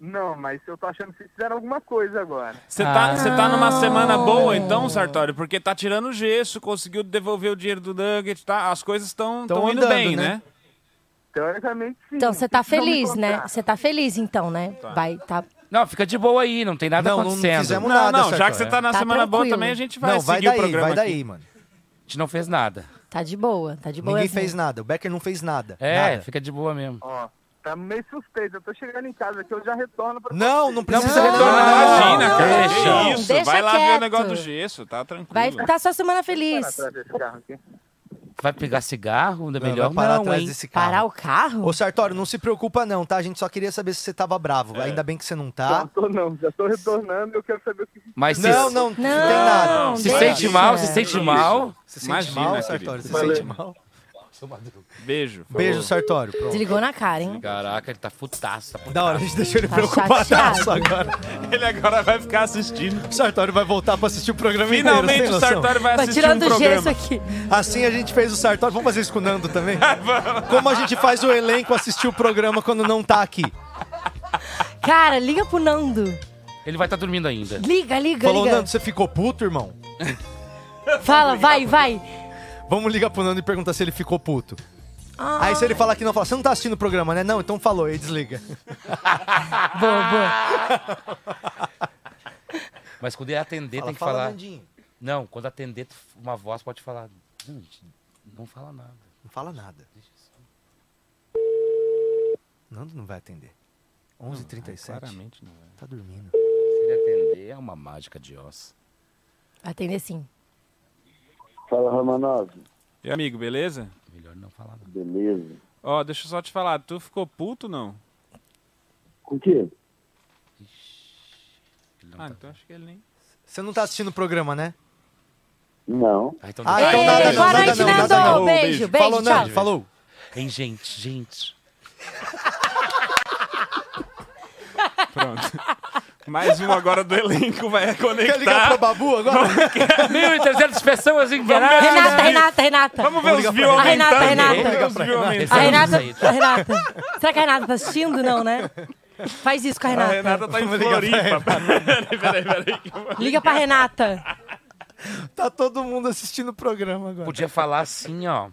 Speaker 9: Não, mas eu tô achando que vocês fizeram alguma coisa agora.
Speaker 4: Você tá,
Speaker 3: Ah.
Speaker 4: você tá numa semana boa, então, Sartori? Porque tá tirando gesso, conseguiu devolver o dinheiro do Nugget, tá? As coisas estão
Speaker 2: Tão
Speaker 4: indo
Speaker 2: andando,
Speaker 4: bem,
Speaker 2: né?
Speaker 4: né?
Speaker 9: Teoricamente, sim.
Speaker 6: Então, você tá
Speaker 9: Vocês vão me
Speaker 6: feliz, né?
Speaker 9: contar.
Speaker 6: Você tá feliz, então, né? Vai, tá.
Speaker 3: Não, fica de boa aí, não tem nada
Speaker 2: Não, não
Speaker 3: acontecendo.
Speaker 2: fizemos-
Speaker 4: Não,
Speaker 2: Nada,
Speaker 4: não, já
Speaker 2: Sartori.
Speaker 4: que você tá na
Speaker 6: Tá
Speaker 4: semana boa
Speaker 6: tranquilo.
Speaker 4: também, a gente vai
Speaker 2: não, vai
Speaker 4: seguir o
Speaker 2: daí,
Speaker 4: programa
Speaker 2: vai daí,
Speaker 4: aqui.
Speaker 2: mano.
Speaker 3: A gente não fez nada.
Speaker 6: Tá de boa, tá de boa.
Speaker 2: Ninguém
Speaker 6: assim.
Speaker 2: fez nada, o Becker não fez nada.
Speaker 3: É,
Speaker 2: nada.
Speaker 3: fica de boa mesmo.
Speaker 9: Ó, tá meio suspeito. Eu tô chegando em casa aqui, eu já retorno pra
Speaker 2: Não, não precisa
Speaker 3: precisa
Speaker 2: retornar.
Speaker 3: retornar,
Speaker 4: Imagina,
Speaker 3: não,
Speaker 4: cara.
Speaker 3: não,
Speaker 4: que
Speaker 3: não,
Speaker 4: isso.
Speaker 6: deixa
Speaker 4: vai lá ver o
Speaker 6: quieto.
Speaker 4: negócio do gesso, tá tranquilo.
Speaker 6: Vai tá sua semana
Speaker 9: parar
Speaker 6: feliz.
Speaker 9: atrás desse carro aqui.
Speaker 3: Vai pegar cigarro? Ainda
Speaker 2: Não,
Speaker 3: melhor
Speaker 2: vai parar
Speaker 3: não,
Speaker 2: atrás
Speaker 3: hein?
Speaker 2: desse carro.
Speaker 6: Parar o carro?
Speaker 2: Ô, Sartório, não se preocupa não, tá? A gente só queria saber se você tava bravo. Ainda bem que você não
Speaker 9: Não,
Speaker 2: tá.
Speaker 9: tô não, já tô retornando eu quero saber o que.
Speaker 3: Mas se,
Speaker 2: Não, não, não, tem
Speaker 6: Não,
Speaker 2: nada.
Speaker 3: se
Speaker 6: deixa.
Speaker 3: sente mal, se sente mal.
Speaker 2: Se sente
Speaker 4: Imagina,
Speaker 2: mal,
Speaker 4: querido.
Speaker 2: Sartório? Se
Speaker 9: Valeu.
Speaker 2: sente mal?
Speaker 4: Beijo. falou.
Speaker 2: Beijo, Sartório. Pronto.
Speaker 6: Desligou na cara, hein?
Speaker 3: Caraca, ele tá futaço. Tá
Speaker 2: Da hora, a gente deixou ele
Speaker 6: Tá
Speaker 2: preocupadaço
Speaker 6: chateado.
Speaker 2: agora.
Speaker 4: Ele agora vai ficar assistindo.
Speaker 2: O Sartório vai voltar pra assistir o programa
Speaker 4: Finalmente
Speaker 2: inteiro,
Speaker 4: o
Speaker 2: sem noção.
Speaker 4: Sartori vai
Speaker 6: Tá
Speaker 4: assistir um
Speaker 6: tirando o gesso
Speaker 4: programa.
Speaker 6: aqui.
Speaker 2: Assim a gente fez o Sartório. Vamos fazer isso com o Nando também? Como a gente faz o elenco assistir o programa quando não tá aqui?
Speaker 6: Cara, liga pro Nando.
Speaker 3: Ele vai estar tá dormindo ainda.
Speaker 6: Liga, liga,
Speaker 2: Falou,
Speaker 6: liga.
Speaker 2: Nando, você ficou puto, irmão?
Speaker 6: Fala, vai, vai.
Speaker 2: Vamos ligar pro Nando e perguntar se ele ficou puto.
Speaker 6: Ah.
Speaker 2: Aí se ele falar que não, fala, você não tá assistindo o programa, né? Não, então falou, aí desliga.
Speaker 6: Boa, boa.
Speaker 3: Mas quando ele atender, tem que
Speaker 2: fala,
Speaker 3: falar.
Speaker 2: Nandinho.
Speaker 3: Não, quando atender, tu- uma voz pode falar. Não, gente, não fala nada.
Speaker 2: Não fala nada. Nando não vai atender. 11h37.
Speaker 4: Claramente não vai.
Speaker 2: Tá dormindo.
Speaker 3: Se ele atender, é uma mágica de osso.
Speaker 6: Atender sim.
Speaker 10: Fala, Romanov.
Speaker 4: E amigo, beleza?
Speaker 3: Melhor não falar nada.
Speaker 10: Beleza.
Speaker 4: Ó, deixa eu só te falar, tu ficou puto não?
Speaker 10: Com o quê?
Speaker 3: Ele não
Speaker 4: Ah,
Speaker 3: tá-
Speaker 4: então acho que ele nem.
Speaker 2: Você não tá assistindo o programa, né?
Speaker 10: Não.
Speaker 3: Ah, então
Speaker 2: Ah,
Speaker 3: deixa-
Speaker 2: então nada
Speaker 6: Ei,
Speaker 2: não,
Speaker 6: boa
Speaker 2: nada
Speaker 6: noite,
Speaker 2: não,
Speaker 6: Nando.
Speaker 2: nada
Speaker 4: não.
Speaker 6: Beijo, beijo,
Speaker 2: falou,
Speaker 6: tchau.
Speaker 2: Nando, falou.
Speaker 3: Hein, gente, gente.
Speaker 4: Pronto. Mais um agora do elenco vai
Speaker 2: Quer ligar
Speaker 4: conectar.
Speaker 2: pro Babu agora?
Speaker 3: 1.300 pessoas em
Speaker 6: Renata, Renata, Renata.
Speaker 4: Vamos ver os views
Speaker 6: A Renata,
Speaker 4: aumentando.
Speaker 6: Renata.
Speaker 4: Vamos ver os views
Speaker 6: A
Speaker 4: aumentando.
Speaker 3: Isso
Speaker 6: Renata,
Speaker 3: aí.
Speaker 4: tá?
Speaker 6: a Renata. Será que a Renata tá assistindo? Não, né? Faz isso com a
Speaker 4: A
Speaker 6: Renata.
Speaker 4: Renata tá em
Speaker 2: Vamos ligar pra
Speaker 4: Floripa. Peraí, peraí, peraí.
Speaker 6: Liga pra Renata.
Speaker 2: tá todo mundo assistindo o programa agora.
Speaker 3: Podia falar assim, ó.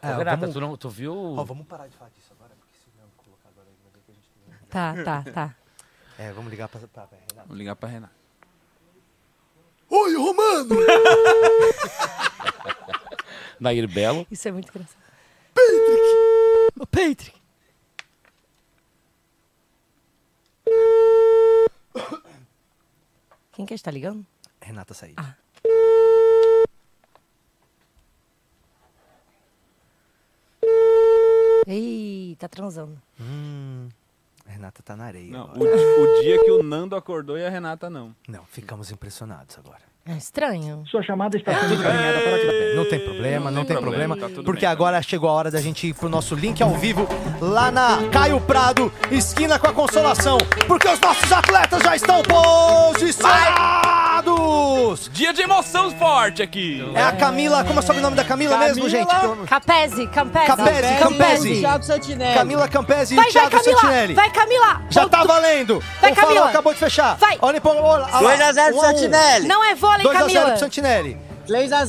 Speaker 2: É,
Speaker 3: Ô, Renata,
Speaker 2: vamos-
Speaker 3: tu, não, tu viu?
Speaker 2: Ó, vamos parar de falar disso agora. porque se não colocar agora ele vai ver que a gente não-
Speaker 6: Tá, tá, tá.
Speaker 2: É, vamos ligar pra, pra, pra Renata.
Speaker 4: Vou ligar pra Renata.
Speaker 2: Oi, Romano!
Speaker 3: Nair Belo.
Speaker 6: Isso é muito engraçado. Patrick! O Patrick! Quem que está ligando?
Speaker 2: Renata saiu.
Speaker 6: Ah. Ih, tá transando.
Speaker 2: Renata tá na areia
Speaker 4: Não, o,
Speaker 2: agora.
Speaker 4: o dia que o Nando acordou e a Renata não.
Speaker 2: Não, ficamos impressionados agora.
Speaker 6: É estranho.
Speaker 7: Sua chamada está sendo encaminhada para
Speaker 2: Tudo bem, Não tem problema, não tem problema,
Speaker 4: tá tudo
Speaker 2: porque
Speaker 4: bem.
Speaker 2: agora chegou a hora da gente ir pro nosso link ao vivo lá na Caio Prado, esquina com a Consolação, porque os nossos atletas já estão posicionados!
Speaker 4: Dia de emoção forte aqui.
Speaker 2: É a Camila, como é o sobrenome da Camila, mesmo, gente?
Speaker 6: Campese, Campese.
Speaker 2: Campese, Campese.
Speaker 8: Thiago Santinelli.
Speaker 2: Camila Campese e
Speaker 6: Vai, vai,
Speaker 2: Thiago
Speaker 6: Camila!
Speaker 2: Santinelli.
Speaker 6: Vai, Camila!
Speaker 2: Já tá valendo!
Speaker 6: Vai,
Speaker 2: o Falou
Speaker 6: Camila.
Speaker 2: acabou de fechar.
Speaker 6: Vai.
Speaker 2: Olha, olha, olha,
Speaker 8: 2x0 pro Santinelli.
Speaker 6: Não é vôlei,
Speaker 2: 2 um. a 0
Speaker 6: Camila!
Speaker 2: pro Santinelli.
Speaker 11: 3x0.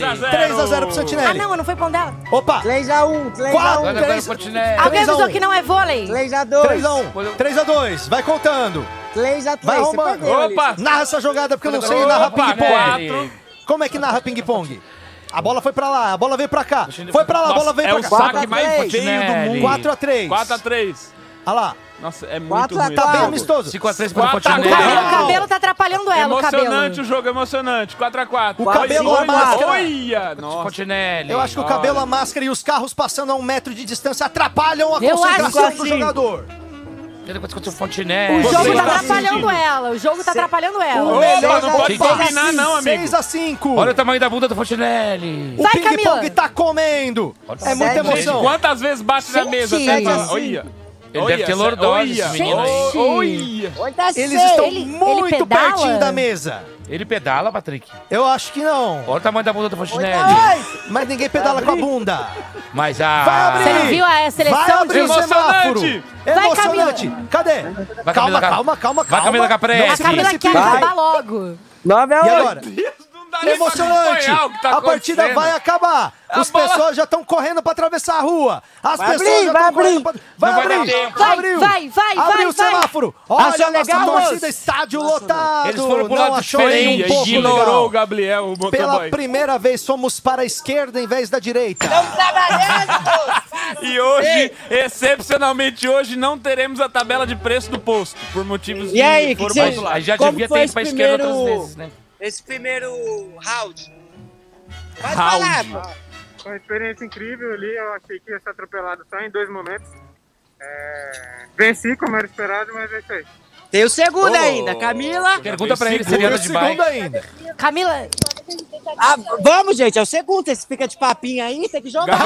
Speaker 2: 3x0. 3x0 pro
Speaker 6: Ah,
Speaker 2: Santinelli.
Speaker 6: não, um. eu não foi pão dela.
Speaker 2: Opa!
Speaker 11: 3x1, 3x1.
Speaker 2: Quatro,
Speaker 6: Agora
Speaker 2: três- um.
Speaker 6: pro Tinelli. Alguém
Speaker 2: três a
Speaker 6: avisou
Speaker 2: um.
Speaker 6: que não é vôlei?
Speaker 11: 3x2.
Speaker 2: 3x1. 3x2. Vai contando.
Speaker 11: 3x3.
Speaker 2: Vai
Speaker 11: você
Speaker 2: arrombando.
Speaker 11: perdeu, Alice.
Speaker 2: Narra essa jogada porque eu não sei narrar
Speaker 11: Opa,
Speaker 2: ping-pong.
Speaker 11: quatro.
Speaker 3: né?
Speaker 2: Como é que narra ping-pong? A bola foi pra lá, a bola veio pra cá. Foi pra lá, a
Speaker 4: Nossa,
Speaker 2: bola veio
Speaker 4: é
Speaker 2: pra
Speaker 4: o
Speaker 2: cá.
Speaker 4: saque
Speaker 2: Quatro a
Speaker 4: mais
Speaker 2: três.
Speaker 4: feio do mundo.
Speaker 2: 4x3.
Speaker 4: 4x3.
Speaker 2: Olha lá.
Speaker 4: Nossa, é muito
Speaker 2: Quatro a
Speaker 4: ruim.
Speaker 2: quatro. Tá bem amistoso.
Speaker 4: 5x3
Speaker 2: pro Fontenelle.
Speaker 3: um.
Speaker 6: O cabelo tá atrapalhando ela, o
Speaker 4: Emocionante
Speaker 6: cabelo.
Speaker 4: o jogo, emocionante. 4x4.
Speaker 2: O cabelo
Speaker 4: olha,
Speaker 2: da máscara.
Speaker 4: Olha, nossa.
Speaker 2: Eu acho que o cabelo, a máscara e os carros passando a um metro de distância atrapalham a
Speaker 6: Eu
Speaker 2: concentração
Speaker 6: acho
Speaker 2: do
Speaker 6: assim.
Speaker 2: jogador.
Speaker 3: O
Speaker 6: O
Speaker 3: Fontenelle.
Speaker 6: jogo
Speaker 3: Você
Speaker 6: tá
Speaker 3: está
Speaker 6: atrapalhando
Speaker 3: assistindo.
Speaker 6: ela, o jogo tá atrapalhando ela.
Speaker 3: Opa, não pode combinar, não, amigo.
Speaker 2: 6x5.
Speaker 3: Olha o tamanho da bunda do Fontenelle.
Speaker 2: O ping-pong tá comendo. É muita
Speaker 3: Sete.
Speaker 2: emoção.
Speaker 3: Gente, quantas vezes bate na mesa até
Speaker 2: Sete a
Speaker 3: falar,
Speaker 2: cinco.
Speaker 3: "Olha, Ele deve ter lordose, esse menino aí.
Speaker 2: Eles estão muito pertinho da mesa.
Speaker 3: Ele pedala, Patrick?
Speaker 2: Eu acho que não.
Speaker 3: Olha o tamanho da bunda do Fontenelle.
Speaker 2: Mas ninguém pedala com a bunda.
Speaker 3: Mas a...
Speaker 2: Vai abrir.
Speaker 6: Você não viu a seleção
Speaker 2: Vai abrir o
Speaker 6: de-
Speaker 2: semáforo.
Speaker 6: Emocionante. Vai,
Speaker 2: Emocionante. Cadê? calma,
Speaker 3: Vai, Camila Cap-
Speaker 2: calma, calma, calma.
Speaker 3: Vai, Camila Caprese.
Speaker 2: Não se
Speaker 3: A Camila
Speaker 2: precipite.
Speaker 6: Quer acabar logo.
Speaker 11: 9
Speaker 2: E agora?
Speaker 4: nem pra
Speaker 2: Emocionante!
Speaker 4: acompanhar o que tá
Speaker 2: a partida
Speaker 4: acontecendo.
Speaker 2: vai acabar!
Speaker 4: A
Speaker 2: As
Speaker 4: bola-
Speaker 2: pessoas já estão correndo pra atravessar a rua! As
Speaker 11: Vai
Speaker 2: pessoas
Speaker 11: abrir,
Speaker 2: já
Speaker 11: vai
Speaker 2: estão
Speaker 11: abrir.
Speaker 2: correndo pra. Vai
Speaker 11: Não vai dar
Speaker 2: abrir!
Speaker 11: tempo.
Speaker 6: Vai,
Speaker 2: Abriu!
Speaker 6: vai, vai,
Speaker 2: Abriu
Speaker 6: vai,
Speaker 2: o
Speaker 6: vai.
Speaker 2: semário! Olha,
Speaker 11: Achou legal,
Speaker 2: nossa
Speaker 11: moço?
Speaker 2: torcida, estádio lotado!
Speaker 4: Eles foram pro
Speaker 2: Não
Speaker 4: lado
Speaker 2: achou nem
Speaker 4: diferente,
Speaker 2: um pouco
Speaker 4: ignorou
Speaker 2: legal.
Speaker 4: o Gabriel, o
Speaker 2: Pela
Speaker 4: motoboy.
Speaker 2: primeira vez somos para a esquerda em vez da direita.
Speaker 4: E hoje, excepcionalmente hoje, não teremos a tabela de preço do posto, por motivos
Speaker 11: E aí,
Speaker 4: que
Speaker 11: que
Speaker 4: foram
Speaker 11: que
Speaker 4: pra
Speaker 11: você-
Speaker 4: outro lado.
Speaker 11: Aí já como devia ter foi ido esse pra esquerda primeiro- outras vezes, né?
Speaker 12: Esse primeiro round. Pode
Speaker 4: Round.
Speaker 12: falar, pô.
Speaker 9: Foi uma experiência incrível ali, eu achei que ia ser atropelado só em dois momentos. É, Venci como era esperado, mas é isso aí.
Speaker 12: Tem o segundo
Speaker 9: Ô,
Speaker 12: ainda, Camila.
Speaker 9: Pergunta pra ele se ele anda de bike.
Speaker 2: ainda.
Speaker 6: Camila. então
Speaker 12: Ah, vamos, gente, é o segundo. Esse fica de papinho aí, tem que jogar.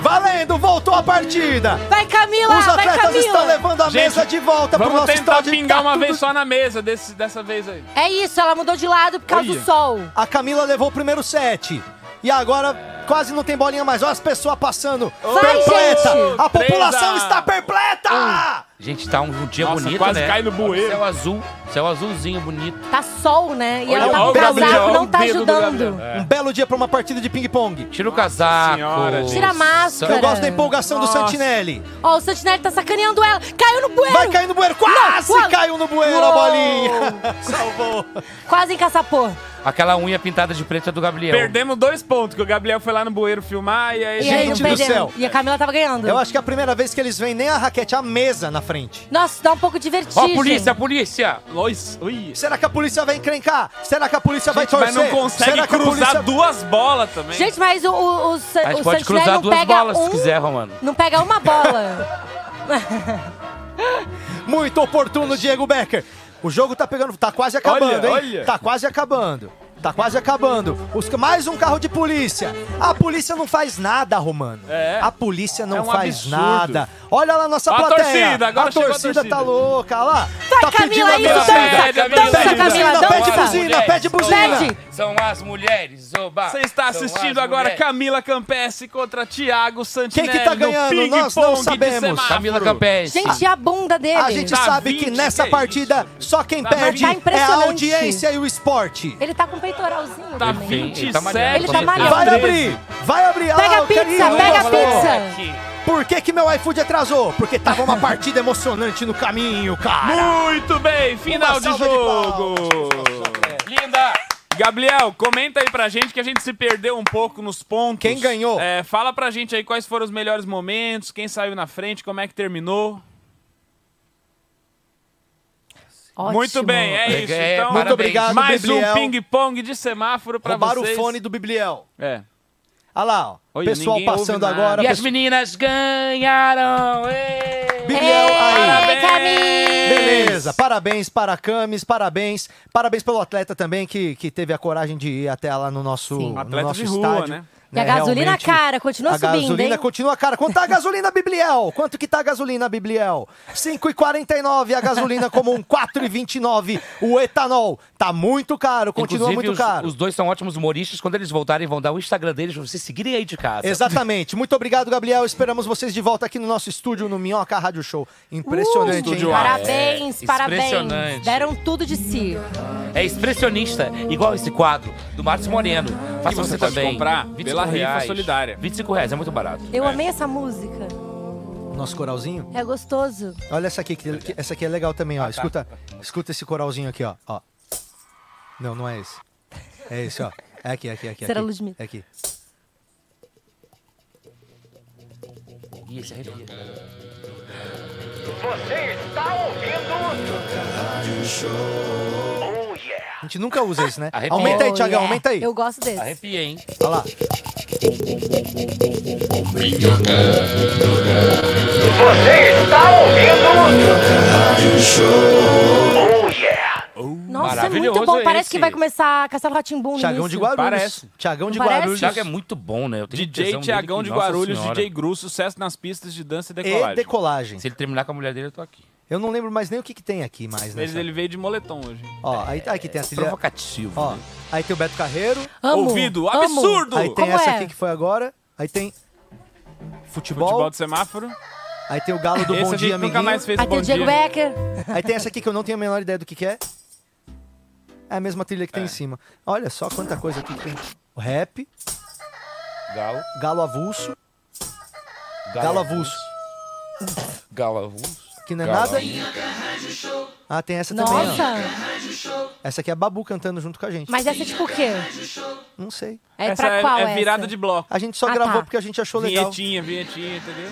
Speaker 2: Valendo, voltou a partida!
Speaker 6: Vai, Camila!
Speaker 2: Os
Speaker 6: vai,
Speaker 2: atletas
Speaker 6: Camila!
Speaker 2: estão levando a
Speaker 4: Gente,
Speaker 2: mesa de volta pro
Speaker 4: Vamos
Speaker 2: nosso
Speaker 4: tentar
Speaker 2: estádio.
Speaker 4: pingar
Speaker 2: Tá
Speaker 4: uma
Speaker 2: tudo
Speaker 4: vez só na mesa desse, dessa vez aí.
Speaker 6: É isso, ela mudou de lado por causa
Speaker 2: Olha.
Speaker 6: do sol.
Speaker 2: A Camila levou o primeiro set. E agora quase não tem bolinha mais. Olha as pessoas passando.
Speaker 6: Vai,
Speaker 2: perpleta.
Speaker 6: gente.
Speaker 2: A população
Speaker 3: Três a-
Speaker 2: está perpleta.
Speaker 3: Gente, tá um, um dia
Speaker 4: Nossa,
Speaker 3: bonito,
Speaker 4: quase
Speaker 3: né?
Speaker 4: cai no bueiro.
Speaker 3: Céu azul, céu azulzinho bonito.
Speaker 6: Tá sol, né? E
Speaker 3: Olha,
Speaker 6: ela
Speaker 3: olha
Speaker 6: tá com
Speaker 3: o Gabriel,
Speaker 6: casaco,
Speaker 3: olha
Speaker 6: não
Speaker 3: o
Speaker 6: tá
Speaker 3: dedo do
Speaker 6: ajudando.
Speaker 4: É.
Speaker 2: Um belo dia para uma partida de ping-pong.
Speaker 3: Tira o casaco.
Speaker 4: senhora,
Speaker 6: Tira a
Speaker 4: Tá.
Speaker 6: máscara.
Speaker 2: Eu gosto da empolgação
Speaker 6: Nossa.
Speaker 2: do Santinelli.
Speaker 6: Ó, o Santinelli tá sacaneando ela. Caiu no bueiro.
Speaker 2: Vai cair no bueiro. Quase
Speaker 6: Não, quase.
Speaker 2: caiu no bueiro a
Speaker 6: Uou.
Speaker 2: bolinha. Salvou.
Speaker 6: Quase encaçapou.
Speaker 3: Aquela unha pintada de preto é do Gabriel.
Speaker 4: Perdemos dois pontos, que o Gabriel foi lá no bueiro filmar e aí...
Speaker 6: E aí, não
Speaker 2: Gente do céu.
Speaker 6: perdemos. E a Camila tava ganhando.
Speaker 2: Eu acho que é a primeira vez que eles vêm nem a raquete, a mesa na frente.
Speaker 6: Nossa, dá um pouco de vertigem.
Speaker 3: polícia!
Speaker 4: Lois, ui.
Speaker 2: Será que a polícia vai encrencar? Será que a polícia vai
Speaker 4: Gente,
Speaker 2: torcer?
Speaker 4: mas não consegue
Speaker 2: Será que a
Speaker 4: cruzar
Speaker 2: polícia-
Speaker 4: duas bolas também.
Speaker 6: Gente, mas o, o, o, Sa-
Speaker 3: A gente
Speaker 6: o
Speaker 3: pode
Speaker 6: Santinelli
Speaker 3: cruzar
Speaker 6: não
Speaker 3: duas
Speaker 6: pega
Speaker 3: bolas
Speaker 6: um,
Speaker 3: se quiser, Romano.
Speaker 6: Não pega uma bola.
Speaker 2: Muito oportuno, Diego Becker. O jogo tá pegando, tá quase acabando,
Speaker 4: Olha,
Speaker 2: hein?
Speaker 4: olha.
Speaker 2: Tá quase acabando. Tá quase acabando. Os- mais um carro de polícia. A polícia não faz nada, Romano.
Speaker 4: É.
Speaker 2: A polícia não
Speaker 4: É um
Speaker 2: faz
Speaker 4: absurdo.
Speaker 2: nada. Olha lá a nossa
Speaker 4: Ó a
Speaker 2: plateia.
Speaker 4: torcida, agora
Speaker 2: a,
Speaker 4: chegou a
Speaker 2: torcida
Speaker 4: torcida.
Speaker 2: tá louca, olha lá.
Speaker 6: Vai,
Speaker 2: tá
Speaker 6: Camila,
Speaker 2: pedindo
Speaker 6: isso,
Speaker 2: a
Speaker 6: dança,
Speaker 2: torcida.
Speaker 6: dança,
Speaker 2: pede
Speaker 6: Camila,
Speaker 2: buzina,
Speaker 6: dança.
Speaker 2: pede buzina, pede buzina.
Speaker 3: São as mulheres, oba.
Speaker 4: Você está
Speaker 3: São
Speaker 4: assistindo
Speaker 3: Ah, então as
Speaker 4: agora
Speaker 3: mulheres.
Speaker 4: Camila Campessi contra Thiago Santinelli.
Speaker 2: Quem que tá
Speaker 4: no
Speaker 2: ganhando?
Speaker 4: ping-pong
Speaker 2: Nós não
Speaker 4: de
Speaker 2: sabemos.
Speaker 4: semáforo.
Speaker 3: Camila Campessi.
Speaker 6: Gente, e a bunda dele.
Speaker 2: A
Speaker 4: Tá
Speaker 2: gente sabe que nessa partida só quem
Speaker 6: Tá
Speaker 2: perde é a
Speaker 6: impressionante.
Speaker 2: audiência e o esporte.
Speaker 6: Ele tá com um peitoralzinho.
Speaker 4: Tá
Speaker 6: também.
Speaker 4: 27
Speaker 6: Ele tá malhando.
Speaker 2: Vai abrir, vai abrir. Ah,
Speaker 6: Pega a
Speaker 2: eu quero
Speaker 6: pizza,
Speaker 2: ir.
Speaker 6: pega a
Speaker 2: Vamos, vamos.
Speaker 6: pizza.
Speaker 2: Por que, que meu iFood atrasou? Porque tava uma partida emocionante no caminho, cara.
Speaker 4: Muito bem, final
Speaker 2: Uma
Speaker 4: de
Speaker 2: salva de
Speaker 4: jogo.
Speaker 3: Linda!
Speaker 4: Gabriel, comenta aí pra gente que a gente se perdeu um pouco nos pontos.
Speaker 2: Quem ganhou?
Speaker 4: É, fala pra gente aí quais foram os melhores momentos, quem saiu na frente, como é que terminou.
Speaker 6: Ótimo.
Speaker 4: Muito bem, é isso.
Speaker 3: É,
Speaker 4: Então,
Speaker 2: muito obrigado,
Speaker 4: mais
Speaker 2: Bibliel.
Speaker 4: um ping-pong de semáforo pra
Speaker 2: Roubaram
Speaker 4: vocês.
Speaker 2: o fone do Bibliel.
Speaker 4: É.
Speaker 2: Olha lá, ó.
Speaker 4: Olha,
Speaker 2: pessoal
Speaker 4: ninguém ouve
Speaker 2: passando
Speaker 4: nada.
Speaker 2: agora.
Speaker 3: E as
Speaker 2: pessoal-
Speaker 3: meninas ganharam! Ê!
Speaker 2: Bibliel aí.
Speaker 6: Ei, Camille!
Speaker 2: Beleza, parabéns para a Camis, parabéns. Parabéns pelo atleta também que, que teve a coragem de ir até lá no nosso, no
Speaker 4: Atleta
Speaker 2: nosso
Speaker 4: de rua,
Speaker 2: estádio.
Speaker 4: né?
Speaker 6: E a gasolina
Speaker 2: realmente,
Speaker 6: cara, continua
Speaker 2: a
Speaker 6: subindo,
Speaker 2: gasolina
Speaker 6: hein?
Speaker 2: continua cara. Quanto tá a gasolina, Bibliel? Quanto que tá a gasolina, Bibliel? 5,49 a gasolina comum, 4,29 o etanol. Tá muito caro, continua
Speaker 3: Inclusive,
Speaker 2: muito
Speaker 3: os,
Speaker 2: caro.
Speaker 3: Os dois são ótimos humoristas. Quando eles voltarem, vão dar o Instagram deles pra vocês seguirem aí de casa.
Speaker 2: Exatamente. Muito obrigado, Gabriel. Esperamos vocês de volta aqui no nosso estúdio no Minhoca Rádio
Speaker 3: Uh!
Speaker 2: Show. Impressionante, hein?
Speaker 4: Estúdio A.
Speaker 6: Parabéns,
Speaker 3: É,
Speaker 6: parabéns.
Speaker 3: impressionante.
Speaker 6: Deram tudo de si.
Speaker 3: é expressionista, igual esse quadro do Márcio Moreno. Faça
Speaker 4: Que você
Speaker 3: você
Speaker 4: pode
Speaker 3: também.
Speaker 4: comprar pela rifa
Speaker 3: solidária. 25 reais, é muito barato.
Speaker 6: Eu amei essa música.
Speaker 2: Nosso coralzinho.
Speaker 6: É gostoso.
Speaker 2: Olha essa aqui, que, que- essa aqui é legal também,
Speaker 3: Ah, tá.
Speaker 2: ó. Escuta, escuta esse coralzinho aqui, ó. ó. Não, não é esse. É esse, ó. É aqui, é aqui, é aqui. é
Speaker 6: Será
Speaker 2: aqui.
Speaker 6: Ludmilla.
Speaker 2: É aqui.
Speaker 3: Ih, esse é arrepia.
Speaker 1: Você está ouvindo? Oh yeah!
Speaker 2: A gente nunca usa isso, né?
Speaker 3: Arrepia.
Speaker 2: Aumenta aí,
Speaker 3: Oh,
Speaker 2: Thiagão,
Speaker 3: yeah.
Speaker 2: aumenta aí.
Speaker 6: É. Eu gosto desse.
Speaker 3: Arrepia, hein?
Speaker 2: Olha lá.
Speaker 1: Você está ouvindo? Oh yeah!
Speaker 6: Nossa, é muito bom. Parece que vai começar Castelo Ratimbum no início.
Speaker 2: Tiagão
Speaker 6: de Não parece? Guarulhos.
Speaker 3: Thiago é muito bom, né? Eu tenho
Speaker 4: DJ
Speaker 3: tesão
Speaker 4: Tiagão
Speaker 3: dele
Speaker 4: de
Speaker 3: que- Nossa
Speaker 4: Guarulhos,
Speaker 3: Senhora.
Speaker 4: DJ Gru, sucesso nas pistas de dança e decolagem.
Speaker 2: E decolagem.
Speaker 3: Se ele terminar com a mulher dele, eu tô aqui.
Speaker 2: Eu não lembro mais nem o que, que tem aqui mais, né?
Speaker 4: Ele, é ele veio de moletom hoje.
Speaker 2: Ó, aí, aí que tem a trilha...
Speaker 3: Provocativo.
Speaker 2: é- Ó, aí tem o Beto Carreiro.
Speaker 4: Amo, Ouvido, amo. absurdo!
Speaker 2: Aí tem
Speaker 4: Como
Speaker 2: essa
Speaker 4: é?
Speaker 2: aqui que foi agora. Aí tem futebol.
Speaker 4: Futebol de semáforo.
Speaker 2: Aí tem o Galo do
Speaker 4: Esse
Speaker 2: Bom
Speaker 4: a gente
Speaker 2: Dia,
Speaker 4: nunca
Speaker 2: Amiguinho.
Speaker 4: mais fez
Speaker 6: Aí tem o Diego é- Becker.
Speaker 2: Aí tem essa aqui que eu não tenho a menor ideia do que, que é. É a mesma trilha que tem em cima. Olha só quanta coisa aqui que tem. O rap.
Speaker 3: Galo.
Speaker 2: Galo avulso. Galo, avulso.
Speaker 3: Galo avulso.
Speaker 2: Que não é
Speaker 3: Galo
Speaker 2: nada.
Speaker 3: avulso.
Speaker 2: Ah, tem essa também.
Speaker 6: Nossa.
Speaker 2: ó. Essa aqui é a Babu cantando junto com a gente.
Speaker 6: Mas essa é tipo o quê?
Speaker 2: Não sei.
Speaker 6: É Essa pra é- qual é
Speaker 4: virada essa? de bloco.
Speaker 2: A gente só
Speaker 6: Ah,
Speaker 2: gravou
Speaker 6: tá.
Speaker 2: porque a gente achou legal.
Speaker 4: Vinhetinha, vinhetinha, entendeu?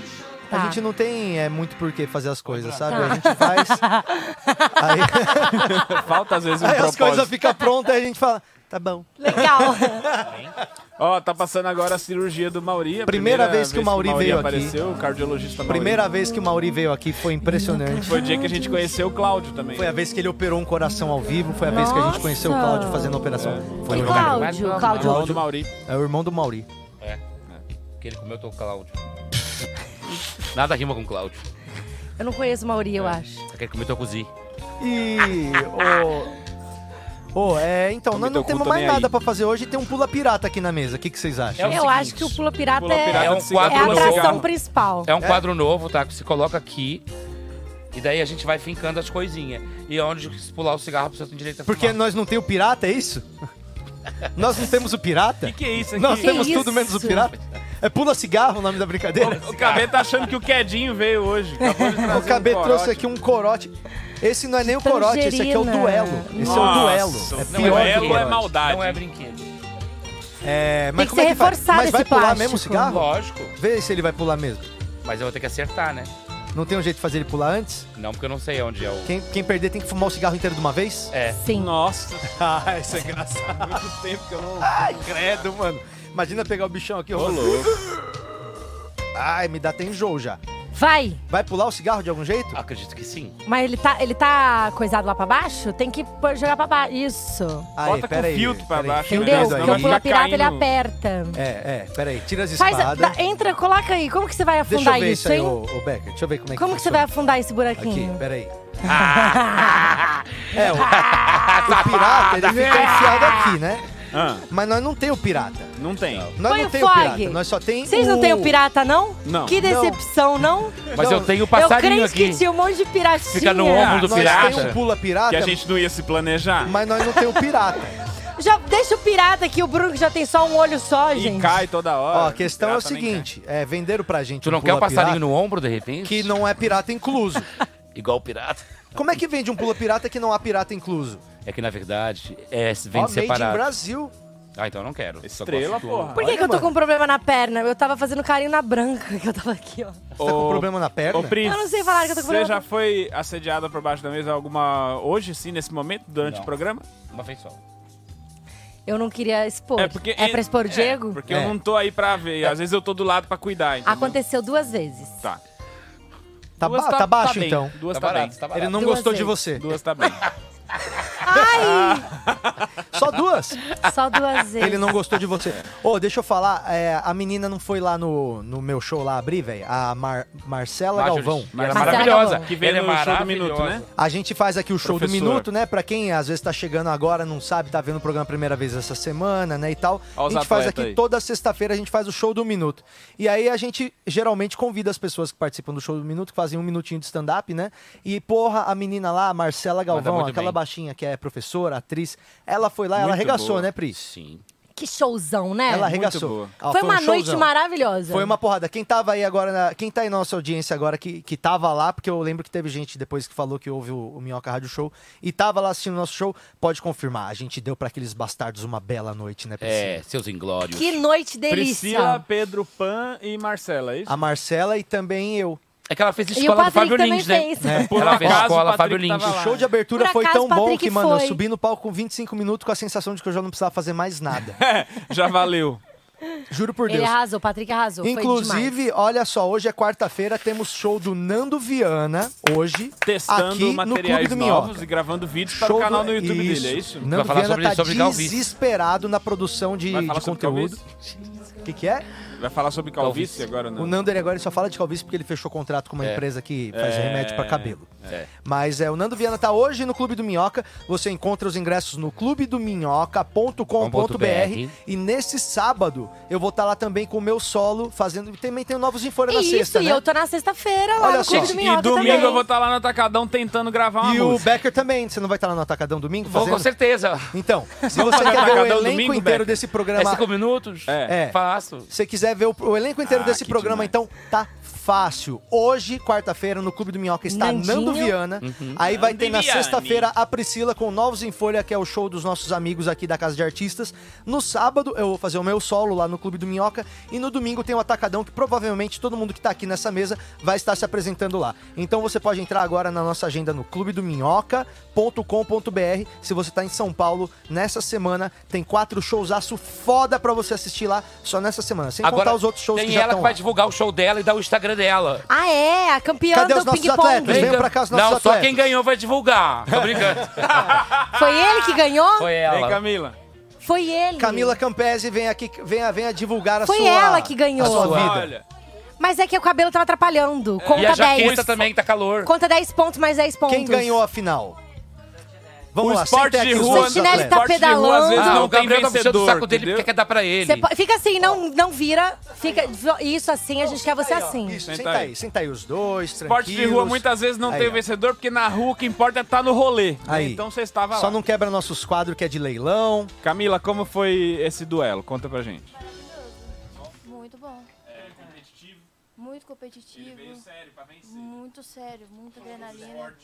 Speaker 2: A gente não tem é, muito por que fazer as coisas, sabe?
Speaker 4: Tá.
Speaker 2: A gente faz. Aí...
Speaker 4: Falta às vezes um
Speaker 2: Aí as
Speaker 4: propósito.
Speaker 2: coisas ficam prontas e a gente fala, tá bom.
Speaker 6: Legal.
Speaker 4: Ó, tá passando agora a cirurgia do Mauri. a
Speaker 2: Primeira vez que o Mauri veio aqui.
Speaker 4: apareceu, o cardiologista Mauri.
Speaker 2: Primeira vez que o Mauri veio aqui foi impressionante.
Speaker 4: Foi o dia que a gente conheceu o Cláudio também.
Speaker 2: Foi a vez que ele operou um coração ao vivo, foi a vez que a gente conheceu o Cláudio fazendo a operação. É, Foi
Speaker 6: E
Speaker 2: legal.
Speaker 6: Cláudio? Cláudio.
Speaker 4: Irmão do Mauri.
Speaker 2: É o irmão do Mauri.
Speaker 3: É. Que ele comeu, eu tô com o Cláudio. Nada rima com Cláudio.
Speaker 6: Eu não conheço o Mauri,
Speaker 2: É.
Speaker 6: eu acho.
Speaker 3: Aquele comeu, eu tô com o Zi.
Speaker 2: E o. Ô, é, então, nós não
Speaker 3: teu cu
Speaker 2: temos mais
Speaker 3: também aí.
Speaker 2: nada pra fazer hoje. Tem um pula pirata aqui na mesa. É O que, que vocês acham?
Speaker 6: eu acho que o Pula Pirata,
Speaker 3: Pula Pirata
Speaker 6: é,
Speaker 3: é um quadro
Speaker 6: é a atração
Speaker 3: legal.
Speaker 6: principal.
Speaker 3: É um quadro novo, tá? Que você coloca aqui. E daí a gente vai fincando as coisinhas. E onde se pular o cigarro, você tem direito a
Speaker 2: Porque nós não temos o pirata, é isso? nós não temos o pirata?
Speaker 4: Que é isso aqui?
Speaker 2: Nós
Speaker 4: Que
Speaker 2: temos
Speaker 4: isso?
Speaker 2: tudo menos o pirata. É pula cigarro o nome da brincadeira?
Speaker 4: O Cabê tá achando que o Quedinho veio hoje. Acabou de trazer
Speaker 2: O KB
Speaker 4: um
Speaker 2: trouxe
Speaker 4: corote.
Speaker 2: aqui um corote. Esse não é nem o corote, esse aqui é o
Speaker 4: Tangerina.
Speaker 2: duelo. Esse é
Speaker 4: Nossa,
Speaker 2: o duelo. É
Speaker 4: não,
Speaker 2: pior
Speaker 4: duelo
Speaker 2: que o corote.
Speaker 4: é maldade.
Speaker 3: Não é brinquedo.
Speaker 2: É, mas
Speaker 3: Tem que
Speaker 2: como é
Speaker 3: ser
Speaker 2: que faz?
Speaker 3: reforçado
Speaker 2: Mas vai
Speaker 3: esse
Speaker 2: pular
Speaker 3: plástico.
Speaker 2: mesmo o cigarro?
Speaker 3: Lógico.
Speaker 2: Vê se ele vai pular mesmo.
Speaker 3: Mas eu vou ter que acertar, né?
Speaker 2: Não tem um jeito de fazer ele pular antes?
Speaker 3: Não, porque eu não sei onde é o.
Speaker 2: Quem, quem perder tem que fumar o cigarro inteiro de uma vez?
Speaker 3: É.
Speaker 6: Sim.
Speaker 4: Nossa.
Speaker 2: ah, isso é engraçado. Muito tempo que eu não... Ai, credo, mano. Imagina pegar o bichão aqui,
Speaker 4: Ô,
Speaker 2: rolando.
Speaker 4: louco.
Speaker 2: Ai, me dá até enjoo já.
Speaker 6: Vai!
Speaker 2: Vai pular o cigarro de algum jeito?
Speaker 3: Acredito que sim.
Speaker 6: Mas ele tá, ele tá coisado lá pra baixo? Tem que pôr- jogar pra baixo. Isso.
Speaker 2: Aí,
Speaker 4: Bota com
Speaker 2: peraí,
Speaker 4: filtro pra
Speaker 2: peraí,
Speaker 4: baixo,
Speaker 2: tem
Speaker 6: Entendeu?
Speaker 2: dedo aí.
Speaker 6: Porque o Pula Pirata, ele aperta.
Speaker 2: É, é, peraí. Tira as
Speaker 6: Faz a-
Speaker 2: espadas.
Speaker 6: dá- entra, coloca aí. Como que você vai
Speaker 2: Deixa eu
Speaker 6: afundar
Speaker 2: ver
Speaker 6: isso,
Speaker 2: aí,
Speaker 6: hein?
Speaker 2: ô, ô Becker. Deixa eu ver como é que
Speaker 6: Como que você vai
Speaker 2: funciona.
Speaker 6: afundar um esse
Speaker 2: Aqui,
Speaker 6: buraquinho?
Speaker 2: peraí. é, o, o pirata, ele fica enfiado aqui, né? Mas nós não tem o pirata.
Speaker 4: Não tem.
Speaker 2: Nós
Speaker 6: Põe
Speaker 2: não
Speaker 6: o
Speaker 2: tem o pirata,
Speaker 6: fog.
Speaker 2: nós só tem
Speaker 6: Vocês não têm o pirata, não?
Speaker 2: Não.
Speaker 6: Que decepção, não?
Speaker 3: Mas eu tenho o passarinho
Speaker 6: Eu creio
Speaker 3: aqui.
Speaker 6: que tinha um monte de piratinha.
Speaker 3: Fica no ombro do
Speaker 2: Nós
Speaker 3: pirata.
Speaker 2: tem um pula pirata.
Speaker 4: Ah, Que a gente não ia se planejar.
Speaker 2: Mas nós não tem o pirata.
Speaker 6: Já deixa o pirata aqui, o Bruno que já tem só um olho só, gente.
Speaker 4: cai toda hora.
Speaker 2: Ó, a questão é o seguinte, é, venderam pra gente
Speaker 3: Tu
Speaker 2: um
Speaker 3: não quer o
Speaker 2: pula
Speaker 3: passarinho
Speaker 2: pirata
Speaker 3: no ombro, de repente?
Speaker 2: que não é pirata incluso.
Speaker 3: Igual o pirata.
Speaker 2: Como é que vende um pula pirata que não há pirata incluso?
Speaker 3: É que, na verdade, é,
Speaker 2: Ó,
Speaker 3: vem
Speaker 2: made in
Speaker 3: separado.
Speaker 2: Brasil.
Speaker 3: Ah, então eu não quero. Só
Speaker 4: Estrela,
Speaker 3: gosto do-
Speaker 4: porra.
Speaker 6: Por que, que eu tô com um problema na perna? Eu tava fazendo carinho na branca que eu tava aqui, ó.
Speaker 4: Você tá
Speaker 2: com problema na perna?
Speaker 4: Ô, Pri,
Speaker 6: Eu não sei falar que eu tô
Speaker 4: Você
Speaker 6: com problema
Speaker 4: já
Speaker 6: na-
Speaker 4: foi assediada por baixo da mesa alguma hoje, sim, nesse momento, durante
Speaker 3: Não.
Speaker 4: o programa?
Speaker 3: Uma vez só.
Speaker 6: Eu não queria expor. É,
Speaker 4: porque
Speaker 6: pra expor o Diego?
Speaker 4: Porque
Speaker 2: É.
Speaker 4: eu não tô aí pra ver. Às vezes eu tô do lado pra cuidar, entendeu?
Speaker 6: Aconteceu duas vezes.
Speaker 4: Tá.
Speaker 2: Tá,
Speaker 4: Duas
Speaker 2: ba-
Speaker 4: tá-
Speaker 2: tá baixo,
Speaker 4: tá bem.
Speaker 2: então.
Speaker 4: Duas Tá tá barato, bem. tá barato.
Speaker 2: Ele não
Speaker 4: Duas
Speaker 2: gostou de
Speaker 4: vezes.
Speaker 2: você.
Speaker 4: Duas tá bem. É.
Speaker 6: Ai!
Speaker 2: Só duas?
Speaker 6: Só duas vezes.
Speaker 2: Ele não gostou de você. Ô, deixa eu falar, é, a menina não foi lá no, no meu show lá abrir, velho? A Mar- Marcela
Speaker 3: Marjorie.
Speaker 2: Galvão.
Speaker 3: Ela é Marcela maravilhosa. Galvão. Que veio
Speaker 2: Ela
Speaker 3: no show do Minuto, né?
Speaker 2: A gente faz aqui o show do
Speaker 3: Professora.
Speaker 2: Minuto, né? Pra quem às vezes tá chegando agora, não sabe, tá vendo o programa a primeira vez essa semana, né, e tal.
Speaker 4: Ó
Speaker 2: a
Speaker 4: os
Speaker 2: gente faz
Speaker 4: atleta
Speaker 2: aqui
Speaker 4: aí.
Speaker 2: toda sexta-feira, a gente faz o show do Minuto. E aí a gente geralmente convida as pessoas que participam do show do Minuto, que fazem um minutinho de stand-up, né? E, porra, a menina lá, a Marcela Galvão,
Speaker 3: muito
Speaker 2: aquela
Speaker 3: bem.
Speaker 2: baixinha que é professora, atriz, ela foi lá, ela
Speaker 3: Muito
Speaker 2: arregaçou,
Speaker 3: boa.
Speaker 2: né, Pri?
Speaker 3: Sim. É.
Speaker 6: Que showzão, né?
Speaker 2: Ela arregaçou. Ó,
Speaker 6: Foi
Speaker 2: um
Speaker 6: uma noite
Speaker 2: showzão.
Speaker 6: maravilhosa.
Speaker 2: Foi uma porrada. Quem tava aí agora, na- quem tá aí na nossa audiência agora, que, que tava lá, porque eu lembro que teve gente depois que falou que houve o, o Minhoca Rádio Show e tava lá assistindo o nosso show, pode confirmar. A gente deu pra aqueles bastardos uma bela noite, né, Priscila?
Speaker 3: É, seus inglórios.
Speaker 6: Que noite delícia.
Speaker 4: Priscila, Pedro Pan e Marcela, é isso?
Speaker 2: A Marcela e também eu.
Speaker 3: É que ela fez
Speaker 4: E escola o do Patrick Fábio também Lins, né? fez. Por
Speaker 2: Ela
Speaker 4: acaso,
Speaker 2: fez escola
Speaker 4: o Patrick
Speaker 2: Fábio Lins.
Speaker 4: tava lá.
Speaker 2: O show de abertura
Speaker 4: Por
Speaker 2: foi
Speaker 4: acaso,
Speaker 2: tão bom
Speaker 4: Patrick
Speaker 2: que, mano, eu
Speaker 4: foi.
Speaker 2: subi no palco com 25 minutos com a sensação de que eu já não precisava fazer mais nada.
Speaker 4: Já valeu.
Speaker 2: Juro por
Speaker 6: Ele
Speaker 2: Deus.
Speaker 6: arrasou, o Patrick arrasou. foi demais.
Speaker 2: Inclusive, olha só, hoje é quarta-feira, temos show do Nando Viana, hoje,
Speaker 4: Testando
Speaker 2: aqui no Clube
Speaker 4: materiais
Speaker 2: do
Speaker 4: novos
Speaker 2: Minhoca.
Speaker 4: e gravando vídeos para o
Speaker 2: Show
Speaker 4: canal
Speaker 2: do-
Speaker 4: Tá no YouTube dele, é isso?
Speaker 2: Nando Viana tá desesperado na produção de,
Speaker 4: Vai falar
Speaker 2: de
Speaker 4: sobre
Speaker 2: conteúdo. O que, que é?
Speaker 4: Vai falar sobre calvície agora, né?
Speaker 2: O Nando ele agora ele só fala de calvície porque ele fechou contrato com uma
Speaker 4: É.
Speaker 2: empresa que faz
Speaker 4: É.
Speaker 2: remédio pra cabelo.
Speaker 4: É.
Speaker 2: Mas é, o Nando Viana tá hoje no Clube do Minhoca. Você encontra os ingressos no clubedominhoca.com.br e nesse sábado eu vou estar lá também com o meu solo fazendo. e Também tem novos Infora na
Speaker 6: Isso,
Speaker 2: sexta,
Speaker 6: e
Speaker 2: né?
Speaker 6: eu tô na sexta-feira lá
Speaker 2: Olha
Speaker 6: no
Speaker 2: só.
Speaker 6: Clube do
Speaker 2: Gente,
Speaker 6: Minhoca
Speaker 4: E domingo
Speaker 6: também.
Speaker 4: eu vou estar lá no Atacadão tentando gravar uma
Speaker 2: E o
Speaker 4: música.
Speaker 2: Becker também, você não vai estar lá no Atacadão domingo?
Speaker 4: Vou,
Speaker 2: fazendo?
Speaker 4: com
Speaker 3: certeza.
Speaker 2: Então, se
Speaker 4: Vou
Speaker 2: você
Speaker 4: fazer
Speaker 2: quer ver o
Speaker 4: Atacadão
Speaker 2: elenco
Speaker 4: domingo,
Speaker 2: inteiro
Speaker 4: Becker?
Speaker 2: desse programa.
Speaker 4: É cinco
Speaker 3: minutos?
Speaker 2: É.
Speaker 3: Faço.
Speaker 2: Se você quiser ver o, o elenco inteiro
Speaker 3: Ah,
Speaker 2: desse
Speaker 3: que
Speaker 2: programa, então tá fácil. Hoje, quarta-feira, no Clube do Minhoca está
Speaker 3: Nandinho.
Speaker 2: Nando Viana.
Speaker 3: Uhum.
Speaker 2: Aí vai ter na
Speaker 3: Nando Viane.
Speaker 2: sexta-feira a Priscila com Novos em Folha, que é o show dos nossos amigos aqui da Casa de Artistas. No sábado, eu vou fazer o meu solo lá no Clube do Minhoca. E no domingo tem o Atacadão, que provavelmente todo mundo que tá aqui nessa mesa vai estar se apresentando lá. Então você pode entrar agora na nossa agenda no clubedominhoca.com.br. Se você tá em São Paulo, nessa semana tem quatro shows aço foda pra você assistir lá, só nessa semana. Sem contar os outros shows
Speaker 3: tem
Speaker 2: que já
Speaker 3: ela
Speaker 2: estão
Speaker 3: que
Speaker 2: lá.
Speaker 3: vai divulgar o show dela e dar o Instagram dela.
Speaker 6: Ah, é? A campeã
Speaker 2: Cadê os
Speaker 6: do
Speaker 2: nossos
Speaker 6: ping-pong.
Speaker 2: atletas? Vem pra cá os nossos
Speaker 3: Não, só
Speaker 2: atletas.
Speaker 3: quem ganhou vai divulgar. Tô brincando.
Speaker 6: Foi ele que ganhou?
Speaker 3: Foi ela. Vem,
Speaker 4: Camila.
Speaker 6: Foi ele.
Speaker 2: Camila Campese, vem aqui, venha, venha divulgar a
Speaker 6: Foi
Speaker 2: sua
Speaker 6: ela que ganhou.
Speaker 2: A sua vida.
Speaker 3: Olha.
Speaker 6: Mas é que o cabelo tava atrapalhando.
Speaker 2: É.
Speaker 6: Conta
Speaker 3: e a
Speaker 6: 10.
Speaker 3: jaqueta também, que tá calor.
Speaker 6: Conta 10 pontos, mais 10 pontos.
Speaker 2: Quem ganhou a final? Vamos
Speaker 3: O
Speaker 2: lá,
Speaker 3: esporte
Speaker 2: sem
Speaker 3: de
Speaker 2: técnico,
Speaker 3: rua-
Speaker 2: sem
Speaker 6: Santinelli
Speaker 2: atleta.
Speaker 6: tá pedalando.
Speaker 3: Ah,
Speaker 4: não
Speaker 3: o Gabriel
Speaker 4: tem
Speaker 3: tá puxando o
Speaker 4: vencedor,
Speaker 3: saco dele porque quer dar pra ele.
Speaker 6: Você po- fica assim, não, não vira. Fica isso assim, a gente quer você assim.
Speaker 2: Senta aí, senta aí os dois,
Speaker 4: Esporte de rua
Speaker 2: tranquilos.
Speaker 4: muitas vezes não
Speaker 2: Aí,
Speaker 4: tem
Speaker 2: ó.
Speaker 4: vencedor, porque na rua o que importa é estar no rolê. né?
Speaker 2: Aí.
Speaker 4: Então você estava
Speaker 2: Só
Speaker 4: lá.
Speaker 2: não quebra nossos quadros que é de leilão.
Speaker 4: Camila, como foi esse duelo? Conta pra gente.
Speaker 13: Muito bom. Muito competitivo. sério pra vencer. Muito sério, muita adrenalina.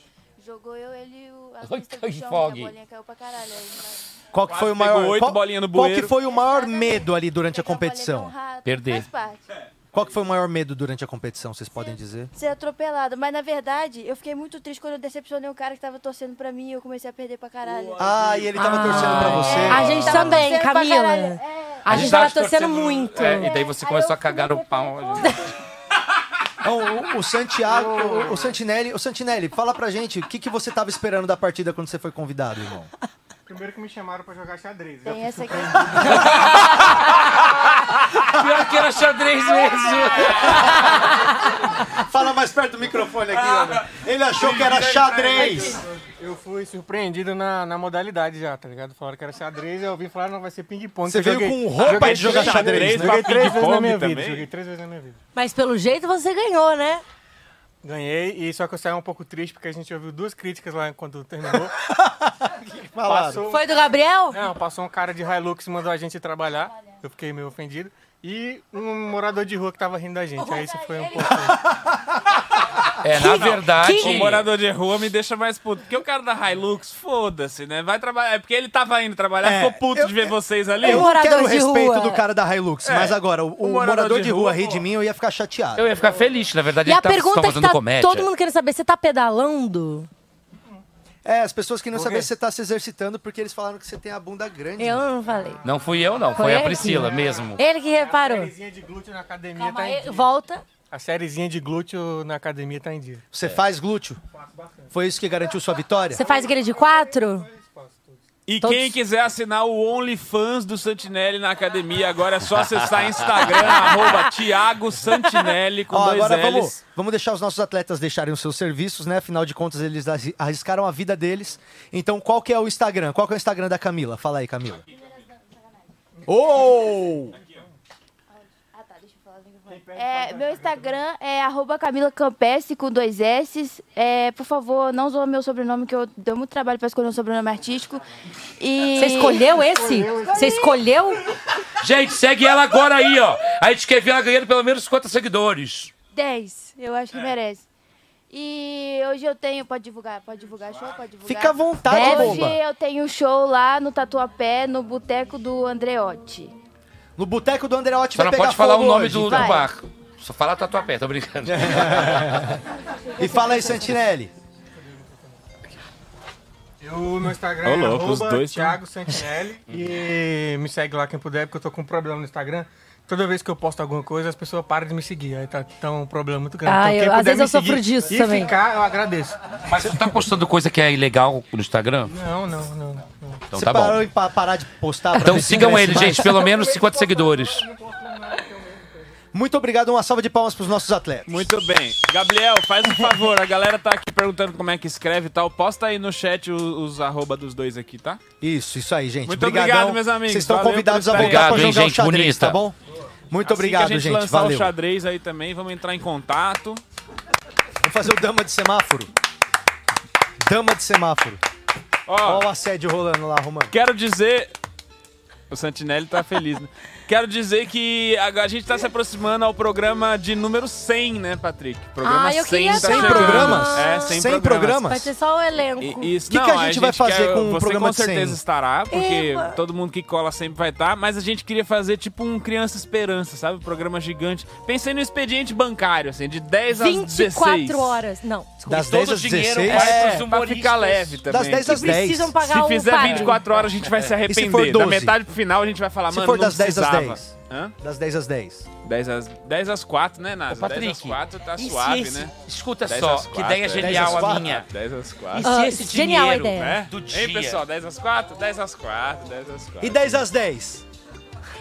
Speaker 13: Jogou eu, ele e o a
Speaker 3: Olha
Speaker 13: pista
Speaker 3: que
Speaker 13: do chão, que
Speaker 3: fogue.
Speaker 13: a bolinha caiu pra caralho. Aí, mas
Speaker 2: Qual que foi o
Speaker 4: pegou
Speaker 2: maior?
Speaker 4: oito
Speaker 2: qual,
Speaker 4: bolinhas no
Speaker 2: qual que
Speaker 4: bueiro.
Speaker 2: foi o maior medo ali durante a competição?
Speaker 13: errado,
Speaker 2: Perder.
Speaker 13: um Faz parte.
Speaker 2: Qual que foi o maior medo durante a competição, vocês podem dizer?
Speaker 13: Ser atropelado. Mas na verdade, eu fiquei muito triste quando eu decepcionei um cara que tava torcendo pra mim e eu comecei a perder pra caralho.
Speaker 2: Ah, e ele tava torcendo pra você.
Speaker 6: é. A gente
Speaker 13: Tava
Speaker 6: também,
Speaker 13: Tá torcendo pra
Speaker 6: Camila.
Speaker 13: caralho. É.
Speaker 6: A gente tava torcendo muito.
Speaker 3: É, e daí você começou a cagar o pau.
Speaker 2: Então, o, o Santiago, o, o Santinelli, o Santinelli, fala pra gente o que, que você tava esperando da partida quando você foi convidado, irmão.
Speaker 14: Primeiro que me chamaram pra jogar xadrez.
Speaker 13: Tem essa aqui.
Speaker 3: Pior que era xadrez
Speaker 2: mesmo. Fala mais perto do microfone aqui, Ana. Ele achou que era xadrez.
Speaker 14: Eu fui surpreendido na, na modalidade já, tá ligado? Falaram que era xadrez, eu vim falar, não, vai ser ping-pong.
Speaker 2: Você
Speaker 14: que eu
Speaker 2: veio
Speaker 14: joguei-
Speaker 2: com um roupa
Speaker 14: joguei
Speaker 2: de jogar
Speaker 14: três-
Speaker 2: xadrez, né?
Speaker 14: Joguei três vezes na
Speaker 2: Ping-pong
Speaker 14: minha vida,
Speaker 2: também?
Speaker 14: joguei três vezes na minha vida.
Speaker 6: Mas pelo jeito você ganhou, né?
Speaker 14: Ganhei, e só que eu saí um pouco triste, porque a gente ouviu duas críticas lá enquanto terminou.
Speaker 2: falaram?
Speaker 6: Foi do Gabriel?
Speaker 14: Não, passou um cara de Hilux e mandou a gente trabalhar. Eu fiquei meio ofendido. E um morador de rua que tava rindo da gente. Aí isso foi um pouco...
Speaker 3: É, na verdade.
Speaker 4: o morador de rua me deixa mais puto. Porque o cara da Hilux, foda-se, né? Vai trabalhar. É porque ele tava indo trabalhar,
Speaker 2: É,
Speaker 4: ficou puto de ver vocês ali.
Speaker 2: Eu não quero o respeito do cara da Hilux,
Speaker 4: É.
Speaker 2: mas agora, o, o morador, de rua, rir
Speaker 4: pô.
Speaker 2: de mim, eu ia ficar chateado.
Speaker 3: Eu ia ficar feliz, na verdade.
Speaker 6: E
Speaker 3: ele
Speaker 6: a
Speaker 3: tá,
Speaker 6: pergunta
Speaker 3: estão
Speaker 6: que
Speaker 3: fazendo
Speaker 6: tá
Speaker 3: comédia.
Speaker 6: todo mundo querendo saber, você tá pedalando?
Speaker 2: É, as pessoas queriam
Speaker 6: Por
Speaker 2: saber
Speaker 6: quê?
Speaker 2: se você tá se exercitando porque eles falaram que você tem a bunda grande.
Speaker 6: Eu não falei.
Speaker 3: Não fui eu, não. Foi,
Speaker 6: Foi
Speaker 3: a
Speaker 6: ele?
Speaker 3: Priscila mesmo.
Speaker 6: Ele que reparou.
Speaker 14: de glúteo na academia
Speaker 6: Calma
Speaker 14: tá em
Speaker 6: aí,
Speaker 14: dia.
Speaker 6: volta.
Speaker 14: A sériezinha de glúteo na academia tá em dia.
Speaker 2: Você faz glúteo? Foi isso que garantiu sua vitória?
Speaker 6: Você faz aquele de quatro?
Speaker 4: E quem quiser assinar o OnlyFans do Santinelli na academia, agora é só acessar Instagram, arroba Thiago Santinelli com
Speaker 2: Ó,
Speaker 4: dois
Speaker 2: agora
Speaker 4: L's.
Speaker 2: vamos, vamos deixar os nossos atletas deixarem os seus serviços, né? Afinal de contas, eles arri- arriscaram a vida deles. Então, qual que é o Instagram? Qual que é o Instagram da Camila? Fala aí, Camila. Oh!
Speaker 13: Ah, tá, É, meu Instagram é arroba Camila Campestre com dois S. É, por favor, não zoa meu sobrenome, que eu dei muito trabalho pra escolher um sobrenome artístico. E...
Speaker 6: Você escolheu esse? Você escolheu?
Speaker 3: Gente, segue ela agora aí, ó. A gente quer ver ela ganhando pelo menos 50 seguidores.
Speaker 13: 10, eu acho
Speaker 6: É.
Speaker 13: que merece. E hoje eu tenho. Pode divulgar, pode divulgar show, pode divulgar.
Speaker 2: Fica à vontade,
Speaker 13: Hoje
Speaker 2: boba.
Speaker 13: eu tenho show lá no Tatuapé, no Boteco do Andreotti.
Speaker 2: No boteco do Andreotti
Speaker 3: Só
Speaker 2: vai
Speaker 3: não
Speaker 2: pegar
Speaker 3: pode falar o
Speaker 2: fogo
Speaker 3: nome
Speaker 2: hoje,
Speaker 3: do, do
Speaker 2: então.
Speaker 3: bar. Só fala tatuapé, tô brincando.
Speaker 2: E fala aí, Santinelli.
Speaker 14: Eu no Instagram
Speaker 4: Ô,
Speaker 14: é
Speaker 4: louco, os
Speaker 14: arroba
Speaker 4: dois tão-
Speaker 14: Thiago Santinelli e me segue lá quem puder, porque eu tô com um problema no Instagram. Toda vez que eu posto alguma coisa, as pessoas param de me seguir. Aí tá, tá um problema muito grande.
Speaker 6: Ah,
Speaker 14: então, quem puder
Speaker 6: eu- às vezes
Speaker 14: me
Speaker 6: eu sofro
Speaker 14: seguir
Speaker 6: disso
Speaker 14: e
Speaker 6: também.
Speaker 14: ficar, eu agradeço.
Speaker 3: Mas você tá postando coisa que é ilegal no Instagram?
Speaker 14: Não, não, não. não.
Speaker 3: Então
Speaker 2: Você
Speaker 3: tá
Speaker 2: parou
Speaker 3: bom.
Speaker 2: em pa- parar de postar pra
Speaker 3: Então
Speaker 2: ver se
Speaker 3: sigam
Speaker 2: cresce
Speaker 3: ele,
Speaker 2: mais?
Speaker 3: gente. Pelo menos 50 seguidores.
Speaker 2: Muito obrigado, uma salva de palmas pros nossos atletas.
Speaker 4: Muito bem. Gabriel, faz um favor. A galera tá aqui perguntando como é que escreve e tal. Posta aí no chat os, os arroba dos dois aqui, tá?
Speaker 2: Isso, isso aí, gente.
Speaker 4: Muito
Speaker 2: Brigadão.
Speaker 4: obrigado, meus amigos.
Speaker 2: Vocês estão
Speaker 4: Valeu
Speaker 2: convidados
Speaker 4: por
Speaker 2: a voltar pra
Speaker 4: estarem aí.
Speaker 2: jogar o xadrez, tá bom? Muito
Speaker 4: Assim
Speaker 2: obrigado,
Speaker 4: que a gente.
Speaker 2: gente.
Speaker 4: lançar
Speaker 2: Valeu.
Speaker 4: o xadrez aí também, vamos entrar em contato.
Speaker 2: Vamos fazer o dama de semáforo. Dama de semáforo.
Speaker 4: Ó,
Speaker 2: o assédio rolando lá, Romano.
Speaker 4: Quero dizer. O Santinelli tá feliz, né? Quero dizer que a, a gente tá se aproximando ao programa de número 100, né, Patrick? Programa
Speaker 6: Ah, eu queria
Speaker 4: tá
Speaker 6: estar.
Speaker 4: chegando.
Speaker 6: 100 programas?
Speaker 4: É, 100,
Speaker 2: Sem programas?
Speaker 6: Vai ser assim. só o elenco.
Speaker 4: E- Isso,
Speaker 2: Que que
Speaker 4: não,
Speaker 2: a gente vai fazer com o
Speaker 4: você
Speaker 2: programa
Speaker 4: com
Speaker 2: de 100?
Speaker 4: certeza estará, porque
Speaker 6: Eba.
Speaker 4: todo mundo que cola sempre vai estar, mas a gente queria fazer tipo um Criança Esperança, sabe? Um programa gigante. Pensei no expediente bancário, assim, de 10 às
Speaker 6: 24
Speaker 4: 16.
Speaker 6: horas. Não. desculpa.
Speaker 4: Das 10 às 16? É, pra ficar leve também.
Speaker 2: Das 10 às
Speaker 4: Que
Speaker 2: 10.
Speaker 6: precisam pagar
Speaker 3: um
Speaker 4: Se
Speaker 6: o
Speaker 4: fizer
Speaker 6: padre.
Speaker 4: 24 horas, a gente vai se
Speaker 2: É. E se
Speaker 4: arrepender.
Speaker 2: for
Speaker 4: Da
Speaker 2: 12?
Speaker 4: metade pro final, a gente vai falar,
Speaker 2: Se
Speaker 4: mano,
Speaker 2: for
Speaker 4: não
Speaker 2: das 10 às 10.
Speaker 4: precisava. Hã?
Speaker 2: Das 10 às 10.
Speaker 4: 10 às, 10 às 4, né, Nasa?
Speaker 3: Patrick,
Speaker 4: 10 às 4 tá
Speaker 3: e se
Speaker 4: suave,
Speaker 3: esse-
Speaker 4: né?
Speaker 3: escuta
Speaker 4: 10
Speaker 3: só,
Speaker 4: às
Speaker 3: que
Speaker 4: 4,
Speaker 3: ideia
Speaker 4: é.
Speaker 3: genial a minha.
Speaker 4: 10 às 4.
Speaker 3: E se Ah, esse genial dinheiro, ideia.
Speaker 4: né?
Speaker 3: do
Speaker 4: Ei,
Speaker 3: dia?
Speaker 4: pessoal, 10 às 4, 10 às 4, 10 às 4.
Speaker 2: E 10 às 10?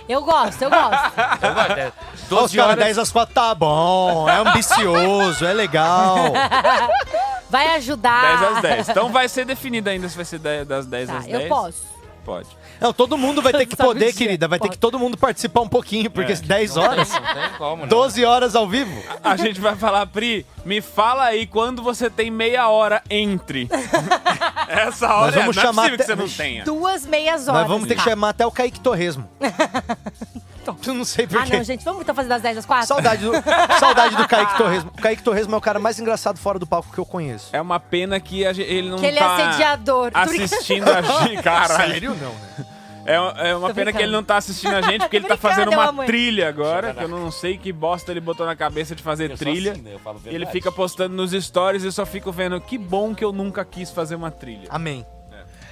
Speaker 6: Eu gosto, eu gosto.
Speaker 2: Ó, os
Speaker 4: 12
Speaker 2: caras,
Speaker 4: horas.
Speaker 2: 10 às 4 tá bom, é ambicioso, é legal.
Speaker 6: Vai
Speaker 4: 10 às
Speaker 6: ajudar.
Speaker 4: 10. Então vai ser definido ainda se vai ser da- das 10
Speaker 6: Tá,
Speaker 4: às 10.
Speaker 6: eu posso.
Speaker 4: Pode.
Speaker 2: Não, todo mundo vai ter que
Speaker 6: Sabe
Speaker 2: poder,
Speaker 6: disso,
Speaker 2: querida. Vai ter
Speaker 6: pode.
Speaker 2: que todo mundo participar um pouquinho, porque
Speaker 4: É.
Speaker 2: 10 horas,
Speaker 3: Não tem como, né? não.
Speaker 2: 12 horas ao vivo.
Speaker 4: A gente vai falar, Pri, me fala aí quando você tem meia hora entre. Essa hora
Speaker 2: Nós vamos
Speaker 4: não é
Speaker 2: chamar
Speaker 4: possível que
Speaker 2: até-
Speaker 4: você não tenha.
Speaker 6: Duas meias horas.
Speaker 2: Nós vamos ter que
Speaker 6: tá?
Speaker 2: chamar até o Kaique Torresmo. Eu não sei
Speaker 6: Ah,
Speaker 2: porquê.
Speaker 6: não, gente, vamos então fazer das 10 às 4?
Speaker 2: Saudade do, saudade do Kaique Torresmo. O Kaique Torresmo é o cara mais engraçado fora do palco que eu conheço.
Speaker 4: É uma pena que a gente- ele não
Speaker 6: Que ele é
Speaker 4: tá
Speaker 6: assediador.
Speaker 4: assistindo a gente. Caralho.
Speaker 2: Sério não, né?
Speaker 4: É, um- é uma pena
Speaker 6: Tô brincando.
Speaker 4: que ele não tá assistindo a gente, porque ele tá
Speaker 6: brincando, é
Speaker 4: fazendo uma
Speaker 6: mamãe.
Speaker 4: trilha agora, que eu não sei que bosta ele botou na cabeça de fazer trilha.
Speaker 2: assim, né?
Speaker 4: E ele fica postando nos stories e eu só fico vendo, que bom que eu nunca quis fazer uma trilha.
Speaker 2: Amém.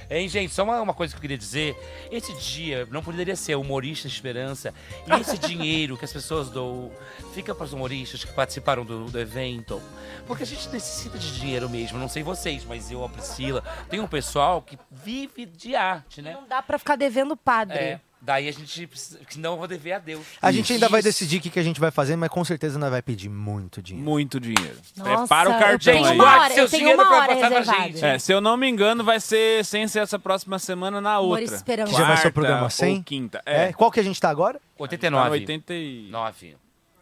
Speaker 3: Hein, gente, só uma, uma coisa que eu queria dizer. Esse dia não poderia ser humorista esperança. E esse dinheiro que as pessoas doam fica para os humoristas que participaram do, do evento. Porque a gente necessita de dinheiro mesmo. Não sei vocês, mas eu, a Priscila, tem um pessoal que vive de arte, né?
Speaker 6: Não dá pra ficar devendo o padre.
Speaker 3: É, daí a gente precisa, que não eu vou dever a Deus.
Speaker 2: A gente ainda vai decidir o que que a gente vai fazer, mas com certeza nós vai pedir muito dinheiro.
Speaker 4: Muito dinheiro.
Speaker 6: Nossa,
Speaker 4: Prepara o
Speaker 6: eu
Speaker 4: cartão
Speaker 6: tenho
Speaker 4: aí.
Speaker 6: uma hora, Guarde eu seus tenho dinheiro uma pra hora botar pra reservada. gente.
Speaker 4: É, se eu não me engano, vai ser sem ser essa próxima semana na
Speaker 6: Amor
Speaker 4: outra.
Speaker 6: e esperança.
Speaker 2: Que já vai ser o
Speaker 4: Quarta
Speaker 2: programa
Speaker 4: ou
Speaker 2: 100?
Speaker 4: quinta. É.
Speaker 2: Qual que a gente tá agora?
Speaker 3: 89.
Speaker 4: Tá no 89.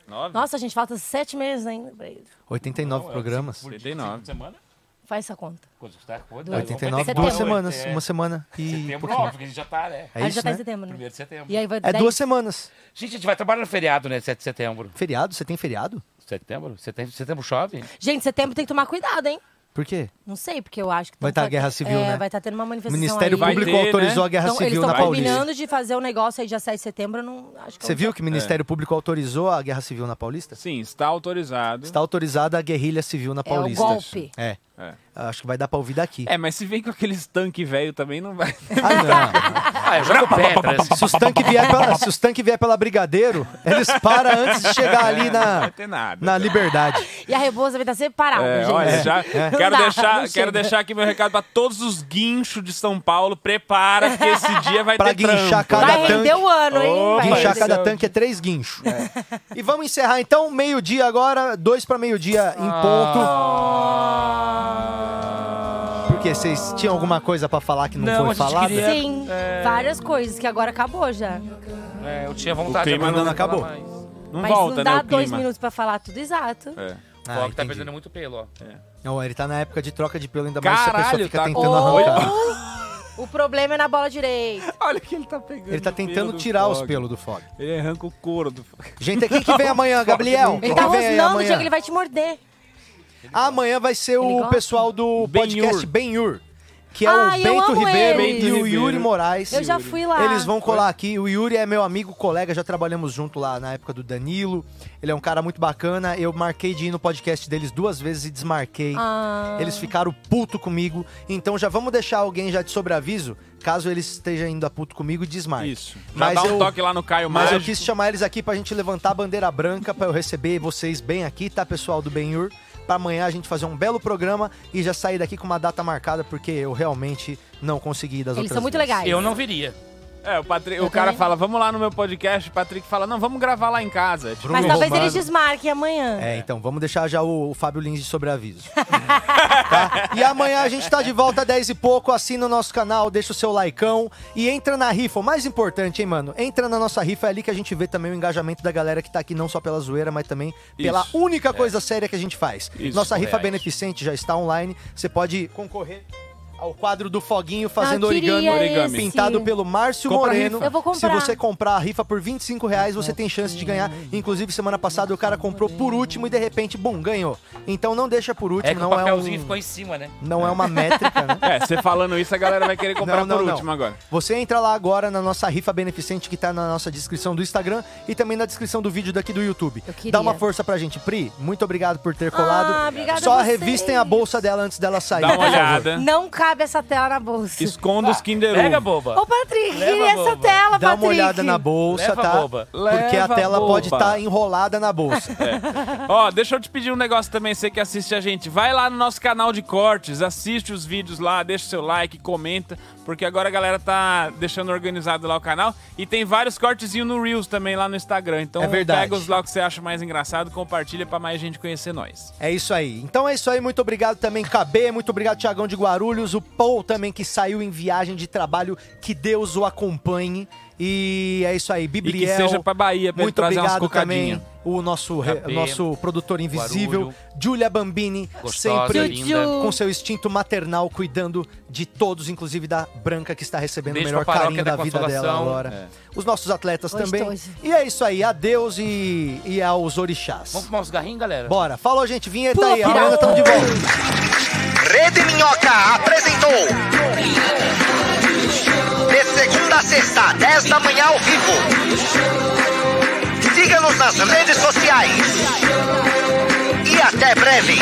Speaker 4: 9?
Speaker 6: Nossa, gente, falta sete meses ainda pra ele.
Speaker 3: é
Speaker 2: 89 programas.
Speaker 4: 89.
Speaker 3: Semana?
Speaker 6: Faz essa conta.
Speaker 3: Quanto está? Quanto?
Speaker 2: 89,
Speaker 6: Setembro.
Speaker 2: duas semanas.
Speaker 3: É.
Speaker 2: Uma semana e um
Speaker 3: Setembro,
Speaker 2: pouquinho.
Speaker 3: óbvio, que a gente já tá, né?
Speaker 2: É
Speaker 6: Aí já
Speaker 2: isso,
Speaker 6: tá em
Speaker 2: né?
Speaker 6: setembro, né?
Speaker 3: Primeiro de setembro.
Speaker 6: E aí vai
Speaker 2: É
Speaker 6: dez-
Speaker 2: duas semanas.
Speaker 3: Gente, a gente vai trabalhar no feriado, né? 7 de setembro.
Speaker 2: Feriado? Você tem feriado?
Speaker 3: Setembro? Setembro, setembro chove?
Speaker 6: Gente, setembro tem que tomar cuidado, hein?
Speaker 2: Por quê?
Speaker 6: Não sei, porque eu acho que...
Speaker 2: Vai
Speaker 6: tão-
Speaker 2: tá a guerra civil,
Speaker 6: é,
Speaker 2: né?
Speaker 6: vai estar tendo uma
Speaker 2: O
Speaker 6: manifestação
Speaker 2: Ministério
Speaker 6: aí.
Speaker 2: Público
Speaker 4: Vai ter,
Speaker 2: autorizou
Speaker 4: né?
Speaker 2: a guerra
Speaker 6: então, eles
Speaker 2: civil
Speaker 6: estão
Speaker 2: na Paulista.
Speaker 6: combinando de fazer o negócio aí dia 7 de setembro, eu não acho que
Speaker 2: Você
Speaker 6: eu-
Speaker 2: viu que o Ministério
Speaker 4: É.
Speaker 2: Público autorizou a guerra civil na Paulista?
Speaker 4: Sim, está autorizado.
Speaker 2: Está autorizada a Tá guerrilha civil na
Speaker 6: É o
Speaker 2: Paulista.
Speaker 6: golpe.
Speaker 2: É. Acho que vai dar pra ouvir daqui.
Speaker 4: É, mas se vem com aqueles tanque velho também não vai.
Speaker 3: Ah, eu jogo
Speaker 4: É.
Speaker 3: pedras.
Speaker 2: Se os tanques vier pela, se os tanque vier pela Brigadeiro, eles param antes de chegar ali
Speaker 4: É, não
Speaker 2: na,
Speaker 4: vai ter nada.
Speaker 2: na Liberdade.
Speaker 6: E a Rebouça vai estar sempre parada,
Speaker 4: É,
Speaker 6: gente.
Speaker 4: olha, já
Speaker 6: Não
Speaker 4: quero,
Speaker 6: dá, não
Speaker 4: deixar,
Speaker 6: chega.
Speaker 4: quero deixar aqui meu recado pra todos os guinchos de São Paulo. Prepara, porque esse dia vai
Speaker 2: Pra
Speaker 4: ter
Speaker 2: guinchar
Speaker 4: trampo.
Speaker 2: cada tanque.
Speaker 4: Opa,
Speaker 2: Guinchar
Speaker 4: esse
Speaker 2: cada
Speaker 4: é o-
Speaker 2: tanque é três guinchos. E vamos encerrar então, meio-dia agora, dois pra meio-dia em
Speaker 4: Ah.
Speaker 2: ponto. Porque vocês tinham alguma coisa pra falar que não,
Speaker 3: Não, a
Speaker 2: foi
Speaker 3: gente
Speaker 2: falada?
Speaker 3: queria-
Speaker 6: Sim,
Speaker 2: É.
Speaker 6: várias coisas que agora acabou já.
Speaker 3: É, eu tinha vontade.
Speaker 2: O clima
Speaker 3: agora
Speaker 2: não
Speaker 3: vou falar
Speaker 2: acabou.
Speaker 3: mais.
Speaker 4: Não né,
Speaker 6: Mas
Speaker 2: né,
Speaker 6: não dá dois minutos pra falar tudo exato.
Speaker 3: O Rock tá perdendo muito pelo, ó.
Speaker 2: Ah, Não, ele tá na época de troca de pelo, ainda mais se a pessoa
Speaker 4: Caralho,
Speaker 2: fica
Speaker 4: tá
Speaker 2: tentando
Speaker 4: com-
Speaker 2: arrancar.
Speaker 6: O problema é na bola direita.
Speaker 4: Olha que ele tá pegando.
Speaker 2: Ele tá
Speaker 4: pelo
Speaker 2: tentando
Speaker 4: do
Speaker 2: tirar os
Speaker 4: Fog.
Speaker 2: pelos do Fog.
Speaker 4: Ele arranca o couro do Fog.
Speaker 2: Gente, é quem que vem amanhã, Gabriel?
Speaker 6: Ele tá
Speaker 2: Quem vem aí
Speaker 6: rosnando,
Speaker 2: amanhã?
Speaker 6: chega, ele vai te morder.
Speaker 2: Amanhã vai ser
Speaker 6: Ele
Speaker 2: o
Speaker 6: gosta?
Speaker 2: pessoal do podcast Ben-Hur. Que é
Speaker 6: Ah,
Speaker 2: o
Speaker 6: eu
Speaker 2: Bento
Speaker 6: amo
Speaker 2: Ribeiro
Speaker 6: eles.
Speaker 2: e o
Speaker 6: Bento
Speaker 2: Yuri
Speaker 6: Ribeiro.
Speaker 2: Moraes.
Speaker 6: Eu já fui lá.
Speaker 2: Eles vão colar aqui. O Yuri é meu amigo, colega, já trabalhamos junto lá na época do Danilo. Ele é um cara muito bacana. Eu marquei de ir no podcast deles duas vezes e desmarquei.
Speaker 6: Ah.
Speaker 2: Eles ficaram puto comigo. Então já vamos deixar alguém já de sobreaviso, caso eles estejam indo a puto comigo, desmarque. Isso.
Speaker 4: Já dá um toque lá no Caio
Speaker 2: Mas eu
Speaker 4: Mágico.
Speaker 2: quis chamar eles aqui pra gente levantar a bandeira branca, pra eu receber vocês bem aqui, tá, pessoal do Benhur? Pra amanhã a gente fazer um belo programa e já sair daqui com uma data marcada, porque eu realmente não consegui ir das outras vezes.
Speaker 3: Eu não viria.
Speaker 4: É, o, Patri-
Speaker 3: Eu
Speaker 4: o cara
Speaker 3: também.
Speaker 4: fala, vamos lá no meu podcast. O Patrick fala, não, vamos gravar lá em casa. É tipo
Speaker 6: Mas
Speaker 4: um
Speaker 6: talvez
Speaker 4: romano.
Speaker 6: eles desmarquem amanhã.
Speaker 2: É, então vamos deixar já o, o Fábio Lins de sobreaviso. Tá? E amanhã a gente tá de volta às 10 e pouco. Assina o nosso canal, deixa o seu likeão e entra na rifa. O mais importante, hein, mano? Entra na nossa rifa, é ali que a gente vê também o engajamento da galera que tá aqui, não só pela zoeira, mas também pela
Speaker 15: Isso. É.
Speaker 2: única coisa séria que a gente faz.
Speaker 15: Isso,
Speaker 2: nossa rifa
Speaker 15: reais.
Speaker 2: beneficente já está online. Você pode concorrer. Ao quadro do Foguinho fazendo
Speaker 15: Ah, eu queria
Speaker 2: origami,
Speaker 15: Origami. esse.
Speaker 2: pintado pelo Márcio
Speaker 15: Compra a
Speaker 2: Moreno.
Speaker 15: rifa. Eu vou
Speaker 2: Se
Speaker 15: comprar.
Speaker 2: você comprar a rifa por 25 reais, você tem chance de ganhar. Inclusive, semana passada o cara comprou por último e de repente, bum, ganhou. Então não deixa por último,
Speaker 3: é que o
Speaker 2: não é
Speaker 3: papelzinho
Speaker 2: um.
Speaker 3: ficou em cima, né?
Speaker 2: Não é uma métrica, né?
Speaker 4: É, você falando isso, a galera vai querer comprar
Speaker 2: Não, não,
Speaker 4: por
Speaker 2: não.
Speaker 4: último agora.
Speaker 2: Você entra lá agora na nossa rifa beneficente que tá na nossa descrição do Instagram e também na descrição do vídeo daqui do YouTube. Dá uma força pra gente. Pri, muito obrigado por ter colado.
Speaker 6: Ah, obrigada
Speaker 2: Só
Speaker 6: a vocês.
Speaker 2: revistem a bolsa dela antes dela sair.
Speaker 4: Dá uma
Speaker 2: por favor.
Speaker 4: olhada.
Speaker 6: Não cabe essa tela na bolsa.
Speaker 4: Esconda os Kinder
Speaker 2: pega,
Speaker 4: Ovo.
Speaker 3: boba.
Speaker 6: Ô, Patrick,
Speaker 3: Leva,
Speaker 6: queria essa
Speaker 3: boba.
Speaker 6: tela,
Speaker 2: Dá uma
Speaker 6: Patrick.
Speaker 2: olhada na bolsa,
Speaker 4: Leva,
Speaker 2: tá?
Speaker 4: boba.
Speaker 2: Porque a
Speaker 4: Leva,
Speaker 2: tela pode estar
Speaker 4: boba.
Speaker 2: enrolada na bolsa.
Speaker 4: É. Ó, deixa eu te pedir um negócio também, você que assiste a gente. Vai lá no nosso canal de cortes, assiste os vídeos lá, deixa seu like, comenta, porque agora a galera tá deixando organizado lá o canal. E tem vários cortezinhos no Reels também lá no Instagram. Então
Speaker 2: É verdade.
Speaker 4: pega os lá que você acha mais engraçado, compartilha pra mais gente conhecer nós.
Speaker 2: É isso aí. Então é isso aí. Muito obrigado também, KB. Muito obrigado, Tiagão de Guarulhos. O Paul também, que saiu em viagem de trabalho. Que Deus o acompanhe. E é isso aí. Bibliel.
Speaker 4: E que seja pra Bahia pra ele
Speaker 2: Muito
Speaker 4: trazer umas
Speaker 2: obrigado também.
Speaker 4: cocadinha.
Speaker 2: O nosso, re-
Speaker 4: KB,
Speaker 2: nosso produtor invisível,
Speaker 4: Guarulho.
Speaker 2: Julia Bambini,
Speaker 3: Gostosa,
Speaker 2: sempre
Speaker 3: linda.
Speaker 2: com seu instinto maternal, cuidando de todos, inclusive da Branca, que está recebendo
Speaker 3: Beijo
Speaker 2: o melhor
Speaker 3: pra Paróquia
Speaker 2: carinho da,
Speaker 3: da
Speaker 2: vida dela
Speaker 3: Consolação. É.
Speaker 2: agora. Os nossos atletas
Speaker 3: Gostoso.
Speaker 2: também. E é isso aí. Adeus e, e aos orixás.
Speaker 3: Vamos fumar uns garrinhos, galera?
Speaker 2: Bora. Falou, gente. Vinheta
Speaker 3: Pula,
Speaker 2: aí.
Speaker 3: pirata.
Speaker 2: Amanhã estamos de volta.
Speaker 1: Rede Minhoca apresentou. De segunda a sexta, 10 da manhã ao vivo. Siga-nos nas redes sociais. E até breve.